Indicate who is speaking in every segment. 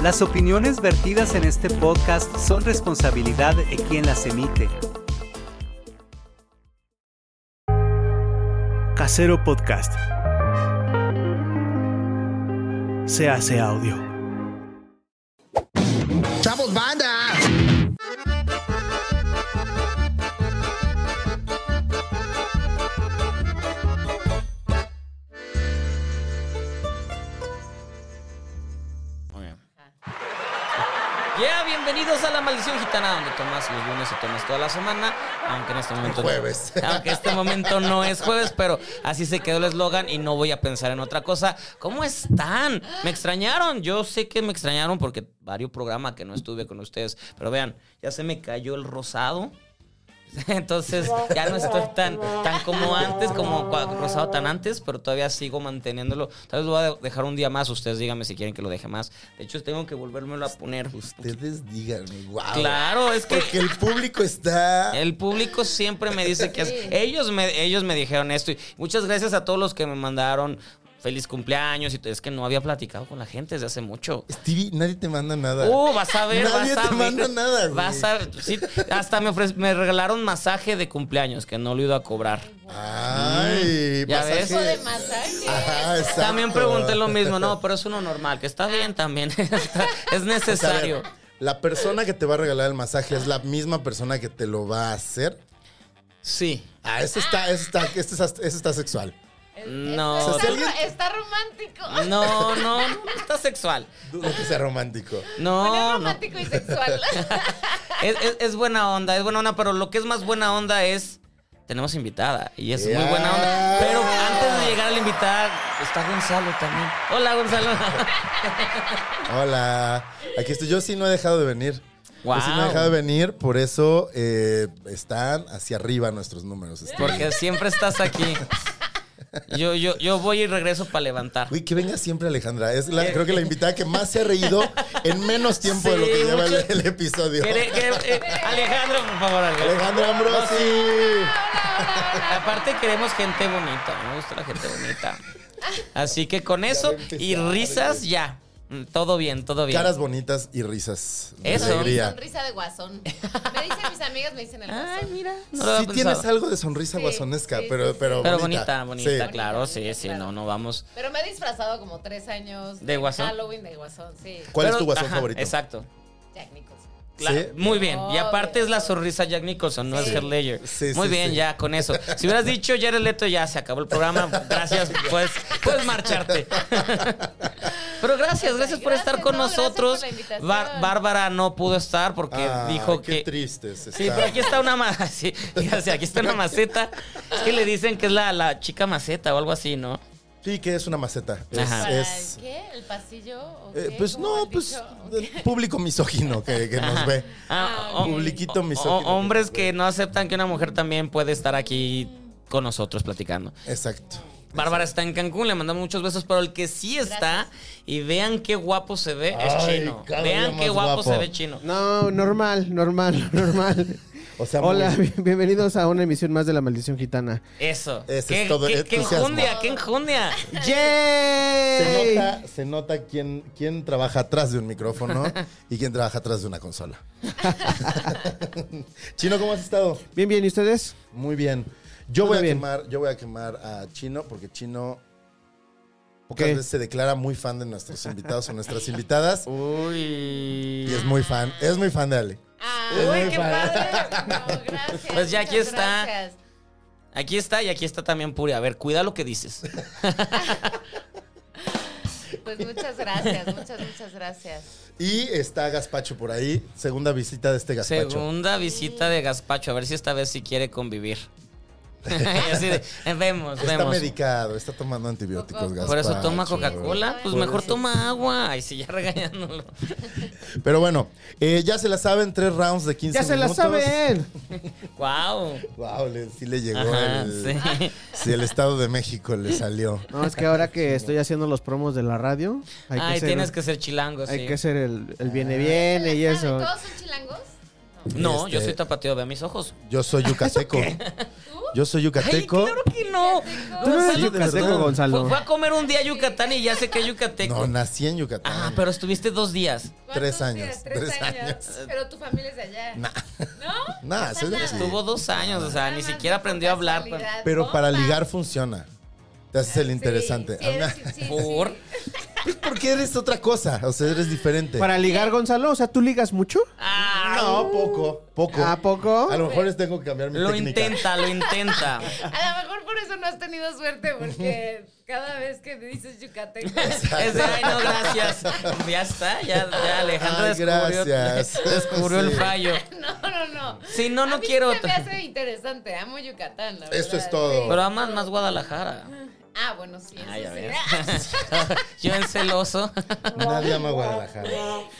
Speaker 1: Las opiniones vertidas en este podcast son responsabilidad de quien las emite.
Speaker 2: Casero Podcast. Se hace audio.
Speaker 3: ¡Chavos, banda!
Speaker 4: Muy bien. Yeah, bienvenidos a La Maldición Gitana, donde tomas los lunes y tomas toda la semana, aunque en este momento...
Speaker 3: Jueves.
Speaker 4: Aunque este momento no es jueves, pero así se quedó el eslogan y no voy a pensar en otra cosa. ¿Cómo están? ¿Me extrañaron? Yo sé que me extrañaron porque varios programas que no estuve con ustedes, pero vean, ya se me cayó el rosado. Entonces ya no estoy tan, tan como antes, como cua- rosado tan antes, pero todavía sigo manteniéndolo. Tal vez lo voy a de- dejar un día más. Ustedes díganme si quieren que lo deje más. De hecho, tengo que volvérmelo a poner.
Speaker 3: Ustedes díganme, wow.
Speaker 4: Claro, Eh. es que
Speaker 3: Porque el público está.
Speaker 4: el público siempre me dice que es- ellos me ellos me dijeron esto y muchas gracias a todos los que me mandaron feliz cumpleaños y t- es que no había platicado con la gente desde hace mucho.
Speaker 3: Stevie, nadie te manda nada.
Speaker 4: Uh, vas a ver,
Speaker 3: Nadie
Speaker 4: vas a
Speaker 3: te
Speaker 4: ver.
Speaker 3: manda nada, güey.
Speaker 4: Vas a ver. Sí, hasta me, ofre- me regalaron masaje de cumpleaños que no lo iba a cobrar.
Speaker 3: Ay,
Speaker 4: Mm, ya
Speaker 3: pasaje.
Speaker 4: ves. Tipo de
Speaker 5: masaje.
Speaker 3: Ajá, exacto.
Speaker 4: También pregunté lo mismo, no, pero es uno normal, que está bien también. Está- es
Speaker 3: O sea, a ver,
Speaker 4: necesario.
Speaker 3: la persona que te va a regalar el masaje es la misma persona que te lo va a hacer.
Speaker 4: sí.
Speaker 3: Ah, eso está, eso está, eso está, eso está sexual.
Speaker 4: No.
Speaker 3: O sea, si
Speaker 5: Está,
Speaker 3: alguien-
Speaker 5: está romántico.
Speaker 4: No, no, no está sexual.
Speaker 3: Dudo que sea romántico.
Speaker 5: Bueno,
Speaker 4: No, no.
Speaker 5: romántico y sexual.
Speaker 4: Es, es- es buena onda, es buena onda, pero lo que es más buena onda es. Tenemos invitada y es muy
Speaker 3: Yeah.
Speaker 4: buena onda. Pero antes de llegar a la invitada, está Gonzalo también. Hola, Gonzalo.
Speaker 3: Hola, aquí estoy. Yo sí no he dejado de venir. Yo sí no he
Speaker 4: Wow.
Speaker 3: dejado de venir, por eso eh, están hacia arriba nuestros números. Stevie.
Speaker 4: Porque siempre estás aquí. Yo, yo, yo voy y regreso para levantar.
Speaker 3: Uy, que venga siempre Alejandra. Es la- creo que la invitada que más se ha reído en menos tiempo de lo que
Speaker 4: Sí,
Speaker 3: lleva el,
Speaker 4: mucho.
Speaker 3: el episodio.
Speaker 4: Que- que- eh, Alejandro, por favor, Alejandro.
Speaker 3: Alejandra Ambrosi.
Speaker 4: Aparte queremos gente bonita, me gusta la gente bonita. Así que con eso y
Speaker 3: empezar,
Speaker 4: risas ya. Mm, Todo bien, todo bien.
Speaker 3: Caras bonitas y risas. de
Speaker 4: Eso.
Speaker 3: Alegría.
Speaker 5: Sonrisa de guasón. Me dicen mis amigas, me dicen el
Speaker 4: Ay,
Speaker 5: guasón.
Speaker 4: mira. No lo había
Speaker 3: Sí tienes
Speaker 4: pensado.
Speaker 3: algo de sonrisa
Speaker 5: Sí,
Speaker 3: guasonesca,
Speaker 5: sí,
Speaker 3: pero,
Speaker 5: sí,
Speaker 3: pero,
Speaker 4: Pero bonita, bonita,
Speaker 3: Sí.
Speaker 4: claro, sí, sí, no, no vamos.
Speaker 5: Pero me he disfrazado como tres años.
Speaker 4: ¿De
Speaker 5: en
Speaker 4: guasón?
Speaker 5: Halloween de guasón, sí.
Speaker 3: ¿Cuál es
Speaker 4: Pero-
Speaker 3: tu guasón
Speaker 4: ajá,
Speaker 3: favorito?
Speaker 4: Exacto.
Speaker 5: Jack Nicholson.
Speaker 4: Claro,
Speaker 3: Sí.
Speaker 4: Muy bien. Y aparte
Speaker 5: Obvio.
Speaker 4: es la sonrisa Jack Nicholson, no es Heath Ledger.
Speaker 3: Sí,
Speaker 4: muy
Speaker 3: sí,
Speaker 4: bien,
Speaker 3: sí.
Speaker 4: ya con eso. Si hubieras dicho Jared Leto, ya se acabó el programa. Gracias, pues puedes marcharte. Pero gracias, gracias por estar
Speaker 5: Gracias,
Speaker 4: con
Speaker 5: no, gracias
Speaker 4: nosotros.
Speaker 5: por la invitación.
Speaker 4: Bar- Bárbara no pudo estar porque
Speaker 3: Ah,
Speaker 4: dijo
Speaker 3: qué
Speaker 4: que.
Speaker 3: tristes
Speaker 4: Sí,
Speaker 3: están.
Speaker 4: pero aquí está una ma- sí, fíjense, aquí está una maceta. Es que le dicen que es la, la chica maceta o algo así, ¿no?
Speaker 3: Sí, que es una maceta. Es-
Speaker 4: Ajá.
Speaker 5: ¿Para
Speaker 3: es-
Speaker 5: el qué? ¿El pasillo? ¿O
Speaker 3: eh,
Speaker 5: qué?
Speaker 3: pues
Speaker 5: ¿Cómo
Speaker 3: no,
Speaker 5: han
Speaker 3: pues
Speaker 5: dicho? ¿O
Speaker 3: el
Speaker 5: qué?
Speaker 3: público misógino que, que nos ve.
Speaker 4: Ah,
Speaker 5: Ah,
Speaker 4: o-
Speaker 3: Publiquito
Speaker 4: o-
Speaker 3: misógino.
Speaker 4: o- hombres que no aceptan que una mujer también puede estar aquí con nosotros platicando.
Speaker 3: Exacto.
Speaker 4: Bárbara está en Cancún, le mandamos muchos besos, pero el que sí está, y vean qué guapo se ve, es
Speaker 3: Ay,
Speaker 4: chino.
Speaker 3: cada día
Speaker 4: Vean qué
Speaker 3: más
Speaker 4: guapo,
Speaker 3: guapo.
Speaker 4: se ve chino.
Speaker 6: No, normal, normal, normal.
Speaker 3: O sea,
Speaker 6: Hola,
Speaker 3: muy-
Speaker 6: bien- bienvenidos a una emisión más de La Maldición Gitana.
Speaker 4: Eso.
Speaker 3: Ese
Speaker 4: qué,
Speaker 3: es todo
Speaker 4: qué- qué
Speaker 3: entusiasmo.
Speaker 4: enjundia, qué enjundia.
Speaker 3: Se
Speaker 6: ¡Yay!
Speaker 3: nota, se nota quién, quién trabaja atrás de un micrófono y quién trabaja atrás de una consola. Chino, ¿cómo has estado?
Speaker 6: Bien, bien, ¿y ustedes?
Speaker 3: Muy bien. Yo
Speaker 6: Todo
Speaker 3: voy a
Speaker 6: bien.
Speaker 3: quemar, yo voy a quemar a Chino porque Chino pocas
Speaker 6: ¿Qué?
Speaker 3: veces se declara muy fan de nuestros invitados o nuestras invitadas
Speaker 4: Uy.
Speaker 3: y es muy fan, es muy fan de Ale. eh,
Speaker 5: Ah,
Speaker 4: Uy, qué padre.
Speaker 5: no, gracias.
Speaker 4: Pues ya aquí
Speaker 5: muchas
Speaker 4: está.
Speaker 5: gracias.
Speaker 4: Aquí está y aquí está también Puri. A ver, cuida lo que dices.
Speaker 5: Pues muchas gracias, muchas, muchas gracias.
Speaker 3: Y está Gaspacho por ahí, segunda visita de este Gaspacho.
Speaker 4: Segunda visita de Gaspacho, a ver si esta vez sí quiere convivir. Y así de, eh, vemos,
Speaker 3: Está
Speaker 4: vemos.
Speaker 3: medicado, está tomando antibióticos,
Speaker 5: Coca-Cola.
Speaker 4: Por eso
Speaker 3: Gaspacho.
Speaker 4: toma Coca-Cola, pues
Speaker 5: Por
Speaker 4: mejor
Speaker 5: eso.
Speaker 4: toma agua. Ay, sí, ya regañándolo.
Speaker 3: Pero bueno, eh, ya se la saben, tres rounds de 15
Speaker 6: ¡Ya se la
Speaker 3: minutos.
Speaker 6: saben!
Speaker 4: Wow.
Speaker 3: Wow, le- sí le llegó
Speaker 4: Ajá,
Speaker 3: el,
Speaker 4: sí.
Speaker 3: sí, el Estado de México le salió.
Speaker 6: No, es que ahora que estoy haciendo los promos de la radio, hay que
Speaker 4: Ay,
Speaker 6: ser,
Speaker 4: tienes que ser chilango, sí. Ah.
Speaker 6: hay que ser el, el viene viene y eso.
Speaker 5: ¿Todos son chilangos?
Speaker 4: No, yo
Speaker 3: Este-
Speaker 4: soy tapateo, ve a mis ojos.
Speaker 3: Yo soy yucateco. Yo soy
Speaker 4: Ay,
Speaker 3: yucateco.
Speaker 4: claro que no.
Speaker 6: Tú no eres
Speaker 4: Gonzalo,
Speaker 6: yucateco,
Speaker 3: perdón.
Speaker 6: Gonzalo.
Speaker 4: Fue, fue a comer un día a Yucatán y ya sé que es yucateco.
Speaker 3: No, nací en Yucatán.
Speaker 4: ah, pero estuviste dos días.
Speaker 5: ¿Cuántos
Speaker 3: Tres años,
Speaker 5: días? Tres,
Speaker 3: tres
Speaker 5: años.
Speaker 3: años.
Speaker 5: Pero tu familia es de allá.
Speaker 3: Nah.
Speaker 5: ¿No?
Speaker 3: Nah, soy de aquí.
Speaker 4: Estuvo dos años, o sea, ni siquiera aprendió a hablar. pues. pero-
Speaker 3: Pero para ligar funciona. Te haces el interesante.
Speaker 4: Por-
Speaker 3: Porque eres otra cosa, o sea, eres diferente.
Speaker 6: Para ligar, Gonzalo, o sea, ¿tú ligas mucho?
Speaker 4: Ah,
Speaker 3: No, poco, poco.
Speaker 6: ¿A poco?
Speaker 3: A lo mejor les tengo que cambiar mi
Speaker 4: lo
Speaker 3: técnica.
Speaker 4: intenta, lo intenta.
Speaker 5: A lo mejor por eso no has tenido suerte, porque cada vez que dices yucateco.
Speaker 4: Es de, ay, no, gracias. Ya está, ya, ya Alejandro
Speaker 3: Ay,
Speaker 4: descubrió,
Speaker 3: gracias.
Speaker 4: descubrió el
Speaker 3: Sí.
Speaker 4: fallo.
Speaker 5: No, no, no.
Speaker 4: Sí, no, no
Speaker 5: a mí
Speaker 4: quiero
Speaker 5: sí se me
Speaker 4: otra.
Speaker 5: hace interesante. Amo Yucatán, la
Speaker 3: Eso
Speaker 5: verdad,
Speaker 3: es todo.
Speaker 5: sí.
Speaker 4: Pero amas más Guadalajara.
Speaker 5: Ah, bueno, sí.
Speaker 4: Ah, ya
Speaker 5: eso sí.
Speaker 4: ves. Yo en celoso.
Speaker 3: Nadie ama Guadalajara.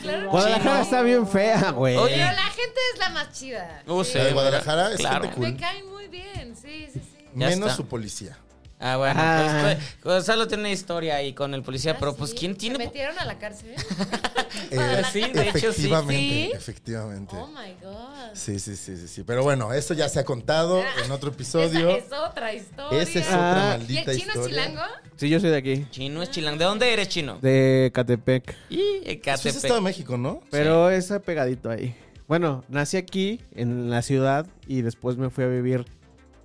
Speaker 5: Claro que
Speaker 6: Guadalajara
Speaker 5: no.
Speaker 6: está bien fea, güey.
Speaker 4: Oye,
Speaker 5: Pero la gente es la más chida.
Speaker 4: Uh,
Speaker 5: sí.
Speaker 4: sí.
Speaker 3: La de Eh. Guadalajara es
Speaker 4: Claro.
Speaker 3: gente
Speaker 5: Me
Speaker 3: cool.
Speaker 5: caen muy bien, sí, sí, sí.
Speaker 4: Ya
Speaker 3: Menos
Speaker 4: está.
Speaker 3: su policía.
Speaker 4: Ah, bueno.
Speaker 6: Ah.
Speaker 4: pues, pues, Gonzalo tiene una historia ahí con el policía,
Speaker 5: Ah,
Speaker 4: pero pues
Speaker 5: sí.
Speaker 4: ¿quién
Speaker 5: ¿Se
Speaker 4: tiene?
Speaker 5: metieron a la cárcel? Ah,
Speaker 3: Eh,
Speaker 4: sí, de hecho, sí.
Speaker 3: efectivamente,
Speaker 5: Sí.
Speaker 3: efectivamente.
Speaker 5: oh my god.
Speaker 3: Sí, sí, sí, sí, sí. Pero bueno, eso ya se ha contado en otro episodio.
Speaker 5: Ah, Esa es otra historia.
Speaker 3: Esa es
Speaker 6: Ah.
Speaker 3: otra
Speaker 5: ¿Y el
Speaker 3: maldita
Speaker 5: chino
Speaker 3: historia.
Speaker 5: chilango?
Speaker 6: Sí, yo soy de aquí,
Speaker 4: Chino es chilango. ¿De dónde eres chino?
Speaker 6: de Catepec.
Speaker 4: Y
Speaker 3: Eso es Estado de México, ¿no?
Speaker 6: Pero es pegadito ahí. Bueno, nací aquí, en la ciudad, y después me fui a vivir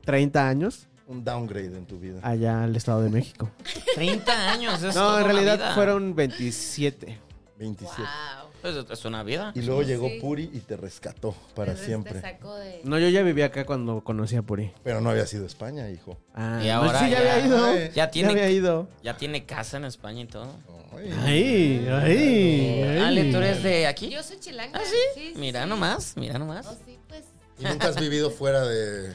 Speaker 6: 30 años
Speaker 3: Un downgrade en tu vida.
Speaker 6: allá al Estado de México.
Speaker 4: 30 años. Es
Speaker 6: No,
Speaker 4: toda
Speaker 6: en
Speaker 4: una
Speaker 6: realidad
Speaker 4: vida.
Speaker 6: fueron 27.
Speaker 3: 27.
Speaker 5: Wow.
Speaker 4: Pues, es una vida.
Speaker 3: Y luego llegó
Speaker 5: Sí.
Speaker 3: Puri y te rescató para
Speaker 5: Entonces Te
Speaker 3: siempre.
Speaker 5: sacó de...
Speaker 6: No, yo ya vivía acá cuando conocí a Puri.
Speaker 3: Pero no había sido España, hijo.
Speaker 6: Ah,
Speaker 4: Y ahora
Speaker 6: sí, ya,
Speaker 4: ya-
Speaker 6: había ido.
Speaker 3: ya
Speaker 6: Ya,
Speaker 4: tiene-
Speaker 6: había ido.
Speaker 4: Ya tiene casa en España y todo.
Speaker 3: Ay.
Speaker 6: Ay, ay, ay.
Speaker 4: Ale, ¿tú eres de aquí?
Speaker 5: Yo soy chilanga.
Speaker 4: Ah, sí. Mira nomás, mira nomás.
Speaker 5: Oh, sí, pues.
Speaker 3: Y nunca has vivido fuera de.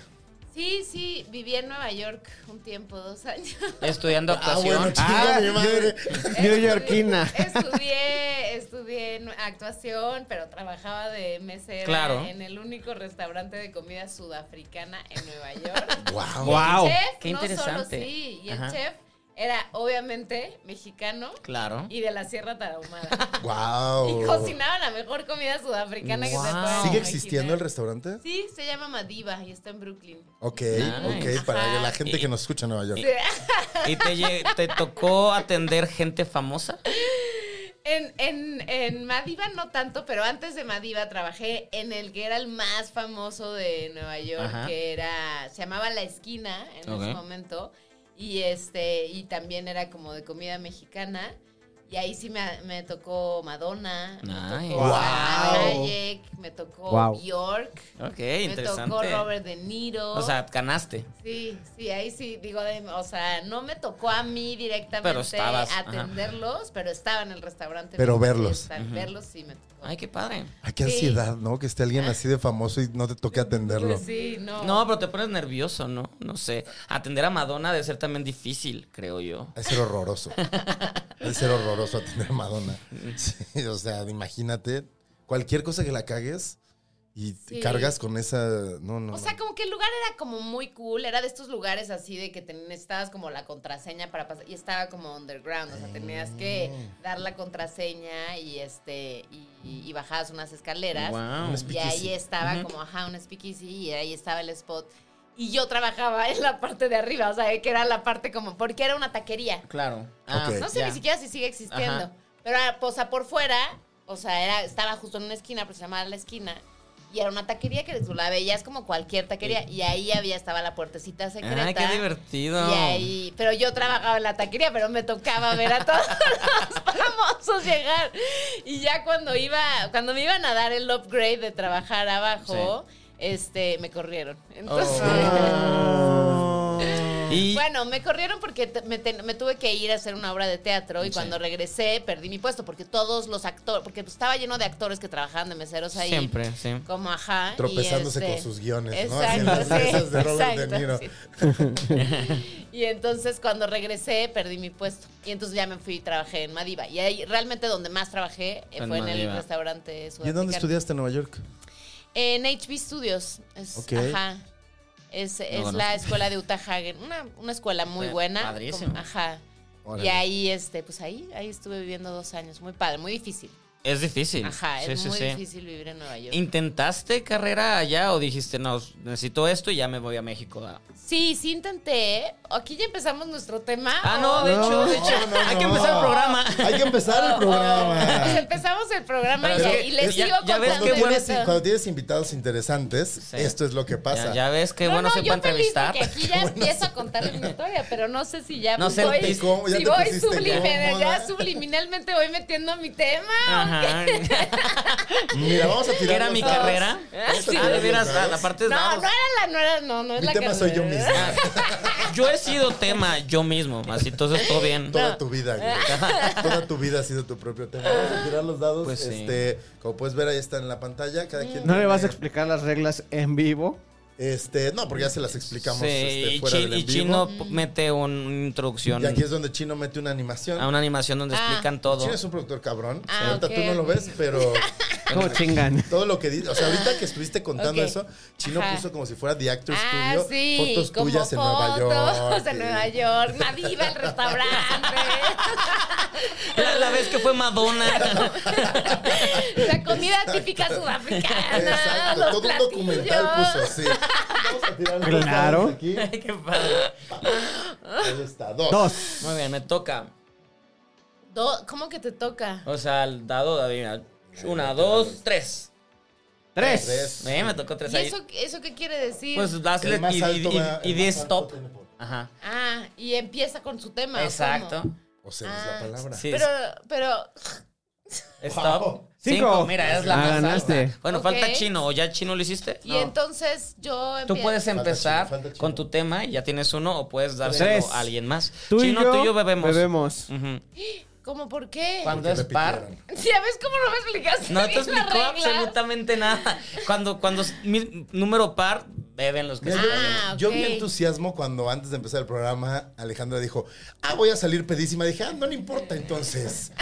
Speaker 5: Sí, sí, viví en Nueva York un tiempo, dos años.
Speaker 4: Estudiando
Speaker 3: Ah, bueno,
Speaker 4: actuación.
Speaker 3: chinga mi madre.
Speaker 6: Newyorkina.
Speaker 5: Estudié, estudié en actuación, pero trabajaba de mesera
Speaker 4: Claro.
Speaker 5: en el único restaurante de comida sudafricana en Nueva York.
Speaker 3: Wow.
Speaker 6: Wow.
Speaker 5: El chef,
Speaker 4: Oh, Qué
Speaker 5: no solo
Speaker 4: interesante.
Speaker 5: sí, y el
Speaker 4: Ajá.
Speaker 5: chef era obviamente mexicano
Speaker 4: Claro.
Speaker 5: y de la Sierra Tarahumara. Y
Speaker 3: Wow.
Speaker 5: cocinaba la mejor comida sudafricana que se
Speaker 4: Wow.
Speaker 5: pueda.
Speaker 3: Oh. ¿Sigue
Speaker 5: imaginar.
Speaker 3: existiendo el restaurante?
Speaker 5: Sí, se llama Madiva y está en Brooklyn.
Speaker 3: Ok,
Speaker 4: Nice.
Speaker 3: ok, para la
Speaker 5: Ajá.
Speaker 3: gente que nos escucha en Nueva York.
Speaker 4: ¿Y te, lle- te tocó atender gente famosa?
Speaker 5: En, en, en Madiva no tanto, pero antes de Madiva trabajé en el que era el más famoso de Nueva York,
Speaker 4: Ajá.
Speaker 5: que era, se llamaba La Esquina en
Speaker 4: Ok.
Speaker 5: ese momento, y este, y también era como de comida mexicana. Y ahí sí me, me tocó Madonna, me
Speaker 4: Nice.
Speaker 5: tocó
Speaker 4: Wow.
Speaker 5: Hayek, me tocó
Speaker 6: Wow.
Speaker 5: Bjork,
Speaker 4: Ok,
Speaker 5: me
Speaker 4: interesante.
Speaker 5: tocó Robert De Niro.
Speaker 4: O sea, ganaste.
Speaker 5: Sí, sí, ahí sí, digo, de- o sea, no me tocó a mí directamente
Speaker 4: Pero estabas, ajá.
Speaker 5: atenderlos, pero estaba en el restaurante.
Speaker 3: Pero
Speaker 5: Sí,
Speaker 3: verlos.
Speaker 5: está- Verlos sí me tocó.
Speaker 4: Ay, qué padre.
Speaker 3: Ay, qué
Speaker 5: Sí.
Speaker 3: ansiedad, ¿no? Que esté alguien así de famoso y no te toque atenderlo.
Speaker 5: Pues sí, no.
Speaker 4: No, pero te pones nervioso, ¿no? No sé. Atender a Madonna debe ser también difícil, creo yo.
Speaker 3: Es ser horroroso. Es ser horroroso atender a Madonna. Sí, o sea, imagínate, cualquier cosa que la cagues y te
Speaker 5: Sí.
Speaker 3: cargas con esa. No, no.
Speaker 5: o
Speaker 3: no.
Speaker 5: sea, como que el lugar era como muy cool, era de estos lugares así de que te necesitabas como la contraseña para pasar, y estaba como underground, o sea, tenías que
Speaker 3: Ah.
Speaker 5: dar la contraseña y este, y, y- y bajabas unas escaleras.
Speaker 4: Wow.
Speaker 3: Un
Speaker 5: Y
Speaker 3: speakeasy.
Speaker 5: ahí estaba como, ajá, un speakeasy y ahí estaba el spot. Y yo trabajaba en la parte de arriba, o sea, que era la parte como, porque era una taquería.
Speaker 4: Claro.
Speaker 3: Ok.
Speaker 5: No sé
Speaker 4: ya.
Speaker 5: ni siquiera si sigue existiendo.
Speaker 4: Ajá.
Speaker 5: Pero, ah, o sea, por fuera, o sea, era, estaba justo en una esquina, pero se llamaba La Esquina. Y era una taquería que tú la veías como cualquier taquería. Y ahí había, estaba la puertecita secreta.
Speaker 4: Ay, Ah, qué divertido.
Speaker 5: Y ahí, pero yo trabajaba en la taquería, pero me tocaba ver a todos los famosos llegar. Y ya cuando iba, cuando me iban a dar el upgrade de trabajar abajo, este, me corrieron. Entonces,
Speaker 4: Oh. Y
Speaker 5: Bueno, me corrieron porque te- me, ten- me tuve que ir a hacer una obra de teatro y cuando regresé perdí mi puesto porque todos los actores, porque pues estaba lleno de actores que trabajaban de meseros pues ahí.
Speaker 4: siempre, sí.
Speaker 5: Como ajá. y
Speaker 3: Tropezándose
Speaker 5: este-
Speaker 3: con sus guiones,
Speaker 5: Exacto,
Speaker 3: ¿no? Así en las
Speaker 5: sí,
Speaker 3: mesas de Robert De Niro.
Speaker 5: exacto, sí. y entonces cuando regresé perdí mi puesto. Y entonces ya me fui y trabajé en Madiva. Y ahí realmente donde más trabajé eh,
Speaker 4: En
Speaker 5: fue en el
Speaker 4: Madiva.
Speaker 5: restaurante
Speaker 3: ¿Y en
Speaker 5: sudafricano.
Speaker 3: dónde estudiaste en Nueva York?
Speaker 5: En HB Studios. Es,
Speaker 3: Ok.
Speaker 5: Ajá. Es, es
Speaker 4: conozco.
Speaker 5: la escuela de Utah Hagen. Una, una escuela muy
Speaker 4: Eh,
Speaker 5: buena.
Speaker 4: padrísimo.
Speaker 5: como- ajá.
Speaker 3: Órale.
Speaker 5: Y ahí, este, pues ahí, ahí estuve viviendo dos años. Muy padre, muy difícil.
Speaker 4: Es difícil.
Speaker 5: Ajá,
Speaker 4: Sí,
Speaker 5: es
Speaker 4: sí,
Speaker 5: muy
Speaker 4: sí.
Speaker 5: difícil vivir en Nueva York.
Speaker 4: ¿Intentaste carrera allá o dijiste, no, necesito esto y ya me voy a México? a-
Speaker 5: Sí, sí intenté. Aquí ya empezamos nuestro tema.
Speaker 4: Ah, no, de
Speaker 3: No,
Speaker 4: hecho, de
Speaker 3: no,
Speaker 4: hecho,
Speaker 3: no,
Speaker 4: hay
Speaker 3: no.
Speaker 4: que empezar el programa.
Speaker 3: Hay que empezar el
Speaker 5: Pues
Speaker 3: programa.
Speaker 5: empezamos el programa
Speaker 4: Pero
Speaker 5: y,
Speaker 4: es
Speaker 5: le-
Speaker 4: que-
Speaker 5: y les
Speaker 4: es- ya-
Speaker 5: sigo
Speaker 4: ya ves
Speaker 5: contando.
Speaker 4: qué
Speaker 3: Cuando
Speaker 5: de
Speaker 4: bueno
Speaker 3: tienes,
Speaker 4: es-
Speaker 5: todo.
Speaker 3: cuando tienes invitados interesantes,
Speaker 4: Sí.
Speaker 3: esto es lo que pasa.
Speaker 4: Ya, ya ves qué
Speaker 5: No,
Speaker 4: bueno
Speaker 5: no,
Speaker 4: se
Speaker 5: yo
Speaker 4: puede
Speaker 5: feliz
Speaker 4: entrevistar.
Speaker 5: porque aquí ya empiezo a contar mi historia, pero no sé si ya
Speaker 4: No sé,
Speaker 5: voy,
Speaker 4: te-
Speaker 3: ¿cómo? Ya
Speaker 5: si
Speaker 3: te
Speaker 5: voy
Speaker 3: pusiste
Speaker 5: subliminal, ya
Speaker 3: cómoda.
Speaker 5: subliminalmente voy metiendo mi tema.
Speaker 4: Ajá.
Speaker 3: Mira, vamos a tirar.
Speaker 4: ¿Qué era mi
Speaker 3: los dados.
Speaker 4: carrera?
Speaker 3: Vamos a
Speaker 4: Ah,
Speaker 3: tirar
Speaker 4: de
Speaker 3: los
Speaker 4: veras, la,
Speaker 3: dados.
Speaker 4: la parte
Speaker 5: No,
Speaker 4: es
Speaker 5: no
Speaker 4: dados.
Speaker 5: era la, no era, no, no es
Speaker 3: Mi
Speaker 5: la
Speaker 3: tema
Speaker 5: carrera.
Speaker 3: soy yo mismo.
Speaker 4: Yo he sido tema yo mismo, así entonces todo bien.
Speaker 3: Toda tu vida, güey. Toda tu vida ha sido tu propio tema. Vamos a tirar los dados.
Speaker 4: Pues sí.
Speaker 3: este, como puedes ver, ahí está en la pantalla. Cada quien.
Speaker 6: ¿No le
Speaker 3: tiene-
Speaker 6: vas a explicar las reglas en vivo?
Speaker 3: Este, no, porque ya se las explicamos
Speaker 4: Sí,
Speaker 3: este,
Speaker 4: y,
Speaker 3: fuera
Speaker 4: Chi-
Speaker 3: del en
Speaker 4: y
Speaker 3: vivo.
Speaker 4: Chino p- mete un- una introducción
Speaker 3: Y aquí es donde Chino mete una animación.
Speaker 4: a una animación donde
Speaker 5: Ah.
Speaker 4: explican todo.
Speaker 3: Chino es un productor cabrón.
Speaker 5: Ah,
Speaker 3: ahorita
Speaker 5: ok,
Speaker 3: tú no lo
Speaker 5: ok.
Speaker 3: ves, pero
Speaker 6: ¿Cómo chingan?
Speaker 3: todo lo que dice. O sea, ahorita que estuviste contando
Speaker 5: Ok.
Speaker 3: eso, Chino
Speaker 5: Ajá.
Speaker 3: puso como si fuera The Actor
Speaker 5: Ah,
Speaker 3: Studio.
Speaker 5: sí,
Speaker 3: fotos
Speaker 5: como
Speaker 3: tuyas en Nueva York. eh.
Speaker 5: fotos en
Speaker 3: y-
Speaker 5: Nueva York, Madiva el restaurante,
Speaker 4: La, la vez que fue Madonna.
Speaker 5: la comida típica sudafricana,
Speaker 3: Exacto,
Speaker 5: los
Speaker 3: todo un
Speaker 5: platillos.
Speaker 3: documental puso así. Vamos a tirar los
Speaker 6: Claro.
Speaker 3: dados aquí.
Speaker 4: Qué padre.
Speaker 3: Ahí está, dos.
Speaker 6: Dos.
Speaker 4: Muy bien, me toca.
Speaker 5: Do- ¿Cómo que te toca?
Speaker 4: O sea, el dado, adivina. Una, dos, tres.
Speaker 6: Tres.
Speaker 3: Tres.
Speaker 4: Eh, me tocó tres
Speaker 5: ¿Y
Speaker 4: ahí.
Speaker 5: eso, eso qué quiere decir?
Speaker 4: Pues dasle
Speaker 3: El más
Speaker 4: y,
Speaker 3: alto
Speaker 4: y-
Speaker 3: va-
Speaker 4: y- y
Speaker 3: el
Speaker 4: di
Speaker 3: más alto
Speaker 4: stop.
Speaker 3: tiene punto.
Speaker 4: Ajá.
Speaker 5: Ah, y empieza con su tema. ¿o
Speaker 4: Exacto.
Speaker 5: cómo?
Speaker 3: O sea, es la
Speaker 5: Ah,
Speaker 3: palabra.
Speaker 4: Sí,
Speaker 5: Pero, pero,
Speaker 4: stop.
Speaker 3: Wow.
Speaker 4: Cinco.
Speaker 6: Cinco.
Speaker 4: Mira, es la
Speaker 6: Ah,
Speaker 4: más alta.
Speaker 6: ganaste.
Speaker 4: Bueno,
Speaker 5: Ok.
Speaker 4: falta chino. ¿O ya chino lo hiciste?
Speaker 5: y
Speaker 4: No.
Speaker 5: entonces yo
Speaker 4: Tú
Speaker 5: empiezo.
Speaker 4: puedes
Speaker 3: Falta
Speaker 4: empezar
Speaker 3: chino, falta chino.
Speaker 4: con tu tema y ya tienes uno o puedes dárselo
Speaker 6: Tres.
Speaker 4: a alguien más.
Speaker 6: Tú
Speaker 4: chino,
Speaker 6: y yo
Speaker 4: tú y yo bebemos.
Speaker 6: Bebemos.
Speaker 4: Ujú.
Speaker 5: ¿Cómo por qué?
Speaker 4: Cuando
Speaker 3: Porque
Speaker 4: es par.
Speaker 3: repitieron.
Speaker 5: ¿Ya ves cómo no me explicaste
Speaker 4: No te
Speaker 5: bien la
Speaker 4: explicó
Speaker 5: regla?
Speaker 4: absolutamente nada. Cuando, cuando es mi- número par, beben los que
Speaker 3: Mira,
Speaker 4: se
Speaker 3: yo-
Speaker 5: Ah,
Speaker 3: Yo
Speaker 5: ok.
Speaker 3: vi entusiasmo cuando antes de empezar el programa Alejandra dijo, ah, voy a salir pedísima. Dije, ah, no le importa entonces.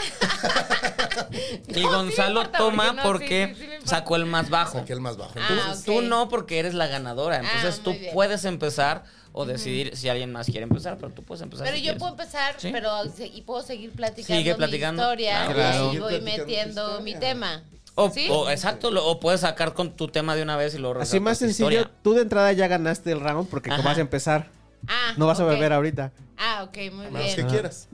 Speaker 4: Y
Speaker 5: No, sí me
Speaker 4: Gonzalo
Speaker 5: importa,
Speaker 4: toma
Speaker 5: porque no,
Speaker 4: porque
Speaker 5: sí, sí, sí me importa.
Speaker 4: sacó el más bajo.
Speaker 3: Aquel más bajo.
Speaker 4: Tú,
Speaker 3: Entonces,
Speaker 5: Ah, ok.
Speaker 4: tú no porque eres la ganadora. Entonces
Speaker 5: Ah,
Speaker 4: tú
Speaker 5: muy bien.
Speaker 4: puedes empezar o decidir si alguien más quiere empezar, pero tú puedes empezar.
Speaker 5: Pero
Speaker 4: si
Speaker 5: yo
Speaker 4: quieres.
Speaker 5: puedo empezar,
Speaker 4: Sí.
Speaker 5: pero se- y puedo seguir platicando,
Speaker 4: Sigue platicando.
Speaker 5: mi historia
Speaker 4: Claro. Oh,
Speaker 3: Claro.
Speaker 5: y ahí
Speaker 3: Sigue
Speaker 5: voy
Speaker 3: platicando tu
Speaker 5: metiendo
Speaker 3: historia.
Speaker 5: mi tema.
Speaker 4: O,
Speaker 5: ¿Sí?
Speaker 4: o- exacto, lo- o puedes sacar con tu tema de una vez y lo
Speaker 6: Así más sencillo, tú de entrada ya ganaste el round porque
Speaker 4: Ajá.
Speaker 6: vas a empezar.
Speaker 5: Ah,
Speaker 6: No vas
Speaker 5: ok.
Speaker 6: a beber ahorita.
Speaker 5: Ah, ok, muy
Speaker 3: a menos
Speaker 5: bien.
Speaker 3: que quieras.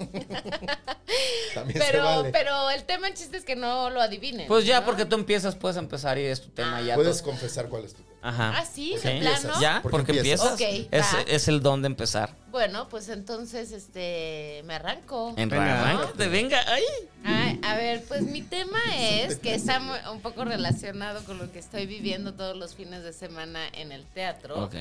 Speaker 3: También se
Speaker 5: Pero,
Speaker 3: vale.
Speaker 5: pero el tema, el chiste es que no lo adivinen.
Speaker 4: Pues ya,
Speaker 5: ¿no?
Speaker 4: porque tú empiezas, puedes empezar y es tu tema ya.
Speaker 3: Puedes
Speaker 4: todo.
Speaker 3: confesar cuál es tu tema.
Speaker 4: Ajá.
Speaker 5: Ah, sí,
Speaker 4: Sí.
Speaker 5: de plano.
Speaker 4: Ya,
Speaker 3: Porque
Speaker 4: porque empiezas.
Speaker 3: empiezas.
Speaker 5: Ok,
Speaker 4: es,
Speaker 5: va.
Speaker 4: es el don de empezar.
Speaker 5: Bueno, pues entonces, este, me arranco.
Speaker 4: En
Speaker 6: Venga.
Speaker 4: Arráncate, venga. Ay.
Speaker 5: Ay, a ver, pues mi tema es que está mu- un poco relacionado con lo que estoy viviendo todos los fines de semana en el teatro.
Speaker 4: Ok.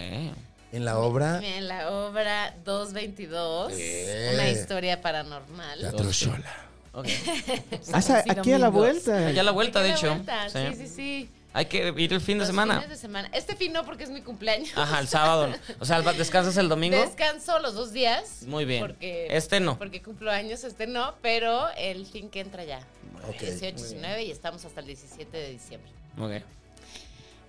Speaker 3: En la obra,
Speaker 5: En la obra 222,
Speaker 3: Eh.
Speaker 5: una historia paranormal.
Speaker 3: Teatro Shola.
Speaker 4: ok.
Speaker 6: Ah, sa- aquí a la vuelta.
Speaker 4: Ya la vuelta, de
Speaker 5: Aquí a
Speaker 4: hecho.
Speaker 5: la vuelta,
Speaker 4: Sí.
Speaker 5: Sí, sí, sí.
Speaker 4: Hay que ir el fin de
Speaker 5: Los
Speaker 4: semana. Ah,
Speaker 5: fines de semana. Este fin no, porque es mi cumpleaños.
Speaker 4: Ajá, el sábado. O sea, descansas el domingo.
Speaker 5: Descanso los dos días.
Speaker 4: Muy bien.
Speaker 5: Porque,
Speaker 4: Este no.
Speaker 5: Porque cumplo años, este no, pero el fin que entra ya.
Speaker 3: Ok.
Speaker 5: 18, 19 y estamos hasta el 17 de diciembre.
Speaker 4: Ok.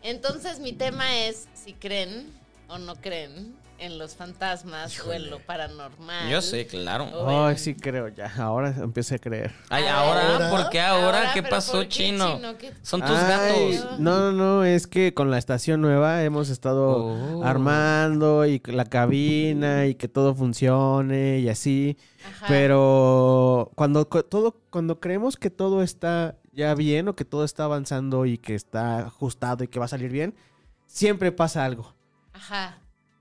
Speaker 5: Entonces mi tema es si creen o no creen en los fantasmas o en lo paranormal.
Speaker 4: Yo sé, claro.
Speaker 5: Oh.
Speaker 6: Ay, sí creo ya. Ahora empecé a creer.
Speaker 4: Ay,
Speaker 5: Ay,
Speaker 4: ahora,
Speaker 3: ahora.
Speaker 4: ¿por qué ahora?
Speaker 5: Ahora,
Speaker 4: ¿Qué
Speaker 5: pero
Speaker 4: pasó,
Speaker 5: ¿por qué,
Speaker 4: chino?
Speaker 5: chino? ¿Qué-
Speaker 4: Son tus
Speaker 6: Ay,
Speaker 4: gatos.
Speaker 6: No, no, no, es que con la estación nueva hemos estado
Speaker 4: Oh.
Speaker 6: armando y la cabina y que todo funcione y así.
Speaker 5: Ajá.
Speaker 6: Pero cuando co- todo, cuando creemos que todo está ya bien o que todo está avanzando y que está ajustado y que va a salir bien, siempre pasa algo.
Speaker 5: Ajá.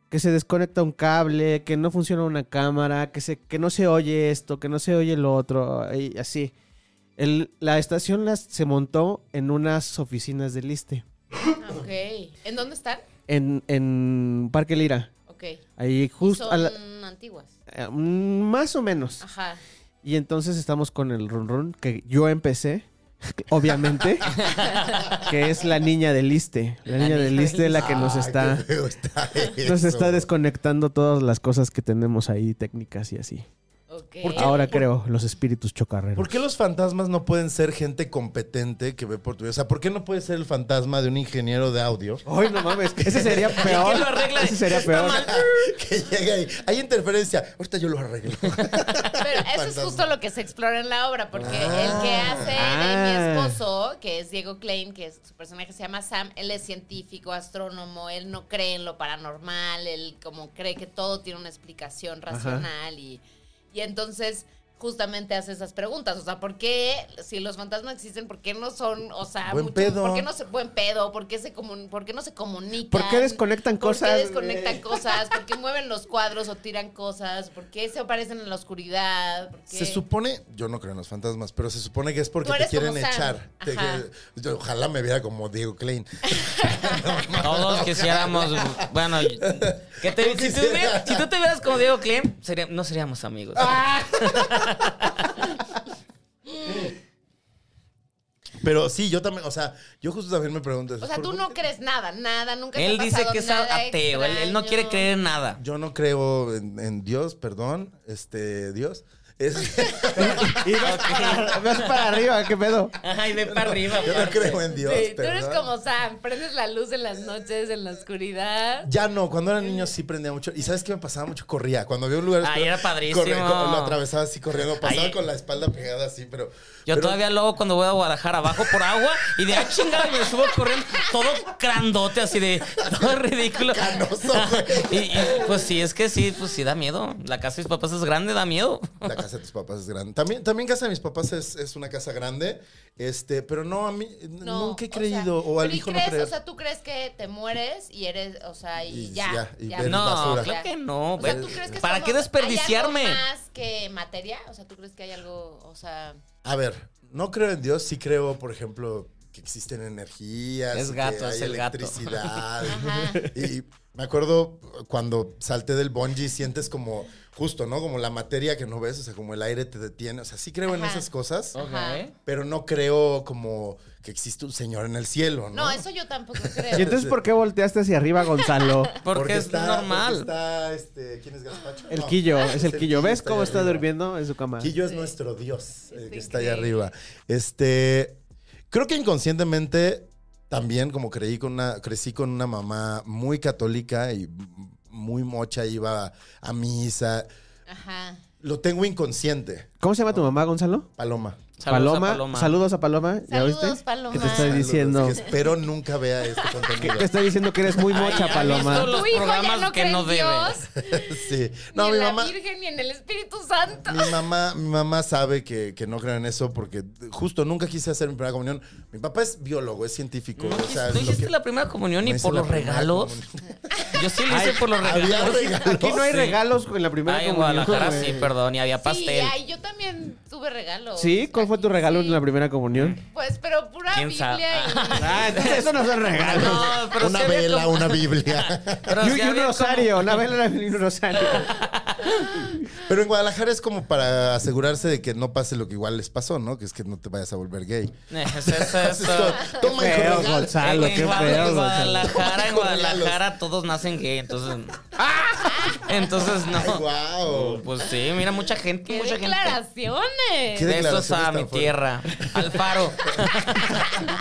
Speaker 6: Que se desconecta un cable, que no funciona una cámara, que, se, que no se oye esto, que no se oye lo otro, y así. El- la estación las, se montó en unas oficinas del ISTE,
Speaker 5: Ok. ¿En dónde están?
Speaker 6: en, en Parque Lira.
Speaker 5: Ok.
Speaker 6: Ahí justo a
Speaker 5: Son
Speaker 6: la-
Speaker 5: antiguas.
Speaker 6: eh, mm, más o menos.
Speaker 5: Ajá.
Speaker 6: Y entonces estamos con el run run que yo empecé, obviamente, que es la niña del liste. La, niña del liste es la que nos
Speaker 3: Ay,
Speaker 6: está,
Speaker 3: qué feo está
Speaker 6: nos
Speaker 3: eso.
Speaker 6: está desconectando todas las cosas que tenemos ahí, técnicas y así.
Speaker 5: Ok.
Speaker 3: ¿Por qué?
Speaker 6: Ahora creo, los espíritus chocarreros.
Speaker 3: ¿Por qué los fantasmas no pueden ser gente competente que ve por tu vida? O sea, ¿por qué no puede ser el fantasma de un ingeniero de audio
Speaker 6: Ay, no mames, ese sería peor.
Speaker 4: lo arregla?
Speaker 6: Ese sería peor.
Speaker 3: que llega y hay interferencia? Ahorita yo lo arreglo.
Speaker 5: Pero eso es
Speaker 3: Fantasma. Ah.
Speaker 5: justo lo que se explora en la obra, porque el que hace de mi
Speaker 6: Ah.
Speaker 5: esposo, que es Diego Klein, que es, su personaje se llama Sam, él es científico, astrónomo, él no cree en lo paranormal, él como cree que todo tiene una explicación racional y, y entonces justamente hace esas preguntas, o sea, ¿por qué si los fantasmas existen, por qué no son, o sea,
Speaker 3: Buen pedo.
Speaker 5: por qué no se buen pedo, por qué se comun- por qué no se comunican?
Speaker 6: ¿Por qué desconectan
Speaker 5: ¿Por
Speaker 6: cosas?
Speaker 5: qué desconectan cosas? ¿Por qué mueven los cuadros o tiran cosas? ¿Por qué se aparecen en la oscuridad? ¿Por qué?
Speaker 3: Se supone, yo no creo en los fantasmas, pero se supone que es porque
Speaker 5: Tú
Speaker 3: te
Speaker 5: eres
Speaker 3: quieren
Speaker 5: como Sam.
Speaker 3: echar. Te-
Speaker 5: Ajá.
Speaker 3: yo, ojalá me viera como Diego Klein.
Speaker 4: Todos quisiéramos. Bueno, que te- si, tú,
Speaker 3: quisiera.
Speaker 4: si tú te vieras como Diego Clem, sería- no seríamos amigos.
Speaker 5: Ah.
Speaker 3: Pero sí, yo también, o sea, yo justo también me pregunto eso.
Speaker 5: O sea,
Speaker 3: ¿por
Speaker 5: tú
Speaker 3: qué
Speaker 5: no crees nada, nada, nunca te
Speaker 4: él
Speaker 5: ha
Speaker 4: dice
Speaker 5: pasado
Speaker 4: que es
Speaker 5: nada
Speaker 4: ateo. Él, él no quiere
Speaker 5: extraño.
Speaker 4: creer en nada.
Speaker 3: Yo no creo en, en Dios, perdón, este, Dios. Es-
Speaker 6: Y vas para, vas para arriba, qué pedo.
Speaker 4: Ay, ve para arriba.
Speaker 3: yo no
Speaker 4: aparte.
Speaker 3: creo en Dios,
Speaker 5: Sí, tú
Speaker 3: perdón.
Speaker 5: eres como Sam, prendes la luz en las noches, en la oscuridad.
Speaker 3: Ya no, cuando era niño sí prendía mucho. ¿Y sabes qué me pasaba mucho? Corría. Cuando había un lugar...
Speaker 4: Ay,
Speaker 3: oscuro,
Speaker 4: era padrísimo.
Speaker 3: corría, co- lo atravesaba así corriendo. Pasaba
Speaker 4: Ay.
Speaker 3: con la espalda pegada así, pero...
Speaker 4: Yo
Speaker 3: pero-
Speaker 4: todavía luego cuando voy a Guadalajara bajo por agua y de ahí chingada me subo corriendo todo grandote así de todo ridículo.
Speaker 3: Canoso,
Speaker 4: y,
Speaker 3: güey.
Speaker 4: y, pues sí, es que sí, pues sí da miedo. La casa de mis papás es grande, da miedo.
Speaker 3: La casa de tus papás es grande. También, también casa de mis papás es, es una casa grande. Este, pero no, a mí n-
Speaker 5: No,
Speaker 3: nunca he
Speaker 5: o sea,
Speaker 3: creído. O, al
Speaker 5: pero ¿y
Speaker 3: hijo
Speaker 5: crees?
Speaker 3: no creer.
Speaker 5: O sea, tú crees que te mueres y eres, o sea, y,
Speaker 3: Y
Speaker 5: ya.
Speaker 3: ya, y
Speaker 5: ya.
Speaker 3: ves
Speaker 4: No,
Speaker 3: basura.
Speaker 4: claro que no.
Speaker 5: O sea,
Speaker 4: ve-
Speaker 5: ¿tú crees que
Speaker 4: ¿Para
Speaker 5: somos-
Speaker 4: qué desperdiciarme?
Speaker 5: ¿Hay algo más que materia? O sea, ¿tú crees que hay algo, o sea,
Speaker 3: A ver, no creo en Dios, sí creo, por ejemplo, que existen energías.
Speaker 4: Es
Speaker 3: y
Speaker 4: gato,
Speaker 3: que
Speaker 4: es
Speaker 3: hay
Speaker 4: el gato.
Speaker 3: electricidad.
Speaker 5: Ajá.
Speaker 3: Y me acuerdo cuando salté del bungee, sientes como, justo, ¿no? Como la materia que no ves, o sea, como el aire te detiene. O sea, sí creo en
Speaker 5: Ajá.
Speaker 3: esas cosas,
Speaker 4: Ok.
Speaker 3: pero no creo como que existe un señor en el cielo, ¿no?
Speaker 5: no, eso yo tampoco creo.
Speaker 6: Y entonces, ¿por qué volteaste hacia arriba, Gonzalo?
Speaker 4: Porque, es normal.
Speaker 3: porque está, este, ¿quién es Gaspacho?
Speaker 6: El
Speaker 3: No.
Speaker 6: quillo, es el quillo. ¿Ves
Speaker 3: ahí
Speaker 6: cómo está
Speaker 3: arriba.
Speaker 6: durmiendo en su cama?
Speaker 3: Quillo es nuestro dios, eh, que está allá
Speaker 5: increíble.
Speaker 3: arriba. Este, creo que inconscientemente también, como creí con una, crecí con una mamá muy católica y muy mocha, iba a, a misa.
Speaker 5: Ajá.
Speaker 3: Lo tengo inconsciente,
Speaker 6: ¿Cómo se llama tu mamá, Gonzalo?
Speaker 3: Paloma.
Speaker 4: Saludos a
Speaker 6: Paloma, Saludos a Paloma. ¿Ya
Speaker 5: Saludos,
Speaker 6: viste?
Speaker 5: Paloma.
Speaker 6: Que te estoy
Speaker 3: Saludos,
Speaker 6: diciendo.
Speaker 3: que espero nunca vea este contenido.
Speaker 6: Te estoy diciendo que eres muy mocha,
Speaker 4: Ay, ¿has visto
Speaker 6: Paloma.
Speaker 4: Los
Speaker 5: Tu hijo ya
Speaker 4: programas
Speaker 5: no
Speaker 4: que
Speaker 5: cree
Speaker 4: no
Speaker 5: en
Speaker 4: debe.
Speaker 5: Dios,
Speaker 3: sí.
Speaker 5: ni
Speaker 3: No,
Speaker 5: en
Speaker 3: mi
Speaker 5: la
Speaker 3: mamá,
Speaker 5: Virgen, ni en el Espíritu Santo.
Speaker 3: mi mamá, mi mamá sabe que, que no creo en eso porque justo nunca quise hacer mi primera comunión. Mi papá es biólogo, es científico.
Speaker 4: ¿No,
Speaker 3: o
Speaker 4: hiciste-
Speaker 3: sea, lo
Speaker 4: no hiciste
Speaker 3: que-
Speaker 4: la primera comunión
Speaker 3: no
Speaker 4: y
Speaker 3: hice
Speaker 4: por
Speaker 3: la
Speaker 4: los
Speaker 3: primera
Speaker 4: regalos?
Speaker 3: comunión.
Speaker 4: Yo sí lo hice por los regalos.
Speaker 3: había regalos.
Speaker 6: Aquí no hay
Speaker 4: Sí.
Speaker 6: regalos en la primera
Speaker 4: Ay, en
Speaker 6: comunión.
Speaker 4: Guadalajara
Speaker 6: güey.
Speaker 4: sí, perdón, y había
Speaker 5: Sí,
Speaker 4: pastel.
Speaker 5: ay, yo también tuve regalos.
Speaker 6: ¿Sí? ¿Cuál fue tu regalo en la primera comunión?
Speaker 5: Pues, pero pura
Speaker 4: ¿Quién
Speaker 5: Biblia
Speaker 4: sabe?
Speaker 5: y...
Speaker 6: Ah, entonces eso no son regalos.
Speaker 4: No, pero
Speaker 3: una
Speaker 4: sí había
Speaker 3: vela,
Speaker 4: como-
Speaker 3: una Biblia.
Speaker 4: pero
Speaker 6: Y,
Speaker 4: sí
Speaker 6: un- y un
Speaker 4: había como-
Speaker 6: rosario, una vela y un rosario.
Speaker 3: Pero en Guadalajara es como para asegurarse de que no pase lo que igual les pasó, ¿no? Que es que no te vayas a volver gay.
Speaker 4: Eh, Eso, eso, eso.
Speaker 3: Toma
Speaker 6: Qué
Speaker 3: hijo,
Speaker 6: feo,
Speaker 3: regalo.
Speaker 6: Gonzalo,
Speaker 4: eh, en,
Speaker 6: qué
Speaker 4: Guad-
Speaker 6: feo,
Speaker 4: en
Speaker 6: Gonzalo.
Speaker 4: Guadalajara, en
Speaker 3: Con regalos. Ah.
Speaker 4: Guadalajara todos nacen gay, entonces. Entonces no.
Speaker 3: Ay, guau.
Speaker 4: Pues sí, mira, mucha gente,
Speaker 5: ¡Qué
Speaker 4: mucha gente.
Speaker 5: declaraciones!
Speaker 3: ¿Qué
Speaker 4: De estos
Speaker 3: declaraciones
Speaker 4: a
Speaker 3: tan
Speaker 4: mi
Speaker 3: fuertes?
Speaker 4: tierra, al faro.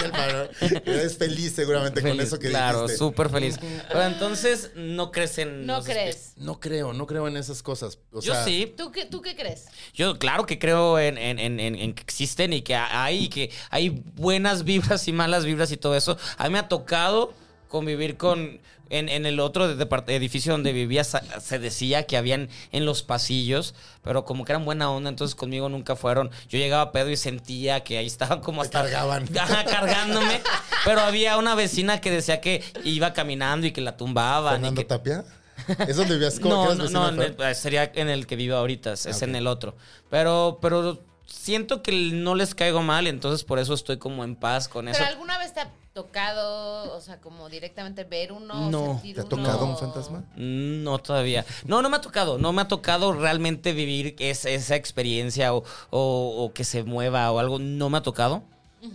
Speaker 3: Del varón. Eres feliz seguramente con
Speaker 4: Feliz,
Speaker 3: eso que
Speaker 4: claro,
Speaker 3: dijiste.
Speaker 4: súper feliz. Pero entonces no crees en
Speaker 5: No
Speaker 4: los
Speaker 5: crees.
Speaker 3: No creo, no creo en esas cosas. O
Speaker 4: espí- Yo
Speaker 3: sea,
Speaker 4: sí,
Speaker 5: ¿Tú qué, ¿Tú qué crees?
Speaker 4: yo claro que creo en, en- en- en- en que existen y que hay, y que hay buenas vibras y malas vibras y todo eso. A mí me ha tocado convivir con... En, en el otro depart- edificio donde vivía sa- se decía que habían en los pasillos, pero como que eran buena onda, entonces conmigo nunca fueron. Yo llegaba pedo y sentía que ahí estaban como hasta...
Speaker 3: cargaban.
Speaker 4: Ajá, cargándome. Pero había una vecina que decía que iba caminando y que la tumbaban. y
Speaker 3: Fernando
Speaker 4: que-
Speaker 3: Tapia. ¿Es donde vivías con
Speaker 4: no,
Speaker 3: Ah,
Speaker 4: no, no, en el- sería en el que vivo ahorita, es, es en el otro. Pero, pero siento que no les caigo mal, entonces por eso estoy como en paz con eso.
Speaker 5: Pero alguna vez te ha tocado, o sea, como directamente ver uno,
Speaker 4: No.
Speaker 5: sentir
Speaker 3: ¿Te ha
Speaker 5: uno?
Speaker 3: tocado un fantasma?
Speaker 4: No, todavía. No, no me ha tocado. No me ha tocado realmente vivir es- esa experiencia o, o- o que se mueva o algo. No me ha tocado.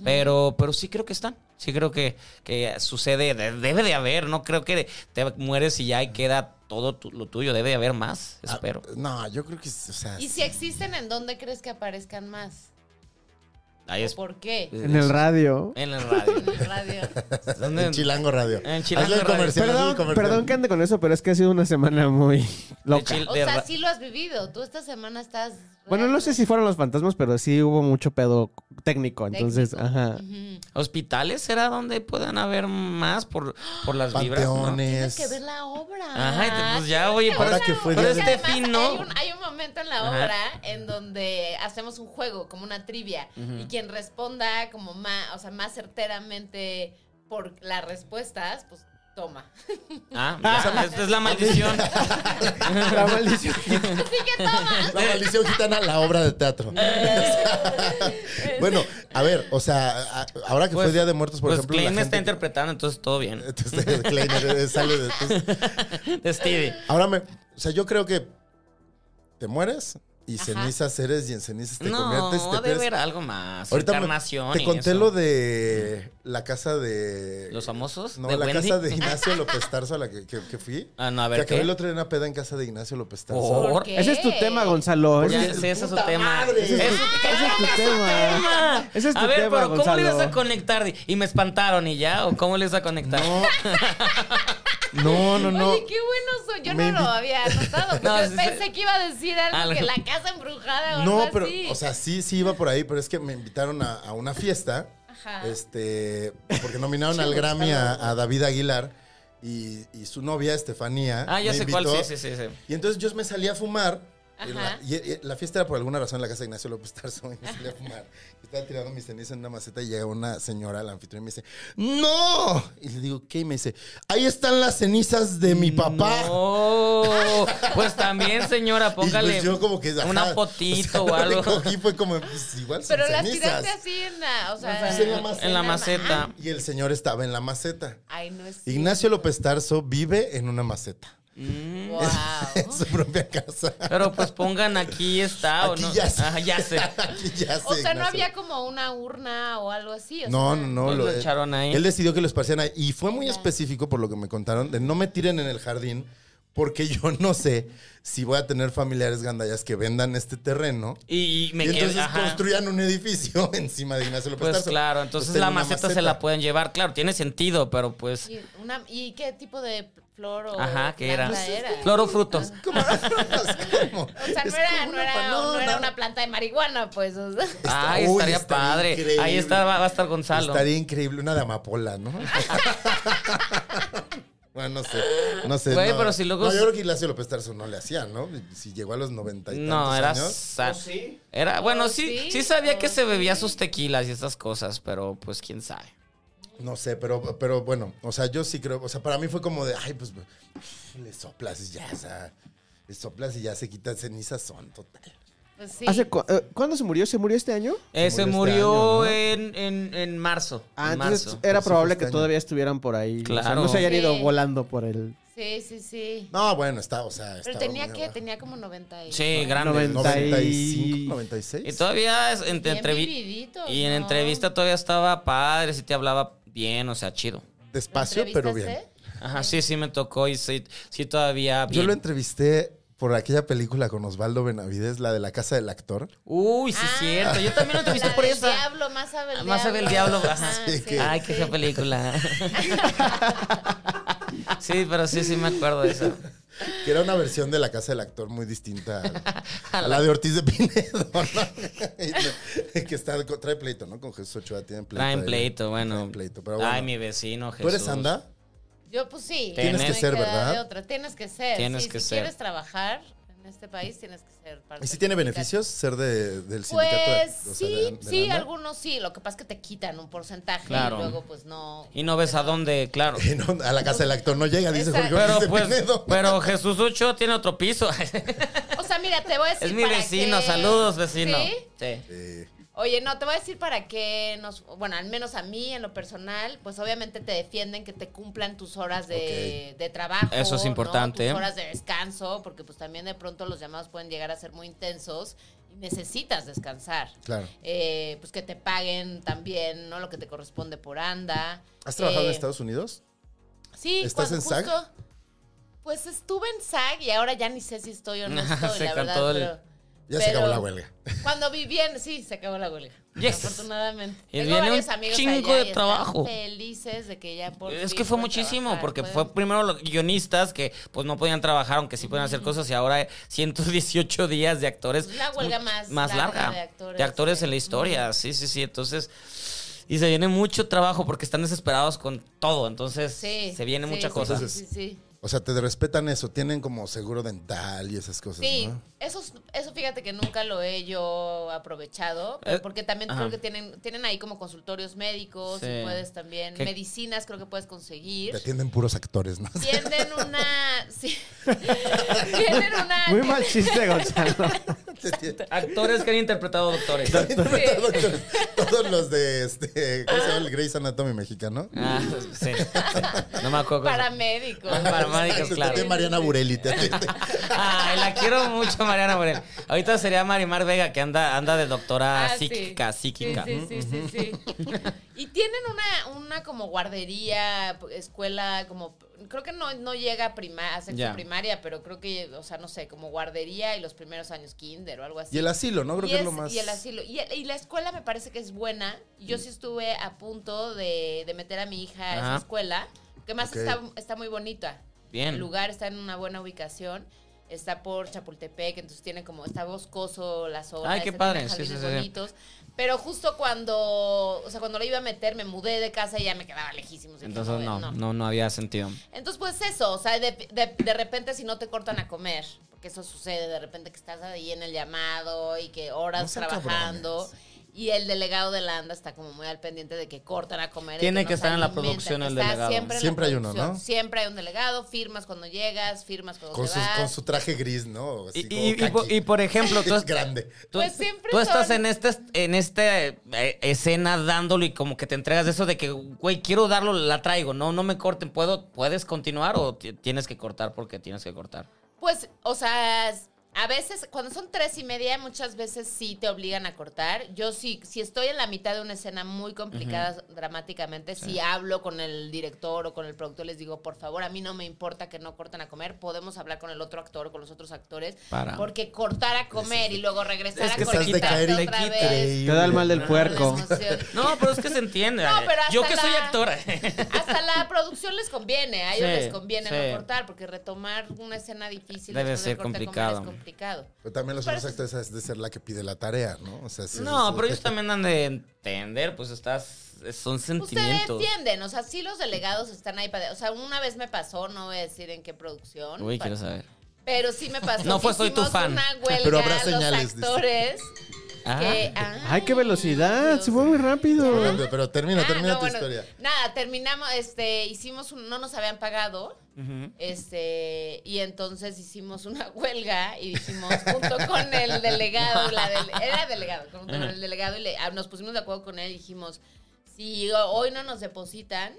Speaker 4: Pero, pero sí creo que están. Sí creo que, que sucede. De- Debe de haber. No creo que te mueres y ya y queda todo tu- lo tuyo. Debe de haber más. Espero.
Speaker 3: Ah, no, yo creo que, o sea,
Speaker 5: Y si existen, ¿en dónde crees que aparezcan más?
Speaker 4: Ahí es-
Speaker 5: ¿O ¿Por qué?
Speaker 6: En el radio.
Speaker 4: En el radio.
Speaker 5: En el radio.
Speaker 4: ¿Dónde?
Speaker 3: en Chilango Radio.
Speaker 4: En Chilango
Speaker 3: Hazle el
Speaker 4: Radio.
Speaker 3: comercial, hazle el
Speaker 6: Perdón,
Speaker 3: comercial.
Speaker 6: perdón que ande con eso, pero es que ha sido una semana muy
Speaker 4: De
Speaker 6: loca.
Speaker 4: Chil-
Speaker 5: O
Speaker 4: de
Speaker 5: sea,
Speaker 4: ra-
Speaker 5: sí lo has vivido. Tú esta semana estás...
Speaker 6: Bueno, no sé si fueron los fantasmas, pero sí hubo mucho pedo técnico, entonces,
Speaker 5: Técnico.
Speaker 6: ajá.
Speaker 5: Ujú.
Speaker 4: ¿Hospitales será donde puedan haber más por, por las vibras? no?
Speaker 3: Panteones.
Speaker 5: Tienes que ver la obra.
Speaker 4: Ajá, y te- pues
Speaker 5: Ah,
Speaker 4: ya, oye,
Speaker 3: Ahora
Speaker 4: pero,
Speaker 3: que fue
Speaker 4: pero
Speaker 3: día de-
Speaker 4: este
Speaker 5: Además,
Speaker 4: fin, ¿no?
Speaker 5: Hay un, hay un momento en la
Speaker 4: Ajá.
Speaker 5: obra en donde hacemos un juego, como una trivia, y quien responda como más, o sea, más certeramente por las respuestas, pues toma.
Speaker 4: Ah, ya, esta es la maldición.
Speaker 6: La maldición.
Speaker 5: Así que toma.
Speaker 3: La maldición gitana, la obra de teatro. bueno, a ver, o sea, a- ahora que
Speaker 4: Este, Pues-
Speaker 3: fue Día de Muertos, por
Speaker 4: pues
Speaker 3: ejemplo.
Speaker 4: Klein
Speaker 3: la
Speaker 4: me está
Speaker 3: gente-
Speaker 4: interpretando, entonces todo bien.
Speaker 3: Entonces, Klein, eh, sale de- entonces,
Speaker 4: De Stevie.
Speaker 3: ahora me. O sea, yo creo que te mueres y
Speaker 5: Ajá.
Speaker 3: cenizas eres y en cenizas te
Speaker 4: No,
Speaker 3: conviertes. Te
Speaker 4: debe
Speaker 3: pierdes.
Speaker 4: haber algo más.
Speaker 3: Ahorita me-
Speaker 4: Encarnación
Speaker 3: te
Speaker 4: y
Speaker 3: conté
Speaker 4: eso.
Speaker 3: lo de la casa de.
Speaker 4: ¿Los famosos?
Speaker 3: No,
Speaker 4: ¿De
Speaker 3: la
Speaker 4: Wendy?
Speaker 3: casa de Ignacio López Tarso a la que, que- que fui.
Speaker 4: Ah, no, a ver,
Speaker 3: que acabé
Speaker 4: ¿qué? Oh.
Speaker 3: el otro día en una peda en casa de Ignacio López Tarso.
Speaker 4: Por-
Speaker 5: ¿Por qué?
Speaker 6: Ese es tu tema, Gonzalo.
Speaker 4: Ya,
Speaker 6: Ese es-
Speaker 4: sí, ese es su
Speaker 3: puta
Speaker 4: tema.
Speaker 3: madre.
Speaker 4: Ese es su
Speaker 6: ese es tu tema.
Speaker 4: tema.
Speaker 6: Ese es tu
Speaker 4: a ver,
Speaker 6: tema,
Speaker 4: pero ¿cómo
Speaker 6: Gonzalo.
Speaker 4: le ibas a conectar? Y me espantaron y ya, o cómo le ibas a conectar. No,
Speaker 3: No, no, no.
Speaker 5: Oye, qué bueno soy. Yo
Speaker 3: Me
Speaker 5: no
Speaker 3: invi-
Speaker 5: lo había notado.
Speaker 4: No,
Speaker 5: porque
Speaker 4: sí,
Speaker 5: pensé
Speaker 4: sí. Ah,
Speaker 5: que iba a decir algo,
Speaker 4: Algo.
Speaker 5: que la casa embrujada o
Speaker 3: No,
Speaker 5: algo
Speaker 3: pero,
Speaker 5: así.
Speaker 3: o sea, sí, sí iba por ahí, pero es que me invitaron a, a una fiesta.
Speaker 5: Ajá.
Speaker 3: Este, porque nominaron al Grammy a, a David Aguilar y, y su novia, Estefanía.
Speaker 4: ah, ya
Speaker 3: me
Speaker 4: sé
Speaker 3: invitó.
Speaker 4: cuál. Sí, sí, sí. sí.
Speaker 3: Y entonces yo me salí a fumar. en la-
Speaker 5: Ajá.
Speaker 3: y, y la fiesta era por alguna razón en la casa de Ignacio López Tarso. Y me salí a fumar. Estaba tirando mis cenizas en una maceta y llega una señora, la anfitriona, y me dice, ¡No! Y le digo, ¿qué? Y me dice, ahí están las cenizas de mi papá.
Speaker 4: No, pues también, señora, póngale
Speaker 3: y pues yo como que, ajá,
Speaker 4: una
Speaker 3: o,
Speaker 4: fotito o,
Speaker 3: sea,
Speaker 4: algo.
Speaker 3: lo que cogí fue como, pues, igual son
Speaker 5: pero las
Speaker 3: cenizas.
Speaker 5: tiraste así en la, o sea,
Speaker 3: Pues en la maceta.
Speaker 4: En la maceta.
Speaker 3: Y el señor estaba en la maceta.
Speaker 5: Ay, no es.
Speaker 3: Ignacio López Tarso vive en una maceta.
Speaker 5: Wow.
Speaker 3: En
Speaker 5: Oh.
Speaker 3: su propia casa.
Speaker 4: Pero pues pongan aquí está
Speaker 3: Aquí
Speaker 4: o no.
Speaker 3: ya sé.
Speaker 4: Ajá, ya sé.
Speaker 3: Aquí ya sé,
Speaker 5: O sea, no
Speaker 3: Ignacio.
Speaker 5: había como una urna o algo así. o
Speaker 3: No,
Speaker 5: sea,
Speaker 3: no, no.
Speaker 4: Pues lo echaron ahí.
Speaker 3: Él decidió que lo esparcieran ahí. Y fue muy específico por lo que me contaron de no me tiren en el jardín porque yo no sé si voy a tener familiares gandallas que vendan este terreno.
Speaker 4: Y, y me
Speaker 3: y
Speaker 4: quedé.
Speaker 3: entonces
Speaker 4: ajá.
Speaker 3: construyan un edificio encima de Ignacio López
Speaker 4: Pues
Speaker 3: Tarso.
Speaker 4: claro, entonces
Speaker 3: Pues,
Speaker 4: la
Speaker 3: en una
Speaker 4: maceta, se la pueden llevar. Claro, tiene sentido, pero pues.
Speaker 5: ¿Y, una- ¿y qué tipo de flor o
Speaker 4: Ajá, ¿qué era?
Speaker 5: planta
Speaker 4: Flor o frutos.
Speaker 3: ¿Cómo? ¿Cómo?
Speaker 5: O sea,
Speaker 3: Pues Es
Speaker 5: no era,
Speaker 3: como
Speaker 5: no, era,
Speaker 3: pa-
Speaker 5: no era una planta de marihuana, pues. o sea.
Speaker 4: Ay,
Speaker 3: Uy,
Speaker 4: estaría
Speaker 3: estaría
Speaker 4: padre.
Speaker 3: increíble.
Speaker 4: Ahí está, va, va a estar Gonzalo.
Speaker 3: Estaría increíble una de amapola, ¿no? bueno, no sé. No sé.
Speaker 4: Güey,
Speaker 3: no.
Speaker 4: pero si luego-
Speaker 3: No, yo creo que Ignacio López Tarso no le hacía, ¿no? Si llegó a los noventa y
Speaker 4: No,
Speaker 3: tantos
Speaker 4: era
Speaker 3: años.
Speaker 4: san- Era, bueno,
Speaker 5: Oh,
Speaker 4: sí, sí,
Speaker 5: sí,
Speaker 4: sabía
Speaker 5: oh,
Speaker 4: que se bebía
Speaker 5: sí.
Speaker 4: sus tequilas y estas cosas, pero pues quién sabe.
Speaker 3: No sé, pero, pero bueno, o sea, yo sí creo, o sea, para mí fue como de, ay, pues le soplas y ya, o sea, le soplas y ya se quita cenizas son, total.
Speaker 5: Pues sí.
Speaker 6: ¿Hace cu- eh, ¿Cuándo se murió? ¿Se murió este año?
Speaker 4: Eh,
Speaker 3: Se
Speaker 4: se
Speaker 3: murió
Speaker 4: murió,
Speaker 3: este
Speaker 4: en, en, en marzo.
Speaker 6: Ah,
Speaker 4: en
Speaker 6: entonces
Speaker 4: marzo.
Speaker 6: era
Speaker 3: Pues sí,
Speaker 6: probable
Speaker 3: este
Speaker 6: que
Speaker 3: año.
Speaker 6: todavía estuvieran por ahí. O sea,
Speaker 4: Claro.
Speaker 6: no se hayan ido
Speaker 5: Sí.
Speaker 6: volando por el
Speaker 5: Sí, sí, sí.
Speaker 3: No, bueno, está, o sea,
Speaker 5: Pero
Speaker 3: estaba
Speaker 5: tenía
Speaker 3: muy
Speaker 5: que,
Speaker 3: abajo.
Speaker 5: tenía como 90 y...
Speaker 3: eh,
Speaker 4: Sí, grande.
Speaker 6: 90.
Speaker 3: 95,
Speaker 4: Y
Speaker 3: 96.
Speaker 4: todavía es- en,
Speaker 5: Bien
Speaker 4: entrevi-
Speaker 5: vividito,
Speaker 4: y en
Speaker 5: ¿no?
Speaker 4: entrevista todavía estaba padre, sí te hablaba bien, o sea, chido.
Speaker 5: ¿Lo
Speaker 3: Despacio, pero bien.
Speaker 5: entrevistaste?
Speaker 4: Ajá, sí, sí me tocó y sí, sí todavía bien.
Speaker 3: Yo lo entrevisté por aquella película con Osvaldo Benavides, la de la casa del actor.
Speaker 4: Uy, sí es
Speaker 5: Ah,
Speaker 4: cierto. Yo también lo entrevisté
Speaker 5: la
Speaker 4: por
Speaker 5: del
Speaker 4: esa.
Speaker 5: Diablo, más sabe el
Speaker 4: Ah,
Speaker 5: diablo. Ah,
Speaker 4: Más sabe el diablo. ajá.
Speaker 3: Sí, que-
Speaker 4: Ay, que esa película. sí, pero sí, sí me acuerdo de eso.
Speaker 3: Que era una versión de la casa del actor muy distinta a, a la de Ortiz de Pinedo, ¿no? que está, trae pleito, ¿no? Con Jesús Ochoa tienen pleito.
Speaker 4: Traen
Speaker 3: ahí.
Speaker 4: pleito, bueno.
Speaker 3: Traen pleito, pero bueno.
Speaker 4: Ay, mi vecino, Jesús.
Speaker 3: ¿Tú eres anda?
Speaker 5: Yo, pues sí.
Speaker 4: Tienes
Speaker 5: no
Speaker 4: que
Speaker 5: me
Speaker 3: ser,
Speaker 5: queda
Speaker 3: ¿verdad?
Speaker 5: de otra. Tienes que ser.
Speaker 4: Tienes
Speaker 5: Sí,
Speaker 4: que
Speaker 5: si
Speaker 4: ser.
Speaker 5: quieres trabajar en este país, tienes que ser parte
Speaker 3: ¿Y si
Speaker 5: del
Speaker 3: tiene
Speaker 5: sindicato.
Speaker 3: beneficios ser de- del sindicato? de-
Speaker 5: Pues
Speaker 3: o sea, de-
Speaker 5: sí,
Speaker 3: de
Speaker 5: sí,
Speaker 3: ANDA?
Speaker 5: algunos sí. Lo que pasa es que te quitan un porcentaje
Speaker 4: Claro.
Speaker 5: y luego, pues no.
Speaker 4: Y no ves a dónde, claro.
Speaker 3: Y no, a la casa del actor no llega, dice
Speaker 5: Exacto.
Speaker 3: Jorge Ortiz
Speaker 4: pues, Pero pues,
Speaker 3: de Pinedo.
Speaker 4: pero Jesús Ochoa tiene otro piso.
Speaker 5: O sea, mira, te voy a decir.
Speaker 4: Es mi
Speaker 5: para
Speaker 4: vecino,
Speaker 5: qué-
Speaker 4: saludos vecino.
Speaker 5: ¿Sí?
Speaker 4: Sí.
Speaker 3: Eh,
Speaker 5: Oye, no, te voy a decir para qué nos, bueno, al menos a mí en lo personal, pues obviamente te defienden que te cumplan tus horas de, de trabajo.
Speaker 4: Eso es
Speaker 5: ¿no?
Speaker 4: importante.
Speaker 5: Tus horas de descanso, porque pues también de pronto los llamados pueden llegar a ser muy intensos y necesitas descansar.
Speaker 3: claro.
Speaker 5: Eh, pues que te paguen también, ¿no? Lo que te corresponde por anda.
Speaker 3: ¿Has trabajado en
Speaker 5: Eh,
Speaker 3: Estados Unidos?
Speaker 5: Sí,
Speaker 3: ¿Estás
Speaker 5: cuando
Speaker 3: en SAG?
Speaker 5: justo- Pues estuve en SAG y ahora ya ni sé si estoy o no estoy,
Speaker 4: Se
Speaker 5: la
Speaker 4: cantó
Speaker 5: verdad.
Speaker 4: el-
Speaker 5: pero-
Speaker 3: Ya se acabó
Speaker 5: pero-
Speaker 3: la huelga.
Speaker 5: cuando viví en... Sí, se acabó la huelga.
Speaker 4: Yes.
Speaker 5: Afortunadamente.
Speaker 4: Y
Speaker 5: Tengo
Speaker 4: viene
Speaker 5: varios
Speaker 4: un
Speaker 5: amigos
Speaker 4: chingo de
Speaker 5: allá y están
Speaker 4: trabajo.
Speaker 5: felices de que ya por
Speaker 4: Es
Speaker 5: fin
Speaker 4: que fue
Speaker 5: pueden
Speaker 4: muchísimo,
Speaker 5: trabajar,
Speaker 4: porque
Speaker 5: pueden-
Speaker 4: fue primero los guionistas que pues no podían trabajar, aunque sí podían hacer cosas, y ahora 118 días de actores.
Speaker 5: Es la huelga
Speaker 4: mu-
Speaker 5: más larga
Speaker 4: larga.
Speaker 5: de actores,
Speaker 4: en la
Speaker 5: sí.
Speaker 4: historia, sí, sí, sí. Entonces, y se viene mucho trabajo porque están desesperados con todo, entonces
Speaker 5: Sí,
Speaker 4: se viene
Speaker 5: sí,
Speaker 4: mucha
Speaker 5: sí,
Speaker 4: cosa.
Speaker 5: Sí, sí, sí.
Speaker 3: O sea, te respetan eso. Tienen como seguro dental y esas cosas,
Speaker 5: Sí,
Speaker 3: ¿no?
Speaker 5: eso, es- eso fíjate que nunca lo he yo aprovechado, pero
Speaker 4: Eh,
Speaker 5: porque también
Speaker 4: ajá.
Speaker 5: creo que tienen, tienen ahí como consultorios médicos,
Speaker 4: Sí.
Speaker 5: y puedes también,
Speaker 4: Que-
Speaker 5: medicinas creo que puedes conseguir.
Speaker 3: Te atienden puros actores, ¿no?
Speaker 5: Tienen una... sí. tienen una...
Speaker 6: Muy mal chiste, Gonzalo.
Speaker 3: Te atienden-
Speaker 4: Actores que han interpretado doctores.
Speaker 3: Todos los de este, ¿cómo se llama el Grey's Anatomy mexicano?
Speaker 4: Ah, sí. No me acuerdo.
Speaker 5: Paramédicos.
Speaker 4: Paramédicos,
Speaker 3: Te
Speaker 4: Ah, claro.
Speaker 3: atiende Este, Mariana Burelli, te atiende.
Speaker 4: Ay, la quiero mucho, Mariana Morel. Ahorita sería Marimar Vega, que anda, anda de doctora
Speaker 5: Ah, sí.
Speaker 4: psíquica, psíquica. Mm,
Speaker 5: Sí, sí, sí, sí, sí. y tienen una, una como guardería, escuela, como creo que no, no llega a, prima, a sexto
Speaker 4: Ya.
Speaker 5: primaria, pero creo que, o sea, no sé, como guardería y los primeros años kinder o algo así.
Speaker 3: Y el asilo, ¿no? Creo
Speaker 5: Y
Speaker 3: que es
Speaker 5: es-
Speaker 3: lo más.
Speaker 5: y el asilo. Y, y la escuela me parece que es buena. Yo sí estuve a punto de, de meter a mi hija a
Speaker 4: Ajá.
Speaker 5: esa escuela, que más
Speaker 3: Ok.
Speaker 5: está, está muy bonita.
Speaker 4: Bien.
Speaker 5: El lugar está en una buena ubicación. Está por Chapultepec, entonces tiene como, está boscoso la zona.
Speaker 4: Ay, qué
Speaker 5: está-
Speaker 4: padre,
Speaker 5: tiene
Speaker 4: sí, sí,
Speaker 5: jardines
Speaker 4: sí, sí.
Speaker 5: bonitos. Pero justo cuando, o sea, cuando la iba a meter, me mudé de casa y ya me quedaba lejísimos. Dije,
Speaker 4: Entonces
Speaker 5: güey,
Speaker 4: no, no, no había sentido.
Speaker 5: entonces, pues eso, o sea, de, de- de repente si no te cortan a comer, porque eso sucede, de repente que estás ahí en el llamado y que
Speaker 3: No
Speaker 5: horas
Speaker 3: sean
Speaker 5: trabajando.
Speaker 3: cabrones.
Speaker 5: Y el delegado de la ANDA está como muy al pendiente de que cortan a comer. y
Speaker 4: Tiene que
Speaker 5: nos
Speaker 4: estar en la
Speaker 5: alimentan,
Speaker 4: producción
Speaker 5: que
Speaker 4: el
Speaker 5: está
Speaker 4: delegado.
Speaker 5: Siempre, en la
Speaker 3: Siempre hay uno,
Speaker 5: producción,
Speaker 3: ¿no?
Speaker 5: Siempre hay un delegado, firmas cuando llegas, firmas cuando
Speaker 3: Con,
Speaker 5: te
Speaker 3: sus-
Speaker 5: vas.
Speaker 3: con su traje gris, ¿no? Así
Speaker 4: Y,
Speaker 3: como
Speaker 4: y- y por-
Speaker 3: khaki.
Speaker 4: y por ejemplo, tú,
Speaker 3: Es grande.
Speaker 4: tú-
Speaker 5: Pues siempre
Speaker 4: tú estás
Speaker 5: son-
Speaker 4: en esta en esta eh, escena dándolo y como que te entregas de eso de que, güey, quiero darlo, la traigo, no, no me corten, puedo, puedes continuar o ti- tienes que cortar porque tienes que cortar.
Speaker 5: Pues, o sea, a veces, cuando son tres y media, muchas veces sí te obligan a cortar. Yo sí, si estoy en la mitad de una escena muy complicada dramáticamente, si hablo con el director o con el productor, les digo, por favor, a mí no me importa que no corten a comer, podemos hablar con el otro actor o con los otros actores,
Speaker 4: Para.
Speaker 5: porque cortar a comer y luego regresar
Speaker 3: Es que
Speaker 5: a
Speaker 3: estás de
Speaker 5: cortar
Speaker 3: caer y
Speaker 5: otra vez. Ah,
Speaker 3: increíble.
Speaker 6: Te da el mal del
Speaker 5: no,
Speaker 6: puerco.
Speaker 5: les emociona.
Speaker 4: No, pero es que se entiende.
Speaker 5: No,
Speaker 4: eh.
Speaker 5: pero hasta
Speaker 4: Yo que soy
Speaker 5: la-
Speaker 4: actora.
Speaker 5: Hasta la producción les conviene, a ellos
Speaker 4: Sí,
Speaker 5: les conviene
Speaker 4: sí.
Speaker 5: no cortar, porque retomar una escena difícil
Speaker 4: Debe
Speaker 5: después del
Speaker 4: ser
Speaker 5: corte de comer
Speaker 4: complicado.
Speaker 5: es complicado.
Speaker 3: Pero también los otros
Speaker 5: Pero-
Speaker 3: actores es de ser la que pide la tarea, ¿no? O sea, sí, sí,
Speaker 4: No,
Speaker 3: sí.
Speaker 4: pero ellos también han de entender, pues estás, son
Speaker 5: Ustedes
Speaker 4: sentimientos.
Speaker 5: entienden, o sea, sí los delegados están ahí para... O sea, una vez me pasó, no voy a decir en qué producción.
Speaker 4: Uy,
Speaker 5: pa-
Speaker 4: quiero saber.
Speaker 5: Pero sí me pasó.
Speaker 4: No fue
Speaker 5: que
Speaker 4: Soy tu
Speaker 5: hicimos
Speaker 4: fan.
Speaker 5: una huelga
Speaker 3: Pero habrá
Speaker 5: los
Speaker 3: señales, dice.
Speaker 5: actores
Speaker 4: Ah.
Speaker 5: que... ay,
Speaker 6: Ay, qué velocidad.
Speaker 5: Dios
Speaker 6: Se fue muy rápido.
Speaker 3: Pero, pero termina,
Speaker 5: Ah,
Speaker 3: termina
Speaker 5: no,
Speaker 3: tu
Speaker 5: bueno,
Speaker 3: historia.
Speaker 5: Nada, terminamos, este, hicimos un, no nos habían pagado, este, y entonces hicimos una huelga y dijimos, junto con el delegado, la del- era delegado, junto con el delegado, y le- ah, nos pusimos de acuerdo con él y dijimos, si hoy no nos depositan,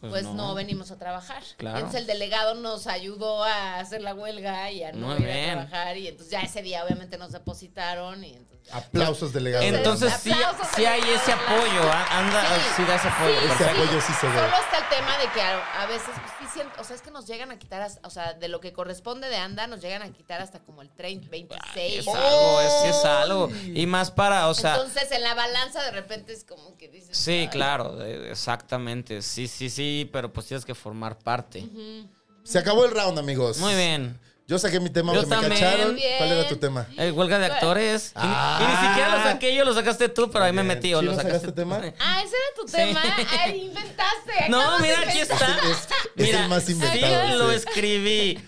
Speaker 4: Pues
Speaker 5: pues,
Speaker 4: no.
Speaker 5: no. venimos a trabajar.
Speaker 4: Claro.
Speaker 5: Entonces el delegado nos ayudó a hacer la huelga y a no
Speaker 4: Muy
Speaker 5: ir
Speaker 4: bien.
Speaker 5: a trabajar, y entonces ya ese día obviamente nos depositaron y entonces...
Speaker 3: Aplausos, delegado.
Speaker 4: Entonces sí,
Speaker 5: Aplausos,
Speaker 4: sí hay
Speaker 5: aplausos.
Speaker 4: ese apoyo, ah, anda,
Speaker 5: Sí.
Speaker 4: sí da ese apoyo.
Speaker 5: Sí,
Speaker 3: Ese
Speaker 4: perfecto.
Speaker 3: apoyo sí se ve.
Speaker 5: Solo está el tema de que a, a veces, pues, sí siento- o sea, es que nos llegan a quitar, hasta- o sea, de lo que corresponde de ANDA, nos llegan a quitar hasta como el 30,
Speaker 4: Sí
Speaker 5: 26.
Speaker 4: es algo, es, sí es algo. Y más para, o sea,
Speaker 5: Entonces, en la balanza de repente es como que dices.
Speaker 4: sí,
Speaker 5: "Ay".
Speaker 4: claro, eh, exactamente. Sí, sí, sí, pero pues tienes que formar parte.
Speaker 3: Se acabó el round, amigos.
Speaker 4: Muy bien.
Speaker 3: Yo saqué mi tema
Speaker 4: Yo
Speaker 3: porque me
Speaker 4: también.
Speaker 3: cacharon.
Speaker 5: Bien.
Speaker 3: ¿Cuál era tu tema?
Speaker 4: El huelga de
Speaker 5: Bueno.
Speaker 4: actores. Y ni- Y, ni
Speaker 3: Ah.
Speaker 4: siquiera lo saqué yo, lo sacaste tú, pero ahí me
Speaker 3: Bien.
Speaker 4: metí. o
Speaker 3: ¿Sí
Speaker 4: lo
Speaker 3: lo
Speaker 4: sacaste
Speaker 3: sacaste
Speaker 4: tú.
Speaker 3: tema?
Speaker 5: Ah, ese era tu
Speaker 4: Sí.
Speaker 5: tema. Ay, inventaste.
Speaker 4: No,
Speaker 5: acabas de
Speaker 4: mira, aquí
Speaker 5: inventar.
Speaker 4: está.
Speaker 3: Es- es
Speaker 4: Mira,
Speaker 3: el más inventado,
Speaker 4: Sí, lo
Speaker 3: sí.
Speaker 4: escribí.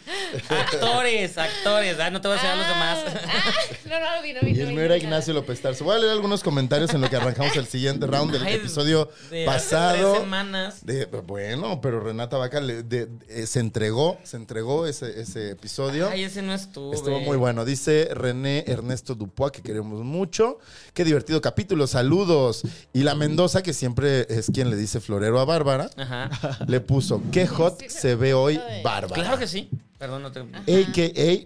Speaker 4: actores, actores. Ah, no te voy a enseñar los demás.
Speaker 5: Ah, no, no lo vi, no vi.
Speaker 3: Y
Speaker 5: no
Speaker 3: el
Speaker 5: vi,
Speaker 3: mío era
Speaker 5: no vi nada.
Speaker 3: Ignacio López Tarso. Voy a leer algunos comentarios en lo que arrancamos el siguiente round del
Speaker 4: Ay,
Speaker 3: episodio
Speaker 4: de hace tres
Speaker 3: pasado.
Speaker 4: semanas.
Speaker 3: De- bueno, pero Renata Vaca le- de- eh, se entregó, se entregó ese, ese episodio.
Speaker 4: Ay, ese no estuvo.
Speaker 3: Estuvo muy bueno. Dice René Ernesto Dupois, que queremos mucho. Qué divertido capítulo, saludos. Y la Mendoza, que siempre es quien le dice florero a Bárbara,
Speaker 4: Ajá.
Speaker 3: le puso, qué hot se ve hoy Bárbara.
Speaker 4: Claro que sí. Perdón, no te.
Speaker 3: Eh,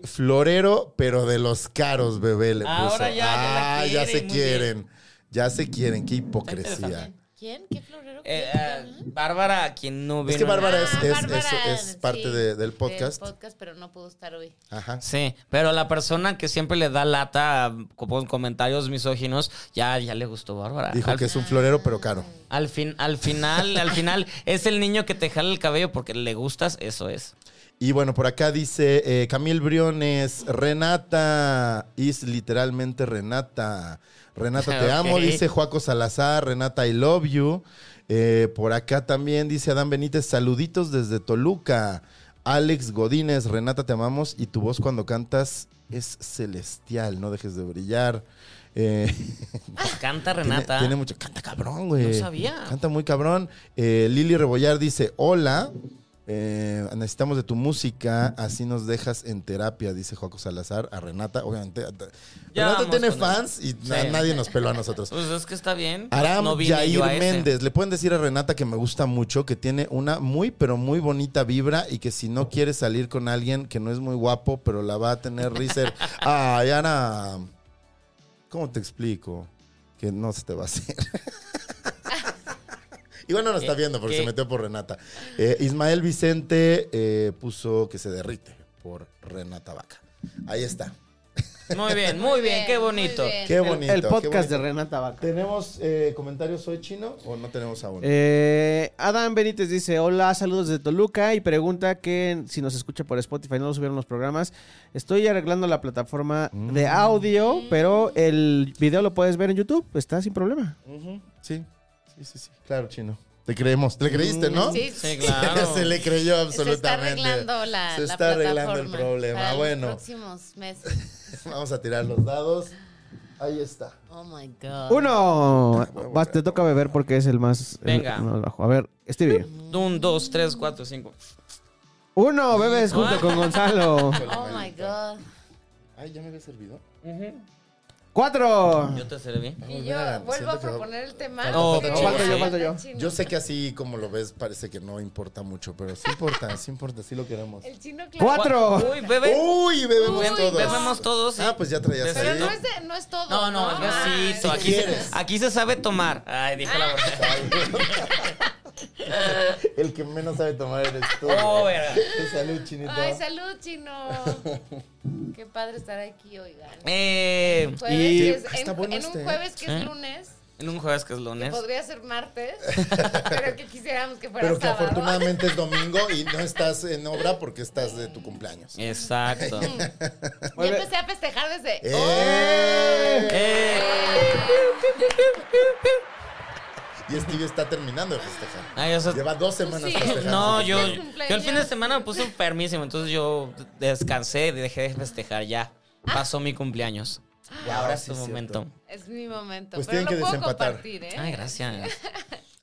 Speaker 3: AKA florero, pero de los caros, bebé, le
Speaker 4: Ahora
Speaker 3: puso.
Speaker 4: ya, ya la
Speaker 3: ah, ya
Speaker 4: quieren,
Speaker 3: se
Speaker 4: muy
Speaker 3: quieren. Ya se quieren, qué hipocresía.
Speaker 4: interesante.
Speaker 5: ¿Quién? ¿Qué florero?
Speaker 4: Eh, ah, Bárbara, quien no ve.
Speaker 3: Es que
Speaker 4: no-
Speaker 3: Bárbara es,
Speaker 5: Ah,
Speaker 3: es-
Speaker 5: Bárbara,
Speaker 3: es- es parte
Speaker 5: sí,
Speaker 3: de- del podcast.
Speaker 5: Del podcast, pero no pudo estar hoy.
Speaker 3: Ajá.
Speaker 4: Sí, pero la persona que siempre le da lata con comentarios misóginos, ya, ya le gustó Bárbara.
Speaker 3: Dijo
Speaker 4: al,
Speaker 3: que es un florero, pero caro.
Speaker 4: al fin, al final, al final, es el niño que te jala el cabello porque le gustas, eso es.
Speaker 3: Y bueno, por acá dice eh, Camil Briones, Renata, is literalmente Renata. Renata, te amo,
Speaker 4: Ok.
Speaker 3: dice Joaco Salazar, Renata, I love you. Eh, por acá también dice Adán Benítez, saluditos desde Toluca. Alex Godínez, Renata, te amamos y tu voz cuando cantas es celestial, no dejes de brillar. Eh,
Speaker 4: Canta
Speaker 3: tiene-
Speaker 4: Renata.
Speaker 3: Tiene, mucho. Canta cabrón, güey.
Speaker 4: No sabía.
Speaker 3: Canta muy cabrón. Eh, Lili Rebollar dice: Hola. eh, necesitamos de tu música, así nos dejas en terapia, dice Joaco Salazar a Renata. Obviamente, a-
Speaker 4: Ya
Speaker 3: Renata
Speaker 4: vamos
Speaker 3: tiene
Speaker 4: con él.
Speaker 3: fans y na-
Speaker 4: Sí.
Speaker 3: nadie nos peló a nosotros.
Speaker 4: Pues es que está bien.
Speaker 3: Aram
Speaker 4: no vine
Speaker 3: Jair
Speaker 4: yo a ese.
Speaker 3: Méndez, le pueden decir a Renata que me gusta mucho, que tiene una muy, pero muy bonita vibra y que si no quiere salir con alguien que no es muy guapo, pero la va a tener Rizer. Ay, Aram, ¿cómo te explico? Que no se te va a hacer. Igual no nos está
Speaker 4: Eh,
Speaker 3: viendo porque
Speaker 4: ¿qué?
Speaker 3: se metió por Renata. Eh, Ismael Vicente eh, puso que se derrite por Renata Vaca. Ahí está.
Speaker 4: Muy bien, muy bien, qué bonito.
Speaker 5: muy bien.
Speaker 3: Qué bonito.
Speaker 6: el
Speaker 3: qué
Speaker 6: podcast
Speaker 3: bonito.
Speaker 6: de Renata Vaca.
Speaker 3: ¿Tenemos eh, comentarios hoy chino o no tenemos aún?
Speaker 6: Eh, Adam Benítez dice: Hola, saludos de Toluca. Y pregunta que si nos escucha por Spotify, no nos subieron los programas. Estoy arreglando la plataforma
Speaker 3: Mm.
Speaker 6: de audio, pero el video lo puedes ver en YouTube. Está sin problema.
Speaker 3: Sí, sí, sí, sí. Claro, chino. Te creemos. ¿Le creíste, no?
Speaker 5: Sí,
Speaker 4: Sí, claro.
Speaker 3: Se le creyó
Speaker 5: Se está
Speaker 3: absolutamente.
Speaker 5: arreglando la
Speaker 3: Se
Speaker 5: la
Speaker 3: está arreglando el
Speaker 5: plataforma
Speaker 3: problema.
Speaker 5: para
Speaker 3: Bueno.
Speaker 5: Los próximos meses.
Speaker 3: Vamos a tirar los dados. Ahí está.
Speaker 5: Oh my God.
Speaker 6: Uno. Vas, te toca beber porque es el más. el
Speaker 4: Venga.
Speaker 6: más bajo. A ver, Stevie.
Speaker 4: Un, dos, tres, cuatro, cinco.
Speaker 6: Uno, bebes junto con Gonzalo.
Speaker 5: Oh my God.
Speaker 3: Ay, ya me había servido.
Speaker 6: Cuatro.
Speaker 4: Yo te serví.
Speaker 5: Y yo
Speaker 3: Oigan,
Speaker 5: vuelvo a
Speaker 3: siento que-
Speaker 5: proponer el tema.
Speaker 4: No,
Speaker 5: porque
Speaker 4: no,
Speaker 5: como
Speaker 4: falto yo,
Speaker 5: que
Speaker 6: falto yo.
Speaker 5: el chino-
Speaker 3: Yo sé que así como lo ves parece que no importa mucho, pero sí importa, sí importa, sí lo queremos.
Speaker 5: El chino claro.
Speaker 6: Cuatro.
Speaker 4: Uy, bebé.
Speaker 3: Uy, bebemos
Speaker 4: Uy,
Speaker 3: todos.
Speaker 4: bebemos todos, sí.
Speaker 3: Ah, pues ya traías
Speaker 4: Pero
Speaker 3: ahí.
Speaker 5: No es, de- no es todo.
Speaker 4: No, no, es vasito.
Speaker 5: Ah,
Speaker 4: Aquí se,
Speaker 3: quieres?
Speaker 4: aquí se sabe tomar. Ay, dijo la verdad.
Speaker 3: El que menos sabe tomar eres tú.
Speaker 4: Oh, verga.
Speaker 3: Salud, chinito.
Speaker 5: Ay, salud, chino. Qué padre estar aquí, oigan.
Speaker 4: Eh,
Speaker 5: Jueves,
Speaker 6: Y-
Speaker 5: que es-
Speaker 3: Está
Speaker 5: en,
Speaker 3: bueno
Speaker 5: en
Speaker 3: este, ¿eh?
Speaker 5: un jueves que
Speaker 4: Sí.
Speaker 5: es lunes,
Speaker 4: en un jueves que es lunes.
Speaker 5: podría ser martes, pero que quisiéramos que fuera
Speaker 3: Pero que
Speaker 5: sábado.
Speaker 3: afortunadamente es domingo y no estás en obra porque estás de tu cumpleaños.
Speaker 4: Eh. Exacto.
Speaker 5: Yo empecé a festejar desde.
Speaker 3: ¡Eh!
Speaker 4: Eh,
Speaker 3: Y Stevie está terminando de festejar.
Speaker 4: ay, eso-
Speaker 3: Lleva dos semanas
Speaker 5: ¡Oh! sí.
Speaker 3: festejando.
Speaker 4: no,
Speaker 3: su
Speaker 4: yo,
Speaker 3: cumpleaños.
Speaker 4: yo el fin de semana me puse un permiso, entonces yo descansé, dejé de festejar ya.
Speaker 5: Ah.
Speaker 4: Pasó mi cumpleaños. Y
Speaker 3: Ah,
Speaker 4: ahora es tu momento.
Speaker 5: Es mi momento.
Speaker 3: Pues
Speaker 5: pero
Speaker 3: tienen
Speaker 5: lo
Speaker 3: que
Speaker 5: puedo
Speaker 3: desempatar.
Speaker 5: compartir, ¿eh?
Speaker 4: Ay, gracias.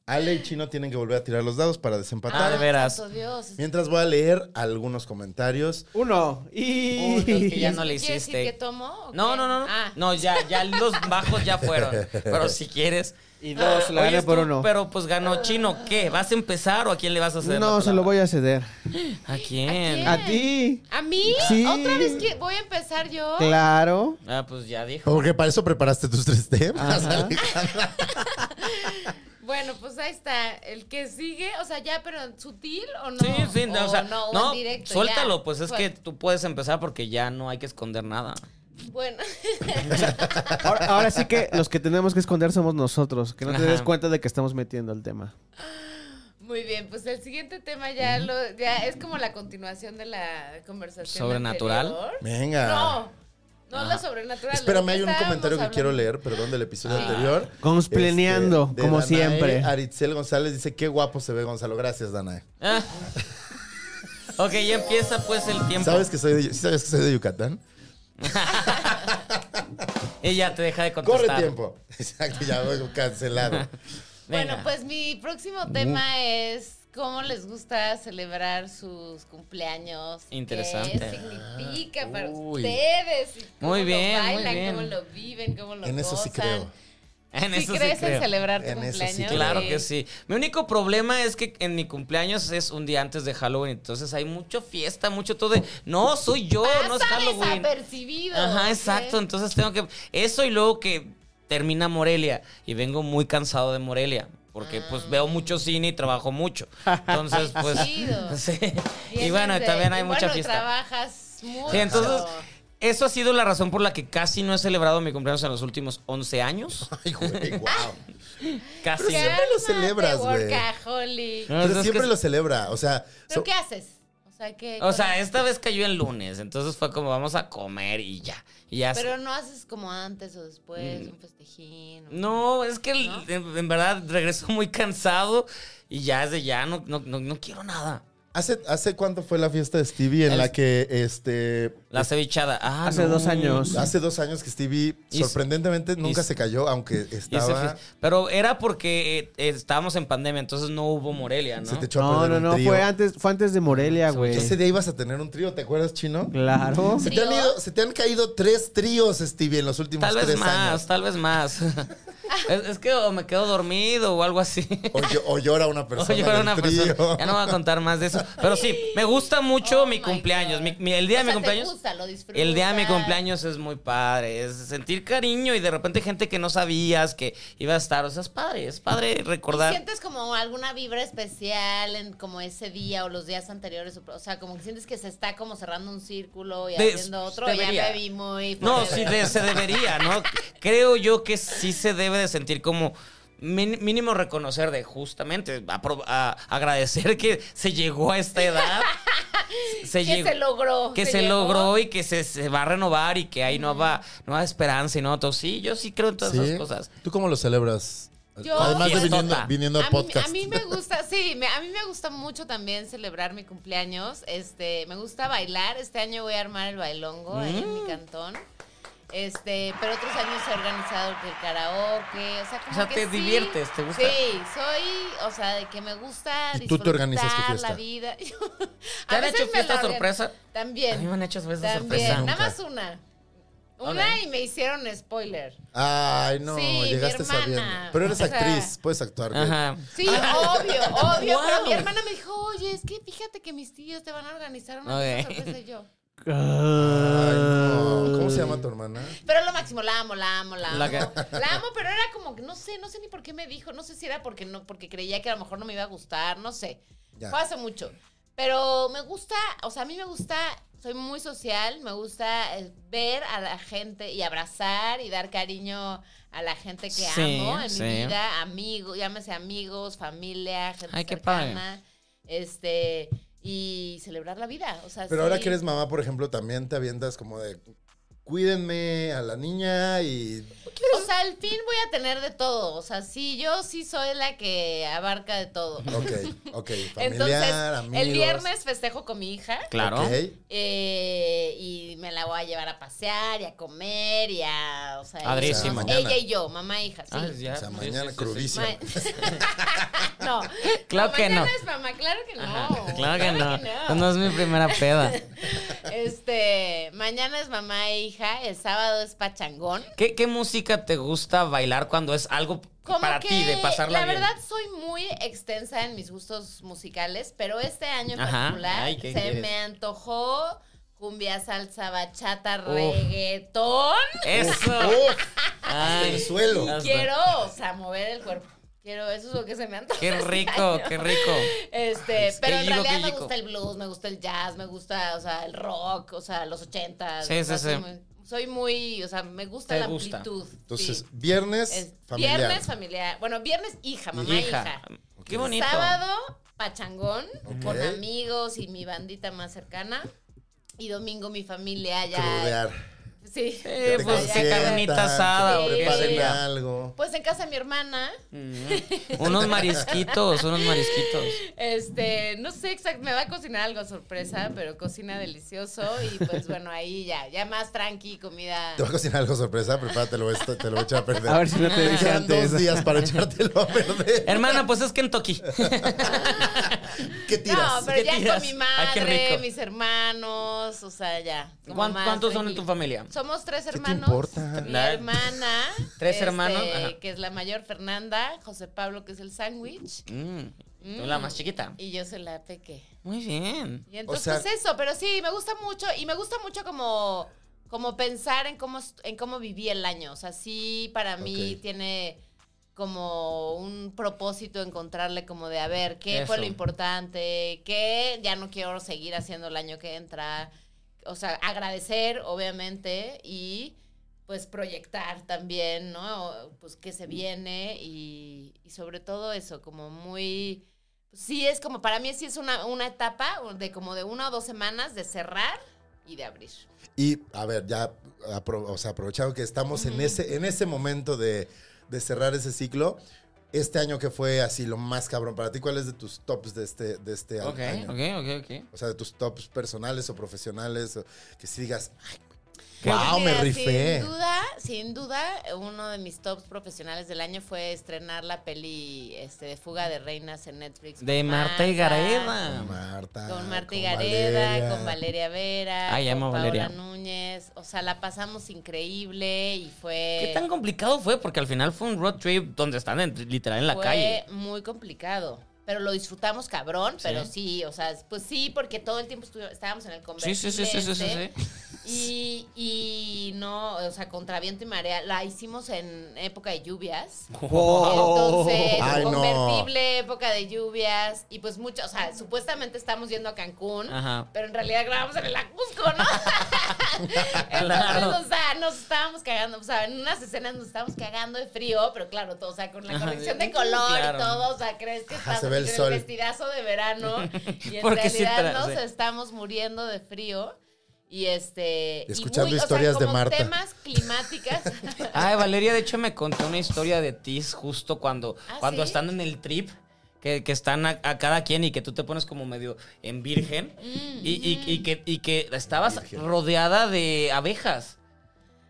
Speaker 3: Ale y Chino tienen que volver a tirar los dados para
Speaker 4: Ah, de
Speaker 3: desempatar.
Speaker 4: veras.
Speaker 5: Santo Dios. es-
Speaker 3: Mientras voy a leer algunos comentarios.
Speaker 6: Uno.
Speaker 4: Uy, es que
Speaker 6: Y.
Speaker 4: ya no le
Speaker 5: ¿Quiere decir que
Speaker 4: hiciste.
Speaker 5: tomo? o
Speaker 4: No, no,
Speaker 5: qué?
Speaker 4: no, no.
Speaker 5: Ah,
Speaker 4: No, ya, ya los bajos ya fueron. Pero si quieres.
Speaker 6: Y dos. La
Speaker 4: Oye,
Speaker 6: gané por
Speaker 4: tú,
Speaker 6: uno.
Speaker 4: Pero pues ganó Chino. ¿Qué? ¿Vas a empezar o a quién le vas a hacer?
Speaker 6: No,
Speaker 4: la
Speaker 6: se lo
Speaker 4: palabra?
Speaker 6: voy a ceder.
Speaker 4: ¿A quién?
Speaker 6: A ti.
Speaker 5: ¿A mí?
Speaker 6: Sí.
Speaker 5: ¿Otra vez que voy a empezar yo?
Speaker 6: Claro.
Speaker 4: Ah, pues ya
Speaker 6: Oh.
Speaker 4: dijo.
Speaker 3: Porque para eso preparaste tus tres temas.
Speaker 6: Ajá.
Speaker 5: Bueno, pues ahí está. El que sigue, o sea, ya, pero ¿sutil o no?
Speaker 4: Sí, sí, no, o sea,
Speaker 5: Oh, no,
Speaker 4: no,
Speaker 5: en directo,
Speaker 4: suéltalo,
Speaker 5: ya.
Speaker 4: pues es que
Speaker 5: Suel-
Speaker 4: tú puedes empezar porque ya no hay que esconder nada.
Speaker 5: Bueno,
Speaker 6: Ahora, ahora sí que los que tenemos que esconder somos nosotros. Que no te
Speaker 4: Ajá.
Speaker 6: des cuenta de que estamos metiendo el tema.
Speaker 5: muy bien, pues el siguiente tema ya lo ya es como la continuación de la conversación.
Speaker 4: ¿Sobrenatural?
Speaker 5: anterior.
Speaker 3: Venga.
Speaker 5: No, no
Speaker 4: Ah.
Speaker 5: la sobrenatural.
Speaker 3: Espérame,
Speaker 5: lo
Speaker 3: hay
Speaker 5: que
Speaker 3: un comentario
Speaker 5: estábamos
Speaker 3: que quiero
Speaker 5: hablando.
Speaker 3: leer,
Speaker 5: Ah.
Speaker 3: perdón, del episodio anterior. Este,
Speaker 6: Consplaneando,
Speaker 3: de
Speaker 6: como
Speaker 3: Danae
Speaker 6: siempre.
Speaker 3: Aritzel González dice, qué guapo se ve Gonzalo. Gracias, Danae.
Speaker 4: Ah, Ok, ya empieza pues el tiempo.
Speaker 3: ¿Sabes que soy de, sí sabes que soy de Yucatán?
Speaker 4: Ella te deja de
Speaker 3: Corre
Speaker 4: contestar.
Speaker 3: tiempo. Exacto, ya voy cancelado.
Speaker 4: Venga.
Speaker 5: Bueno, pues mi próximo tema es cómo les gusta celebrar sus cumpleaños.
Speaker 4: Interesante.
Speaker 5: ¿Qué significa para
Speaker 3: Uy.
Speaker 5: ustedes? y cómo
Speaker 4: Muy
Speaker 5: lo
Speaker 4: bien, muy
Speaker 5: bailan,
Speaker 4: bien.
Speaker 5: cómo lo viven, cómo lo
Speaker 3: En eso sí
Speaker 5: gozan?
Speaker 3: creo.
Speaker 4: En
Speaker 5: ¿Sí
Speaker 4: eso sí
Speaker 5: crees en
Speaker 4: creo.
Speaker 5: celebrar tu
Speaker 3: En eso sí
Speaker 5: cumpleaños?
Speaker 3: creo.
Speaker 4: Claro que sí. Mi único problema es que en mi cumpleaños es un día antes de Halloween, entonces hay mucha fiesta, mucho todo de, no, soy yo,
Speaker 5: Pasa
Speaker 4: Oh, no es Halloween.
Speaker 5: desapercibido.
Speaker 4: Ajá,
Speaker 5: ¿sí?
Speaker 4: exacto, entonces tengo que eso y luego que termina Morelia y vengo muy cansado de Morelia. Porque pues
Speaker 5: Ah.
Speaker 4: veo mucho cine y trabajo mucho. Entonces, pues.
Speaker 5: chido.
Speaker 4: sí. Y
Speaker 5: Vienes
Speaker 4: bueno,
Speaker 5: de-
Speaker 4: también hay
Speaker 5: y
Speaker 4: mucha
Speaker 5: bueno,
Speaker 4: fiesta.
Speaker 5: trabajas mucho.
Speaker 4: Sí, entonces, eso ha sido la razón por la que casi no he celebrado mi cumpleaños en los últimos 11 años.
Speaker 3: Ay, güey, wow.
Speaker 4: Casi.
Speaker 3: Pero
Speaker 4: no.
Speaker 3: siempre lo celebras, güey.
Speaker 5: workaholic.
Speaker 4: No,
Speaker 3: Pero
Speaker 4: es
Speaker 3: siempre
Speaker 4: que-
Speaker 3: lo celebra. O sea,
Speaker 5: ¿Pero
Speaker 3: so-
Speaker 5: qué haces? O sea, que
Speaker 4: O sea, esta vez cayó el lunes, entonces fue como vamos a comer y ya. Y ya.
Speaker 5: Pero no haces como antes o después, un festejín. o-
Speaker 4: Mm. No, es que el-
Speaker 5: ¿No?
Speaker 4: En, en verdad regreso muy cansado y ya es de ya, no, no, no, no quiero nada.
Speaker 3: ¿hace, ¿hace cuánto fue la fiesta de Stevie en
Speaker 4: El-
Speaker 3: la que este.
Speaker 4: La cevichada. Ah,
Speaker 6: Hace
Speaker 4: no.
Speaker 6: dos años.
Speaker 3: Hace dos años que Stevie
Speaker 4: Y-
Speaker 3: sorprendentemente nunca
Speaker 4: y-
Speaker 3: se cayó, aunque
Speaker 4: Y se
Speaker 3: estaba.
Speaker 4: fue- Pero era porque eh, estábamos en pandemia, entonces no hubo Morelia, ¿no?
Speaker 3: Se te echó a
Speaker 6: No,
Speaker 3: perder
Speaker 6: no,
Speaker 3: un
Speaker 6: no.
Speaker 3: trío.
Speaker 6: Fue antes, fue antes de Morelia, güey.
Speaker 3: Ese día ibas a tener un trío, ¿te acuerdas, Chino?
Speaker 6: Claro.
Speaker 3: Se te, han
Speaker 5: ¿Trío?
Speaker 3: ido- se te han caído tres tríos, Stevie, en los últimos
Speaker 4: Tal vez
Speaker 3: tres
Speaker 4: más,
Speaker 3: años.
Speaker 4: tal vez más. es, es que o me quedo dormido o algo así.
Speaker 3: O, llo- o llora una persona.
Speaker 4: Oye, era
Speaker 3: en el
Speaker 4: una
Speaker 3: trío.
Speaker 4: persona. Ya no voy a contar más de eso. Pero sí, me gusta mucho
Speaker 5: Oh
Speaker 4: mi
Speaker 5: my
Speaker 4: cumpleaños.
Speaker 5: God.
Speaker 4: Mi- mi- el día
Speaker 5: O
Speaker 4: de mi
Speaker 5: sea, te
Speaker 4: cumpleaños.
Speaker 5: gusta, lo disfrutas.
Speaker 4: El día de mi cumpleaños es muy padre, es sentir cariño y de repente gente que no sabías que iba a estar, o sea, es padre, es padre
Speaker 5: ¿Y
Speaker 4: recordar.
Speaker 5: ¿Sientes como alguna vibra especial en como ese día o los días anteriores? O sea, como que sientes que se está como cerrando un círculo y
Speaker 4: De-
Speaker 5: haciendo otro.
Speaker 4: debería.
Speaker 5: Ya me vi muy...
Speaker 4: No, sí,
Speaker 5: forever.
Speaker 4: de- se debería, ¿no? Creo yo que sí se debe de sentir como min- mínimo reconocer de justamente apro- a- agradecer que se llegó a esta edad. Se
Speaker 5: Que
Speaker 4: llegó-
Speaker 5: se logró.
Speaker 4: que se,
Speaker 5: llegó.
Speaker 4: logró y que se, se va a renovar y que hay nueva, nueva esperanza y no todo. Sí, yo sí creo en todas
Speaker 3: Sí.
Speaker 4: esas cosas.
Speaker 3: ¿Tú cómo lo celebras?
Speaker 5: Yo-
Speaker 3: Además de
Speaker 4: Fiestota.
Speaker 3: viniendo, viniendo al
Speaker 5: A mí,
Speaker 3: podcast.
Speaker 5: a mí me gusta, sí, me- a mí me gusta mucho también celebrar mi cumpleaños. Este, me gusta bailar. Este año voy a armar el bailongo ahí en
Speaker 4: Mm.
Speaker 5: mi cantón. Este, pero otros años he organizado el karaoke, o sea, como
Speaker 4: O sea,
Speaker 5: que
Speaker 4: te
Speaker 5: sí.
Speaker 4: diviertes, te gusta.
Speaker 5: Sí, soy, o sea, de que me gusta
Speaker 3: ¿Y tú te organizas tu
Speaker 5: disfrutar la
Speaker 3: fiesta?
Speaker 5: vida.
Speaker 4: ¿Te
Speaker 5: A
Speaker 4: han
Speaker 5: veces
Speaker 4: hecho
Speaker 5: me
Speaker 4: fiesta
Speaker 5: la organ-
Speaker 4: sorpresa? A mí me
Speaker 5: También.
Speaker 4: han hecho fiesta sorpresa.
Speaker 5: También, nada
Speaker 3: Nunca.
Speaker 5: más una. Una
Speaker 4: Ok.
Speaker 5: y me hicieron spoiler.
Speaker 3: Ay, no,
Speaker 5: Sí, mi
Speaker 3: llegaste
Speaker 5: hermana.
Speaker 3: sabiendo. Pero eres
Speaker 5: O sea-
Speaker 3: actriz, puedes actuar. güey.
Speaker 4: Ajá.
Speaker 5: Sí, obvio, obvio. Pero
Speaker 4: Wow.
Speaker 5: mi hermana me dijo, oye, es que fíjate que mis tíos te van a organizar una
Speaker 4: Ok.
Speaker 5: fiesta sorpresa y yo.
Speaker 3: Ay, no. ¿Cómo se llama tu hermana?
Speaker 5: Pero lo máximo, la amo, la amo, la amo.
Speaker 4: La
Speaker 5: La,
Speaker 4: que-
Speaker 5: amo, pero era como que no sé, no sé ni por qué me dijo. No sé si era porque no, porque creía que a lo mejor no me iba a gustar, no sé.
Speaker 3: Ya.
Speaker 5: Fue hace mucho. Pero me gusta, o sea, a mí me gusta, soy muy social, me gusta eh, ver a la gente y abrazar y dar cariño a la gente que
Speaker 4: Sí,
Speaker 5: amo en
Speaker 4: sí.
Speaker 5: mi vida, amigos, llámese amigos, familia, gente
Speaker 4: Ay, qué padre.
Speaker 5: cercana, este, y celebrar la vida, o sea,
Speaker 3: Pero ahora
Speaker 5: sí.
Speaker 3: que eres mamá, por ejemplo, también te avientas como de cuídenme a la niña y
Speaker 5: O sea, al fin voy a tener de todo. O sea, sí, yo sí soy la que abarca de todo.
Speaker 3: ok, ok,
Speaker 5: Entonces,
Speaker 3: familiar, amigos.
Speaker 5: el viernes festejo con mi hija.
Speaker 4: Claro.
Speaker 3: Ok.
Speaker 5: eh, y me la voy a llevar a pasear y a comer y a. O sea,
Speaker 4: Padrísimo.
Speaker 5: ellos- ella y yo, mamá e hija, sí.
Speaker 4: Ah, ya.
Speaker 3: O sea,
Speaker 4: Sí,
Speaker 3: mañana
Speaker 4: sí, sí, sí.
Speaker 3: crudísima.
Speaker 5: Ma- no.
Speaker 4: Claro
Speaker 5: No,
Speaker 4: que
Speaker 5: mañana
Speaker 4: no.
Speaker 5: es mamá, claro que no.
Speaker 4: Ajá, Claro que no. No es mi primera peda.
Speaker 5: Este, mañana es mamá e hija, el sábado es pachangón.
Speaker 4: ¿Qué, qué música te gusta bailar cuando es algo
Speaker 5: Como
Speaker 4: para
Speaker 5: que,
Speaker 4: ti de pasarla
Speaker 5: la
Speaker 4: bien?
Speaker 5: verdad soy muy extensa en mis gustos musicales, pero este año en
Speaker 4: Ajá.
Speaker 5: particular
Speaker 4: Ay,
Speaker 5: se
Speaker 4: ¿qué quieres?
Speaker 5: me antojó cumbia, salsa, bachata,
Speaker 4: Uf.
Speaker 5: reggaetón.
Speaker 4: Eso.
Speaker 3: Uf,
Speaker 4: Ay,
Speaker 3: el suelo.
Speaker 4: Hasta-
Speaker 5: Quiero, o sea, mover el cuerpo. Quiero, eso es lo que se me antojó.
Speaker 4: Qué
Speaker 5: este
Speaker 4: rico,
Speaker 5: año.
Speaker 4: qué rico.
Speaker 5: Este,
Speaker 4: qué
Speaker 5: pero en
Speaker 4: rico, qué
Speaker 5: realidad me
Speaker 4: rico.
Speaker 5: gusta el blues, me gusta el jazz, me gusta, o sea, el rock, o sea, los ochentas.
Speaker 4: Sí,
Speaker 5: o sea,
Speaker 4: sí,
Speaker 5: soy
Speaker 4: sí.
Speaker 5: muy- Soy muy, o sea, me gusta
Speaker 4: Te
Speaker 5: la
Speaker 4: gusta.
Speaker 5: amplitud.
Speaker 3: Entonces,
Speaker 5: sí.
Speaker 3: viernes
Speaker 5: Es
Speaker 3: familiar.
Speaker 5: Viernes familiar. Bueno, viernes hija, mamá e
Speaker 4: Hija.
Speaker 5: hija.
Speaker 4: Qué bonito.
Speaker 5: Sábado, pachangón,
Speaker 3: Ok.
Speaker 5: con amigos y mi bandita más cercana. Y domingo, mi familia ya.
Speaker 3: Crudear.
Speaker 5: Sí.
Speaker 4: Eh,
Speaker 3: Que te
Speaker 4: pues qué
Speaker 3: consientan,
Speaker 4: carnita asada,
Speaker 3: que
Speaker 4: hombre,
Speaker 5: Sí.
Speaker 4: qué
Speaker 3: Preparen
Speaker 4: sería.
Speaker 3: algo.
Speaker 5: Pues en casa de mi hermana,
Speaker 4: Mm. Unos marisquitos, unos marisquitos.
Speaker 5: este, no sé exacto, me va a cocinar algo sorpresa, pero cocina delicioso y pues bueno, ahí ya, ya más tranqui, comida.
Speaker 3: Te va a cocinar algo sorpresa, prepárate, lo voy a- te lo voy a echar a perder.
Speaker 6: A ver si no te
Speaker 3: Te
Speaker 6: dije
Speaker 3: quedan
Speaker 6: antes.
Speaker 3: dos días para echártelo a perder.
Speaker 4: Hermana, pues es Kentucky.
Speaker 3: ¿Qué tiras?
Speaker 5: No, pero
Speaker 4: ¿Qué
Speaker 5: ya
Speaker 4: tiras?
Speaker 5: con mi
Speaker 4: Ay, qué
Speaker 5: madre,
Speaker 4: rico.
Speaker 5: mis hermanos, o sea, ya. como
Speaker 4: ¿Cuán-
Speaker 5: más
Speaker 4: ¿Cuántos son en
Speaker 5: tranquilo.
Speaker 4: tu familia?
Speaker 5: Somos tres
Speaker 3: te
Speaker 5: hermanos.
Speaker 3: importa?
Speaker 5: Mi
Speaker 4: Nah.
Speaker 5: hermana. este,
Speaker 4: Tres hermanos, ajá.
Speaker 5: Que es la mayor, Fernanda. José Pablo, que es el sándwich.
Speaker 4: Mm, tú
Speaker 5: Mm.
Speaker 4: la más chiquita.
Speaker 5: Y yo soy la peque.
Speaker 4: Muy bien.
Speaker 5: Y entonces
Speaker 3: sea-
Speaker 5: pues eso, pero sí, me gusta mucho. Y me gusta mucho como, como pensar en cómo, est- en cómo viví el año. O sea, sí, para mí
Speaker 3: Ok.
Speaker 5: tiene como un propósito encontrarle como de a ver qué fue
Speaker 4: Eso.
Speaker 5: lo importante, qué ya no quiero seguir haciendo el año que entra. O sea, agradecer, obviamente, y pues proyectar también, ¿no? O, Pues qué se viene y, y sobre todo eso, como muy pues, sí es como para mí sí es una, una etapa de como de una o dos semanas de cerrar y de abrir.
Speaker 3: Y a ver, ya apro- o sea, aprovechado que estamos en ese, en ese momento de, de cerrar ese ciclo. Este año que fue así lo más cabrón para ti, ¿cuál es de tus tops de este, de este
Speaker 4: Ok,
Speaker 3: año?
Speaker 4: ok, ok, ok.
Speaker 3: O sea, de tus tops personales o profesionales, o que si digas,
Speaker 5: Pues
Speaker 3: wow, me
Speaker 5: mira,
Speaker 3: rifé.
Speaker 5: Sin duda, sin duda, uno de mis tops profesionales del año fue estrenar la peli este, de Fuga de Reinas en Netflix.
Speaker 4: De
Speaker 5: con
Speaker 4: Marta y
Speaker 3: Con
Speaker 4: Gareda.
Speaker 3: Marta.
Speaker 5: Con Marta y
Speaker 3: Ah, con
Speaker 5: Gareda, con Valeria Vera,
Speaker 4: Ah, ya
Speaker 5: con
Speaker 4: amo a
Speaker 5: Paola
Speaker 4: Valeria.
Speaker 5: Núñez. O sea, la pasamos increíble y fue...
Speaker 4: ¿Qué tan complicado fue? Porque al final fue un road trip donde están en- literal en la
Speaker 5: fue
Speaker 4: calle.
Speaker 5: muy complicado. Pero lo disfrutamos cabrón, pero sí, o sea, pues sí, porque todo el tiempo estuvi- estábamos en el
Speaker 4: Sí,
Speaker 5: convertible
Speaker 4: sí, sí, sí, sí, sí.
Speaker 5: este,
Speaker 4: sí.
Speaker 5: Y, y no, o sea, contra viento y marea, la hicimos en época de lluvias. Entonces,
Speaker 3: Oh. Ay, no.
Speaker 5: convertible, época de lluvias. Y pues mucho, o sea, supuestamente estamos yendo a Cancún,
Speaker 4: Ajá.
Speaker 5: pero en realidad grabamos en el Acusco, ¿no?
Speaker 4: Claro.
Speaker 5: Entonces, o sea, nos estábamos cagando, o sea, en unas escenas nos estábamos cagando de frío, pero claro, todo, o sea, con la
Speaker 4: Ajá,
Speaker 5: corrección
Speaker 4: de-
Speaker 5: de color
Speaker 4: claro.
Speaker 5: y todo, o sea, crees que
Speaker 3: Ajá,
Speaker 5: estás
Speaker 3: se ve el
Speaker 5: así con
Speaker 3: sol.
Speaker 5: vestidazo de verano y en
Speaker 4: Porque sí tra-
Speaker 5: realidad nos
Speaker 4: sí.
Speaker 5: estamos muriendo de frío. Y este.
Speaker 3: Y escuchando
Speaker 5: o sea,
Speaker 3: historias de
Speaker 5: como
Speaker 3: Marta.
Speaker 5: Temas climáticas.
Speaker 4: Ay, Valeria, de hecho me contó una historia de ti justo cuando,
Speaker 5: ¿Ah,
Speaker 4: cuando
Speaker 5: sí?
Speaker 4: están en el trip. Que, que están a, a cada quien y que tú te pones como medio en virgen. y, y-
Speaker 5: Mm.
Speaker 4: y que, y que estabas
Speaker 3: Virgen.
Speaker 4: rodeada de abejas.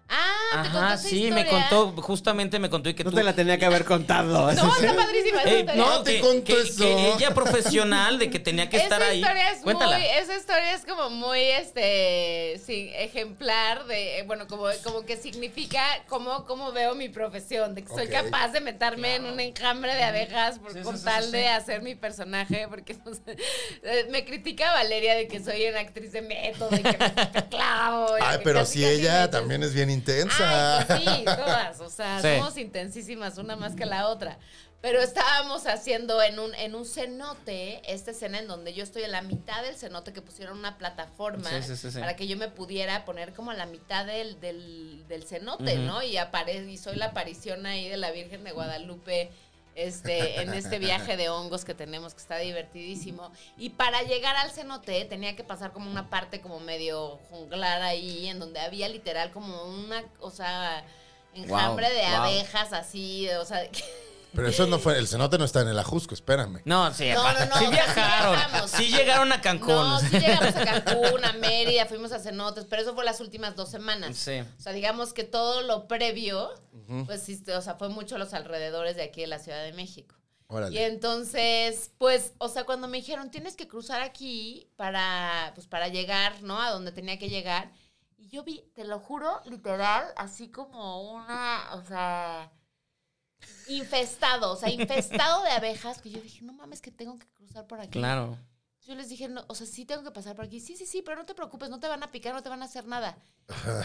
Speaker 5: ah, te contó
Speaker 4: Ajá,
Speaker 5: esa
Speaker 4: sí, me
Speaker 5: historia.
Speaker 4: contó, justamente me contó y que
Speaker 6: No
Speaker 4: tú.
Speaker 6: te la tenía que haber contado.
Speaker 5: No, está padrísima. esa
Speaker 4: Ey,
Speaker 5: historia.
Speaker 4: Eh, no,
Speaker 3: No te
Speaker 4: que,
Speaker 3: contó
Speaker 4: que-
Speaker 3: eso.
Speaker 4: que ella profesional de que tenía que estar
Speaker 5: esa
Speaker 4: ahí.
Speaker 5: Historia es
Speaker 4: Cuéntala.
Speaker 5: Muy, esa historia es como muy este sí, ejemplar de, eh, bueno, como, como que significa cómo, cómo veo mi profesión, de que soy
Speaker 3: Ok.
Speaker 5: capaz de meterme en un enjambre de abejas por,
Speaker 4: Sí, sí,
Speaker 5: con
Speaker 4: sí, sí,
Speaker 5: tal
Speaker 4: sí.
Speaker 5: de hacer mi personaje, porque pues, eh, me critica Valeria de que soy una actriz de método y que me clavo. y
Speaker 3: Ay,
Speaker 5: que
Speaker 3: pero
Speaker 5: casi,
Speaker 3: si
Speaker 5: casi me
Speaker 3: ella
Speaker 5: echas-
Speaker 3: también es bien intensa.
Speaker 5: Ay, pues sí, todas, o sea,
Speaker 4: Sí.
Speaker 5: somos intensísimas una más que la otra. Pero estábamos haciendo en un, en un cenote, esta escena en donde yo estoy en la mitad del cenote que pusieron una plataforma
Speaker 4: Sí, sí, sí, sí.
Speaker 5: para que yo me pudiera poner como a la mitad del, del, del cenote,
Speaker 4: Ujú.
Speaker 5: ¿no? Y, apare y soy la aparición ahí de la Virgen de Guadalupe. Este, en este viaje de hongos que tenemos que está divertidísimo y para llegar al cenote tenía que pasar como una parte como medio junglar ahí en donde había literal como una o sea enjambre
Speaker 4: Wow,
Speaker 5: de
Speaker 4: wow.
Speaker 5: abejas así o sea
Speaker 3: Pero eso no fue, el cenote no está en el ajusco, espérame.
Speaker 4: No, sí,
Speaker 5: No, no,
Speaker 4: sí
Speaker 5: no, o sea, sí
Speaker 4: viajaron.
Speaker 5: viajamos.
Speaker 4: Sí llegaron a Cancún.
Speaker 5: no sí llegamos a Cancún a Mérida fuimos a cenotes pero eso fue las últimas dos semanas
Speaker 4: Sí.
Speaker 5: o sea digamos que todo lo previo pues sí, o sea fue mucho a los alrededores de aquí de la Ciudad de México Y
Speaker 3: Órale.
Speaker 5: entonces, pues, o sea, cuando me dijeron, tienes que cruzar aquí para, pues, para llegar, ¿no? A donde tenía que llegar. Y yo vi, te lo juro, literal, así como una, o sea, infestado, o sea, infestado de abejas, que yo dije, no mames, que tengo que cruzar por aquí.
Speaker 4: Claro.
Speaker 5: Yo les dije, no, o sea, sí tengo que pasar por aquí. Sí, sí, sí, pero no te preocupes, no te van a picar, no te van a hacer nada.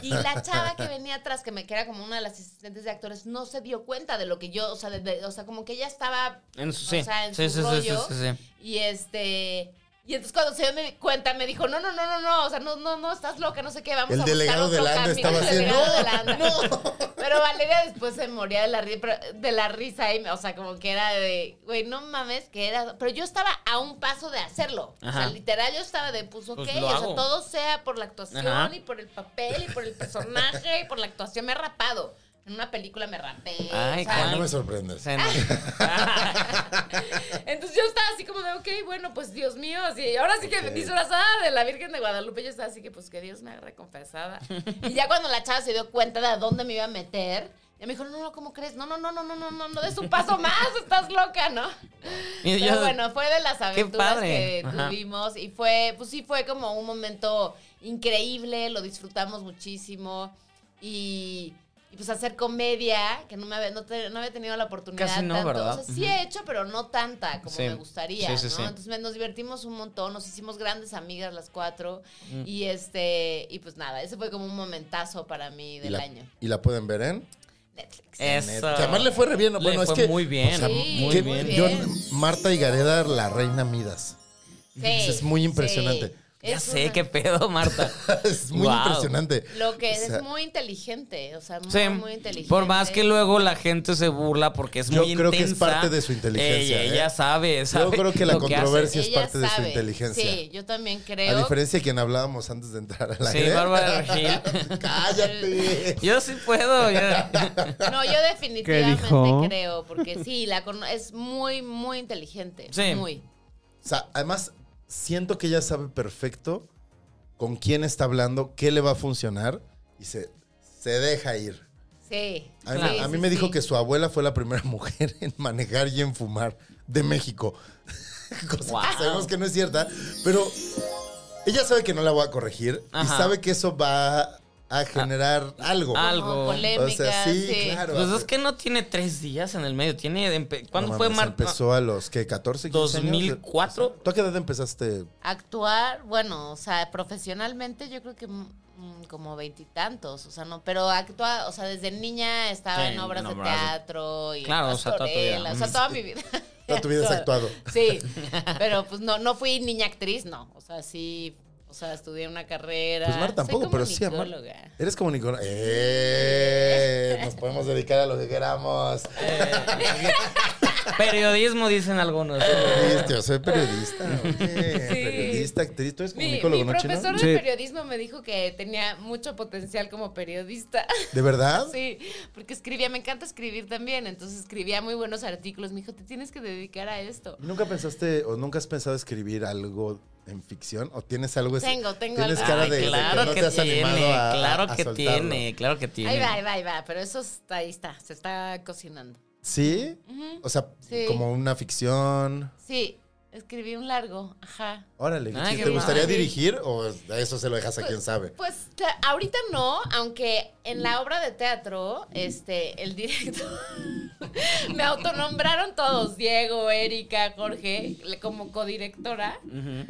Speaker 5: Y la chava que venía atrás, que me que era como una de las asistentes de actores, no se dio cuenta de lo que yo, o sea, de- de- o sea como que ella estaba
Speaker 4: En su, sí.
Speaker 5: O sea, en
Speaker 4: sí,
Speaker 5: su
Speaker 4: sí, sí,
Speaker 5: rollo.
Speaker 4: sí, sí, sí.
Speaker 5: y este. Y Y entonces cuando se dio mi cuenta me dijo, no, no, no, no, no, o sea, no, no, no, estás loca, no sé qué, vamos
Speaker 3: El
Speaker 5: a buscar
Speaker 3: delegado
Speaker 5: otro
Speaker 3: de Landa
Speaker 5: cambio".
Speaker 3: estaba
Speaker 5: El
Speaker 3: así,
Speaker 5: delegado
Speaker 3: "No,
Speaker 5: de Landa. Pero Valeria después se moría de la, ri- pero- de la risa, y, me- o sea, como que era de, güey, no mames, que era... Pero yo estaba a un paso de hacerlo. O
Speaker 4: Ajá.
Speaker 5: sea, literal, yo estaba de, pues, ok,
Speaker 4: Pues
Speaker 5: o
Speaker 4: lo
Speaker 5: sea,
Speaker 4: hago.
Speaker 5: todo sea por la actuación
Speaker 4: Ajá.
Speaker 5: y por el papel y por el personaje y por la actuación. Me he rapado. En una película me rapé.
Speaker 4: Ay,
Speaker 5: o sea,
Speaker 3: Ah, no
Speaker 4: Ay.
Speaker 3: me sorprendes.
Speaker 4: Se nos-
Speaker 5: entonces yo estaba así como de, ok, bueno, pues Dios mío, así, ahora sí que disfrazada de la Virgen de Guadalupe, yo estaba así que, pues que Dios me haga recompensada. y ya cuando la chava se dio cuenta de a dónde me iba a meter, ya me dijo, no, no, ¿cómo crees? No, no, no, no, no, no, no, no des un paso más, estás loca, ¿no?
Speaker 4: Y
Speaker 5: Pero
Speaker 4: yo-
Speaker 5: bueno, fue de las aventuras
Speaker 4: padre.
Speaker 5: que
Speaker 4: Ajá.
Speaker 5: tuvimos y fue, pues sí, fue como un momento increíble, lo disfrutamos muchísimo y, y, pues hacer comedia, que no, me había, no, te- no había tenido la oportunidad.
Speaker 4: Casi no,
Speaker 5: tanto.
Speaker 4: ¿verdad?
Speaker 5: O sea, sí
Speaker 4: Ujú.
Speaker 5: he hecho, pero no tanta como
Speaker 4: Sí.
Speaker 5: me gustaría,
Speaker 4: Sí, sí,
Speaker 5: ¿no?
Speaker 4: sí.
Speaker 5: Entonces me- nos divertimos un montón, nos hicimos grandes amigas las cuatro
Speaker 4: Mm.
Speaker 5: y este, y pues nada, ese fue como un momentazo para mí
Speaker 3: Y
Speaker 5: del
Speaker 3: la,
Speaker 5: año.
Speaker 3: y la pueden ver en.
Speaker 5: Netflix.
Speaker 4: Eso.
Speaker 3: Neta. Que además le fue re bien.
Speaker 4: Le
Speaker 3: bueno,
Speaker 4: fue
Speaker 3: es que.
Speaker 4: muy bien,
Speaker 5: Sí,
Speaker 4: muy
Speaker 3: que-
Speaker 4: bien.
Speaker 3: yo- Marta y Gareda, la reina Midas.
Speaker 5: Sí,
Speaker 3: Es muy impresionante.
Speaker 5: sí.
Speaker 4: Ya
Speaker 5: Es
Speaker 4: sé
Speaker 5: una-
Speaker 4: qué pedo, Marta.
Speaker 3: es muy
Speaker 4: Wow.
Speaker 3: impresionante.
Speaker 5: Lo que
Speaker 3: O
Speaker 5: es,
Speaker 3: sea,
Speaker 5: es muy inteligente, o sea, muy,
Speaker 4: Sí.
Speaker 5: muy inteligente.
Speaker 4: Por más que luego la gente se burla porque es
Speaker 3: Yo
Speaker 4: muy intensa.
Speaker 3: creo que es parte de su inteligencia,
Speaker 4: Ella, ella
Speaker 3: ¿eh?
Speaker 4: sabe, sabe
Speaker 3: creo que la
Speaker 4: lo hace.
Speaker 3: controversia- sí es parte de su inteligencia.
Speaker 5: Sí, yo también
Speaker 3: A
Speaker 5: creo.
Speaker 3: diferencia de quien hablábamos antes de entrar a la
Speaker 4: Sí, Bárbara Regil.
Speaker 3: Cállate.
Speaker 4: Yo sí puedo. yo- Pues
Speaker 5: No, yo definitivamente
Speaker 6: dijo?
Speaker 5: creo, porque sí, la cono- es muy, muy inteligente.
Speaker 4: Sí.
Speaker 5: Muy.
Speaker 3: O sea, además, siento que ella sabe perfecto con quién está hablando, qué le va a funcionar y se, se deja ir.
Speaker 5: Sí.
Speaker 3: A mí,
Speaker 4: Claro.
Speaker 3: a mí
Speaker 5: sí,
Speaker 3: me
Speaker 5: sí.
Speaker 3: dijo que su abuela fue la primera mujer en manejar y en fumar de México. Cosa
Speaker 4: Wow.
Speaker 3: que sabemos que no es cierta, pero ella sabe que no la voy a corregir
Speaker 4: Ajá.
Speaker 3: y sabe que eso va a generar
Speaker 5: Ah,
Speaker 3: algo.
Speaker 4: algo.
Speaker 5: Como
Speaker 3: O
Speaker 5: polémica.
Speaker 3: sea, sí,
Speaker 5: sí,
Speaker 3: claro.
Speaker 4: Pues es que no tiene tres días en el medio. Tiene. empe- ¿Cuándo
Speaker 3: No
Speaker 4: fue
Speaker 3: mames,
Speaker 4: Marta?
Speaker 3: Empezó a los, ¿qué? ¿14, 15 años?
Speaker 4: 2004.
Speaker 3: ¿Tú a qué edad empezaste?
Speaker 5: Actuar, bueno, o sea, profesionalmente yo creo que mm, como veintitantos, o sea, no, pero actúa, o sea, desde niña estaba
Speaker 4: Sí,
Speaker 5: en obras
Speaker 4: en
Speaker 5: de
Speaker 4: obras de-
Speaker 5: teatro y
Speaker 4: Claro, o sea, toda tu vida.
Speaker 5: pastorela, o sea, toda mi vida.
Speaker 3: Toda tu vida has actuado.
Speaker 5: Sí, pero pues no, no fui niña actriz, no. O sea, sí, o sea, estudié una carrera.
Speaker 3: Pues Mar
Speaker 5: Soy
Speaker 3: tampoco, pero sí a Mar.
Speaker 5: comunicóloga.
Speaker 3: Eres como Nicolás. ¡Eh! Nos podemos dedicar a lo que queramos.
Speaker 5: Eh.
Speaker 4: Periodismo, dicen algunos.
Speaker 3: Periodista, yo soy periodista. oye, Periodista, actriz. Tú eres
Speaker 5: Mi,
Speaker 3: comunicólogo,
Speaker 5: mi
Speaker 3: ¿no, Chino?
Speaker 5: profesor
Speaker 6: Sí.
Speaker 5: de periodismo me dijo que tenía mucho potencial como periodista.
Speaker 3: ¿De verdad?
Speaker 5: Sí, porque escribía, me encanta escribir también, entonces escribía muy buenos artículos. Me dijo, te tienes que dedicar a esto.
Speaker 3: ¿Y ¿Nunca pensaste o nunca has pensado escribir algo en ficción? ¿O tienes algo ese-
Speaker 5: Tengo, tengo
Speaker 3: Tienes
Speaker 5: algo.
Speaker 3: cara
Speaker 4: Ay,
Speaker 3: de, de
Speaker 4: claro
Speaker 3: que no
Speaker 4: que,
Speaker 3: te has
Speaker 4: tiene,
Speaker 3: animado a.
Speaker 4: claro
Speaker 3: a
Speaker 4: que
Speaker 3: soltarlo.
Speaker 4: tiene, claro que tiene.
Speaker 5: Ahí va, ahí va, ahí va, pero eso está, ahí está, se está cocinando.
Speaker 3: ¿Sí? O sea,
Speaker 5: Sí.
Speaker 3: como una ficción.
Speaker 5: Sí, escribí un largo, ajá.
Speaker 3: Órale,
Speaker 4: Ay,
Speaker 3: ¿sí
Speaker 4: qué
Speaker 3: ¿te gustaría
Speaker 4: padre.
Speaker 3: dirigir o a eso se lo dejas a quien sabe?
Speaker 5: Pues ta- ahorita no, aunque en la obra de teatro, este, el director me autonombraron todos, Diego, Erika, Jorge, le- como codirectora.
Speaker 4: Ujú.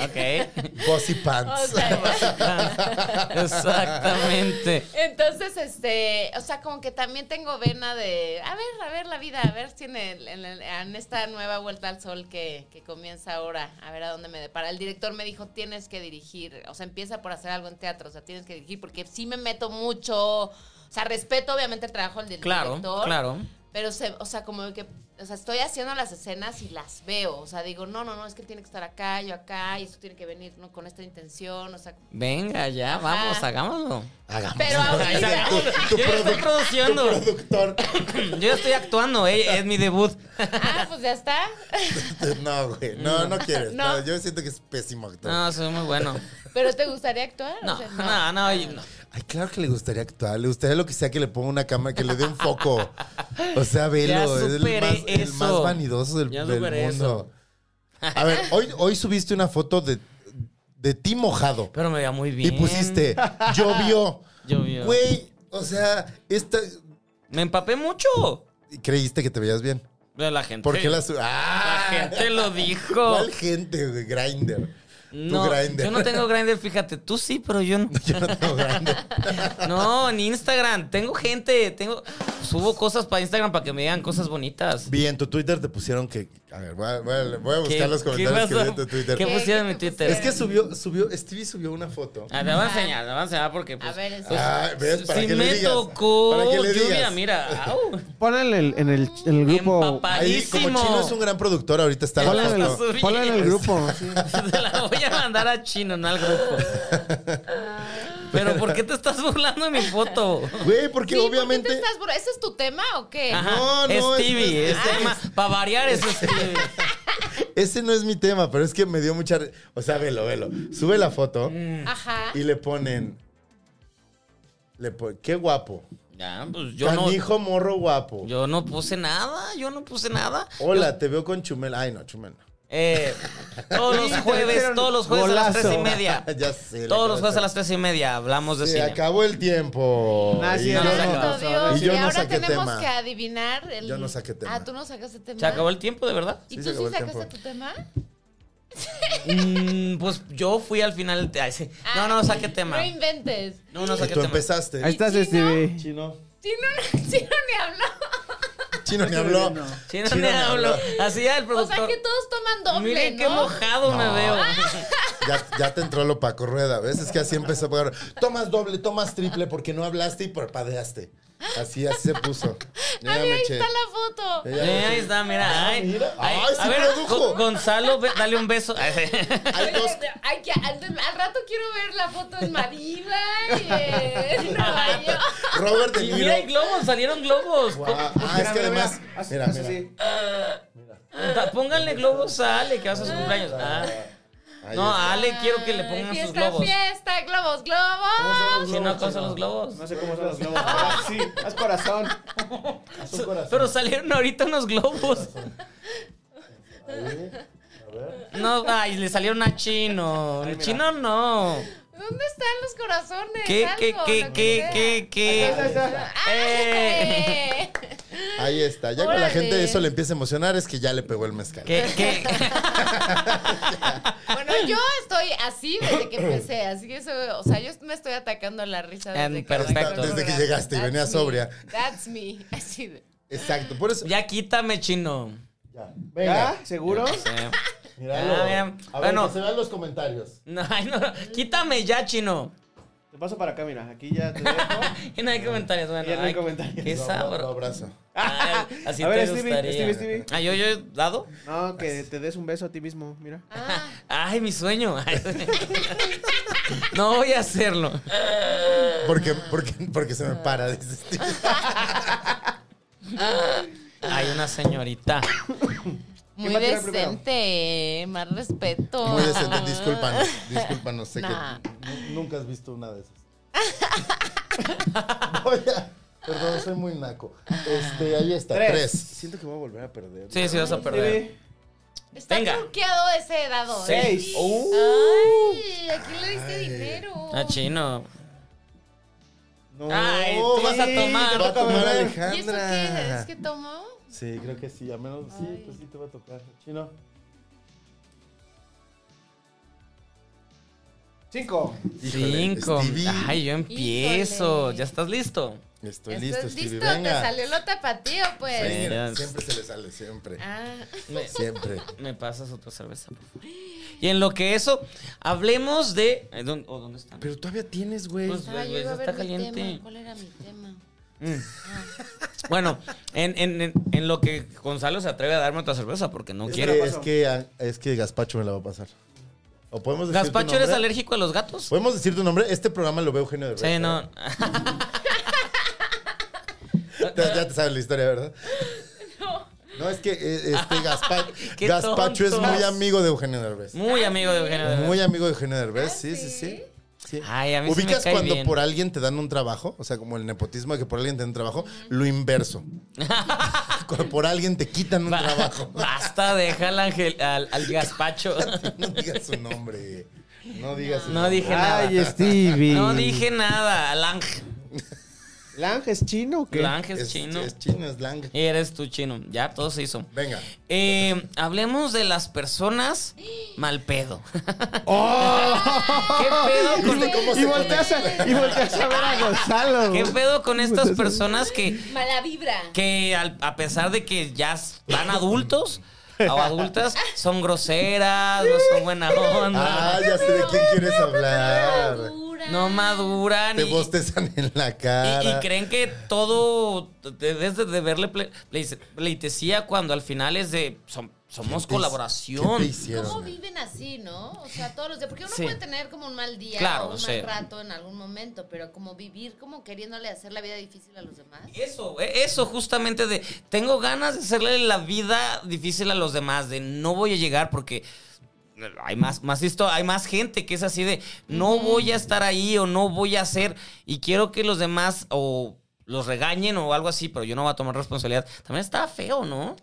Speaker 4: Ok.
Speaker 3: Bossy Pants.
Speaker 5: O sea,
Speaker 4: Exactamente.
Speaker 5: entonces, este, o sea, como que también tengo vena de, a ver, a ver la vida, a ver si en, el- en el- en esta nueva vuelta al sol que, que comienza ahora, a ver a dónde me depara. El director me dijo, tienes que dirigir, o sea, empieza por hacer algo en teatro, o sea, tienes que dirigir, porque sí me meto mucho, o sea, respeto obviamente el trabajo del
Speaker 4: Claro,
Speaker 5: director.
Speaker 4: claro.
Speaker 5: Pero, se, o sea, como que, o sea, estoy haciendo las escenas y las veo. O sea, digo, no, no, no, es que tiene que estar acá, yo acá, y esto tiene que venir ¿no? con esta intención, o sea.
Speaker 4: Venga, ya,
Speaker 5: Ajá.
Speaker 4: vamos, hagámoslo.
Speaker 3: Hagamos.
Speaker 5: Pero ahorita,
Speaker 4: Yo ya estoy produciendo.
Speaker 3: Productor.
Speaker 4: Yo ya estoy actuando, eh, es mi debut.
Speaker 5: ah, pues ya está.
Speaker 3: No, güey. No, no quieres.
Speaker 5: No.
Speaker 3: No. yo siento que es pésimo actor.
Speaker 4: No, soy muy bueno.
Speaker 5: ¿Pero te gustaría actuar? O
Speaker 4: No,
Speaker 5: sea,
Speaker 4: no, no. yo- no.
Speaker 3: Ay, claro que le gustaría actuar. Le gustaría lo que sea que le ponga una cámara, que le dé un foco. O sea,
Speaker 4: Ya
Speaker 3: velo. Es el
Speaker 4: superé
Speaker 3: más, el
Speaker 4: eso.
Speaker 3: más vanidoso del,
Speaker 4: Ya
Speaker 3: del
Speaker 4: superé
Speaker 3: mundo. A ver, hoy, hoy subiste una foto de, de ti mojado.
Speaker 4: Pero me veía muy bien.
Speaker 3: Y pusiste, llovió.
Speaker 4: Llovió.
Speaker 3: Güey, o sea, esta...
Speaker 4: Me empapé mucho.
Speaker 3: Creíste que te veías bien.
Speaker 4: Pero la gente.
Speaker 3: ¿Por qué la su-
Speaker 4: La
Speaker 3: ¡Ah!
Speaker 4: gente lo dijo.
Speaker 3: ¿Cuál gente, güey? Grinder.
Speaker 4: No,
Speaker 3: Grindr.
Speaker 4: yo no tengo grinder, fíjate. Tú sí, pero yo no.
Speaker 3: Yo no tengo Grindr.
Speaker 4: No, en Instagram. Tengo gente, tengo. subo cosas para Instagram para que me digan cosas bonitas.
Speaker 3: Vi en tu Twitter te pusieron que. A ver, voy a, voy a- voy a buscar
Speaker 4: ¿Qué-
Speaker 3: los
Speaker 4: qué
Speaker 3: comentarios que
Speaker 4: pasó?
Speaker 3: vi en tu Twitter.
Speaker 4: ¿Qué
Speaker 5: ¿Qué-
Speaker 4: pusieron en
Speaker 5: qué
Speaker 4: mi
Speaker 5: te
Speaker 4: Twitter?
Speaker 3: Es que subió, subió, Stevie subió una foto.
Speaker 4: Ah, te voy a enseñar, te voy a enseñar porque pues,
Speaker 5: A ver, enseña.
Speaker 4: pues,
Speaker 3: Ah, ¿ves? ¿Para
Speaker 4: si
Speaker 3: qué le
Speaker 4: me
Speaker 3: digas?
Speaker 4: tocó
Speaker 3: ¿Para qué le
Speaker 4: lluvia,
Speaker 3: digas?
Speaker 4: mira, au,
Speaker 6: Ponla en el, en el, en el grupo.
Speaker 4: Empapa-
Speaker 3: Ahí, como
Speaker 4: Padrísimo.
Speaker 3: Chino es un gran productor, ahorita está
Speaker 6: Ponla en
Speaker 3: la
Speaker 4: Hola,
Speaker 3: foto.
Speaker 6: el, ponla en el grupo. sí.
Speaker 4: te la voy a mandar a Chino, no al grupo. Pero ¿por qué te estás burlando de mi foto?
Speaker 3: Güey, porque
Speaker 5: Sí, ¿por qué
Speaker 3: obviamente.
Speaker 5: te estás burlando? ¿Ese es tu tema o qué?
Speaker 4: Ajá,
Speaker 3: No, no, es-
Speaker 4: Stevie,
Speaker 3: es-
Speaker 4: es, tema, para variar es Stevie.
Speaker 3: Ese no es mi tema, pero es que me dio mucha. re- O sea, velo, velo. Sube la foto
Speaker 5: Ajá.
Speaker 3: y le ponen. Le pon- Qué guapo.
Speaker 4: Ya, pues yo no,
Speaker 3: Canijo morro guapo.
Speaker 4: yo no puse nada, yo no puse nada.
Speaker 3: Hola, te veo con Chumel. Ay, no, Chumel. no.
Speaker 4: Eh, todos los jueves, todos los jueves a las
Speaker 6: Golazo.
Speaker 4: tres y media.
Speaker 3: ya sé.
Speaker 4: Todos los jueves
Speaker 3: jueces
Speaker 4: a las tres y media hablamos de
Speaker 3: Se
Speaker 4: cine.
Speaker 3: acabó el tiempo.
Speaker 6: Gracias.
Speaker 3: Y yo
Speaker 4: No,
Speaker 3: no-
Speaker 4: se acabó.
Speaker 5: Santo
Speaker 3: Y
Speaker 5: Dios. Y,
Speaker 3: yo no
Speaker 5: ahora
Speaker 3: saqué
Speaker 5: tenemos
Speaker 3: tema.
Speaker 5: que adivinar. El...
Speaker 3: Yo no saqué tema.
Speaker 5: Ah, tú no sacaste tema.
Speaker 4: ¿Se acabó el tiempo, de verdad?
Speaker 5: ¿Y
Speaker 3: Sí,
Speaker 5: tú
Speaker 3: se acabó
Speaker 5: sí
Speaker 3: el
Speaker 5: sacaste
Speaker 3: tiempo.
Speaker 5: tu tema?
Speaker 4: Mm, pues yo fui al final. ay, sí. No, no, saqué tema.
Speaker 5: No inventes.
Speaker 4: No, no
Speaker 3: Y
Speaker 4: saqué
Speaker 3: tú
Speaker 4: tema.
Speaker 3: empezaste.
Speaker 6: Ahí estás, este,
Speaker 5: Chino?
Speaker 6: Stevie.
Speaker 3: Chino.
Speaker 5: Sí, no, no, sí, no ni habló.
Speaker 3: Chino ni habló.
Speaker 4: Chino, ni hablo. Así ya el
Speaker 5: O
Speaker 4: productor.
Speaker 5: sea que todos toman doble,
Speaker 4: Miren
Speaker 5: ¿no? Ah.
Speaker 4: qué mojado me veo.
Speaker 3: Ya, ya te entró lo Paco Rueda, ¿ves? Es que así empezó. Paco Rueda. Tomas doble, tomas triple porque no hablaste y parpadeaste. Así, así se puso. Yo ya
Speaker 5: Ah, mira,
Speaker 3: me
Speaker 5: ahí
Speaker 3: eché.
Speaker 5: está la foto.
Speaker 3: Yo ya me
Speaker 4: Eh, ahí
Speaker 3: eché.
Speaker 4: está, mira.
Speaker 3: Ah,
Speaker 4: Ay,
Speaker 3: mira.
Speaker 4: ay,
Speaker 3: Ay, sí
Speaker 4: a ver,
Speaker 3: produjo.
Speaker 4: Go- Gonzalo, ve- dale un beso.
Speaker 3: Hay dos-
Speaker 5: Oye, hay que- al, al rato quiero ver la foto en Madiva y en Nueva York.
Speaker 3: Robert De
Speaker 4: Y
Speaker 3: Niro.
Speaker 4: mira, hay globos, salieron globos.
Speaker 3: Guau. Ah, es que además. Mira, mira.
Speaker 4: Ta- Pónganle globos a Ale, que va a ser su cumpleaños. Ah.
Speaker 3: Ahí
Speaker 4: No,
Speaker 3: está.
Speaker 4: a Ale quiero que le pongan sus
Speaker 5: Fiesta,
Speaker 4: globos.
Speaker 5: fiesta, globos, globos.
Speaker 4: Si no, ¿cómo son los globos?
Speaker 7: No sé cómo son los globos. Ah, sí, haz corazón. Haz un corazón.
Speaker 4: Pero salieron ahorita unos globos. No, ay, le salieron a Chino. Chino no.
Speaker 5: ¿Dónde están los corazones?
Speaker 4: ¿Qué,
Speaker 5: Algo,
Speaker 4: qué, qué, qué,
Speaker 5: lo que Ah,
Speaker 4: qué, qué?
Speaker 5: sea.
Speaker 4: Eh.
Speaker 5: ¡Ay!
Speaker 3: Ahí está. Ya cuando la
Speaker 5: Órale.
Speaker 3: gente eso le empieza a emocionar, es que ya le pegó el mezcal.
Speaker 4: ¿Qué, qué?
Speaker 5: Bueno, yo estoy así desde que empecé, así que eso, o sea, yo me estoy atacando la risa desde
Speaker 4: And
Speaker 5: que arrancó el
Speaker 4: perfecto.
Speaker 3: Desde que
Speaker 5: programa.
Speaker 3: llegaste y
Speaker 5: That's
Speaker 3: venía
Speaker 5: me.
Speaker 3: sobria.
Speaker 5: That's me, así de.
Speaker 3: Exacto. Por eso.
Speaker 4: Ya quítame, Chino.
Speaker 3: Ya.
Speaker 7: ¿Ya?
Speaker 3: Venga.
Speaker 7: ¿Seguro?
Speaker 4: Sí.
Speaker 3: Míralo.
Speaker 4: Ah, bien.
Speaker 3: A ver,
Speaker 4: Bueno.
Speaker 3: que se vean los comentarios.
Speaker 4: No, ay, no, quítame ya, Chino.
Speaker 7: Te paso para acá, mira. Aquí ya te dejo.
Speaker 4: Y no hay comentarios, bueno.
Speaker 7: Ya no hay
Speaker 4: ay,
Speaker 7: comentarios.
Speaker 4: Qué
Speaker 3: Lo abra- lo
Speaker 4: sabro.
Speaker 3: abrazo.
Speaker 4: Ay, así
Speaker 7: A ver,
Speaker 4: te
Speaker 7: Stevie,
Speaker 4: gustaría.
Speaker 7: Stevie, Stevie.
Speaker 4: Ah, yo, yo, dado.
Speaker 7: No, que te des un beso a ti mismo, mira.
Speaker 5: Ah,
Speaker 4: Ay, mi sueño. No voy a hacerlo.
Speaker 3: Porque, porque, porque se me para, dice Steve.
Speaker 4: Hay una señorita.
Speaker 5: muy
Speaker 7: va a tirar primero?
Speaker 5: decente, eh, más respeto.
Speaker 3: Muy decente, discúlpanos, discúlpanos, sé
Speaker 5: Nah.
Speaker 3: que nu- nunca has visto una de esas. Voy a- perdón, soy muy naco. Este, ahí está, tres.
Speaker 7: Siento que voy a volver a perder.
Speaker 4: Sí, sí, vas a perder.
Speaker 7: Stevie,
Speaker 5: Está
Speaker 4: Venga.
Speaker 5: truqueado ese dado. ¿eh?
Speaker 7: Seis.
Speaker 5: Ay, aquí le diste dinero.
Speaker 4: Ah, chino.
Speaker 7: No.
Speaker 4: Ay, tú Oh, vas a tomar.
Speaker 3: Oh, Va a tomar
Speaker 5: ¿Y eso qué? ¿Es
Speaker 3: Alejandra.
Speaker 5: que tomó?
Speaker 3: Sí, creo que sí, a menos sí, pues sí te va a tocar. Chino.
Speaker 7: Cinco.
Speaker 3: Híjole,
Speaker 4: Cinco.
Speaker 3: Stevie.
Speaker 4: Ay, yo empiezo.
Speaker 5: Híjole.
Speaker 4: ¿Ya estás listo?
Speaker 3: Estoy
Speaker 5: ¿Estás
Speaker 3: Pues listo, Stevie,
Speaker 5: listo?
Speaker 3: venga.
Speaker 5: Te salió lo tapatío, pues.
Speaker 4: Sí.
Speaker 3: Venga, Siempre se le sale, siempre.
Speaker 5: Ah,
Speaker 4: Me,
Speaker 3: Siempre.
Speaker 4: me pasas otra cerveza, por favor. Y en lo que eso, hablemos de. eh, ¿dónde- ¿O dónde está?
Speaker 3: Pero todavía tienes, güey.
Speaker 4: Pues,
Speaker 5: estaba yo
Speaker 4: güey,
Speaker 5: iba a
Speaker 4: está
Speaker 5: ver mi
Speaker 4: caliente.
Speaker 5: tema. ¿Cuál era mi tema?
Speaker 4: Mm.
Speaker 5: Ah.
Speaker 4: Bueno, en, en- en- en lo que Gonzalo se atreve a darme otra cerveza porque no
Speaker 3: Es
Speaker 4: quiere.
Speaker 3: que, es, que, ah, es que Gaspacho me la va a pasar. O podemos decir tu
Speaker 4: ¿Gaspacho eres
Speaker 3: nombre?
Speaker 4: alérgico a los gatos?
Speaker 3: ¿Podemos decir tu nombre? Este programa lo ve Eugenio de
Speaker 4: Sí, no.
Speaker 3: Ya, ya te sabes la historia, ¿verdad? No. es que eh, este Gaspa-
Speaker 4: Qué
Speaker 3: Gaspacho es
Speaker 4: tontos.
Speaker 3: muy amigo de Eugenio Derbez.
Speaker 4: Muy amigo de Eugenio. Derbez. Ah,
Speaker 3: Muy amigo de Eugenio Derbez, sí, sí, sí. Sí.
Speaker 4: Ay, a mí sí me
Speaker 3: Ubicas
Speaker 4: cae
Speaker 3: cuando
Speaker 4: bien.
Speaker 3: por alguien te dan un trabajo, o sea, como el nepotismo de que por alguien te dan un trabajo, lo inverso. cuando por alguien te quitan un
Speaker 4: Ba-
Speaker 3: trabajo.
Speaker 4: Basta, deja al, ángel, al, al gazpacho.
Speaker 3: no digas su nombre. No digas su
Speaker 4: No
Speaker 3: nombre.
Speaker 4: dije nada.
Speaker 6: Ay, Stevie.
Speaker 4: No dije nada, al ángel.
Speaker 6: ¿Lang es chino o qué?
Speaker 4: Lang es,
Speaker 3: Es
Speaker 4: chino.
Speaker 3: Es chino, es lang.
Speaker 4: Y eres tú chino. Ya todo se hizo.
Speaker 3: Venga.
Speaker 4: Eh, hablemos de las personas mal pedo. ¿Qué pedo con
Speaker 3: ¿Viste cómo
Speaker 6: ¡Oh! Y
Speaker 3: se
Speaker 6: volteas, a, y volteas a ver a Gonzalo.
Speaker 4: ¿Qué
Speaker 6: güey.
Speaker 4: pedo con estas personas que,
Speaker 5: Mala vibra.
Speaker 4: que al- a pesar de que ya están adultos o adultas, son groseras, no son buena onda,
Speaker 3: Ah, ya sé de quién quieres hablar.
Speaker 5: Dura.
Speaker 4: no maduran
Speaker 3: Te
Speaker 4: y,
Speaker 3: bostezan en la
Speaker 4: y- y
Speaker 3: cara.
Speaker 4: creen que todo debes de verle ple- ple- pleitesía cuando al final es de som- somos
Speaker 3: ¿Qué te
Speaker 4: colaboración.
Speaker 5: ¿Cómo
Speaker 3: hicieron?
Speaker 5: viven así, no? O sea, todos los días. Porque uno
Speaker 4: Sí.
Speaker 5: puede tener como un mal día
Speaker 4: Claro,
Speaker 5: o un
Speaker 4: sí.
Speaker 5: mal rato en algún momento, pero como vivir como queriéndole hacer la vida difícil a los demás.
Speaker 4: Eso, eh, eso justamente de tengo ganas de hacerle la vida difícil a los demás, de no voy a llegar porque hay más, más esto, hay más gente que es así de no voy a estar ahí o no voy a hacer y quiero que los demás o los regañen o algo así, pero yo no voy a tomar responsabilidad. También está feo, ¿no?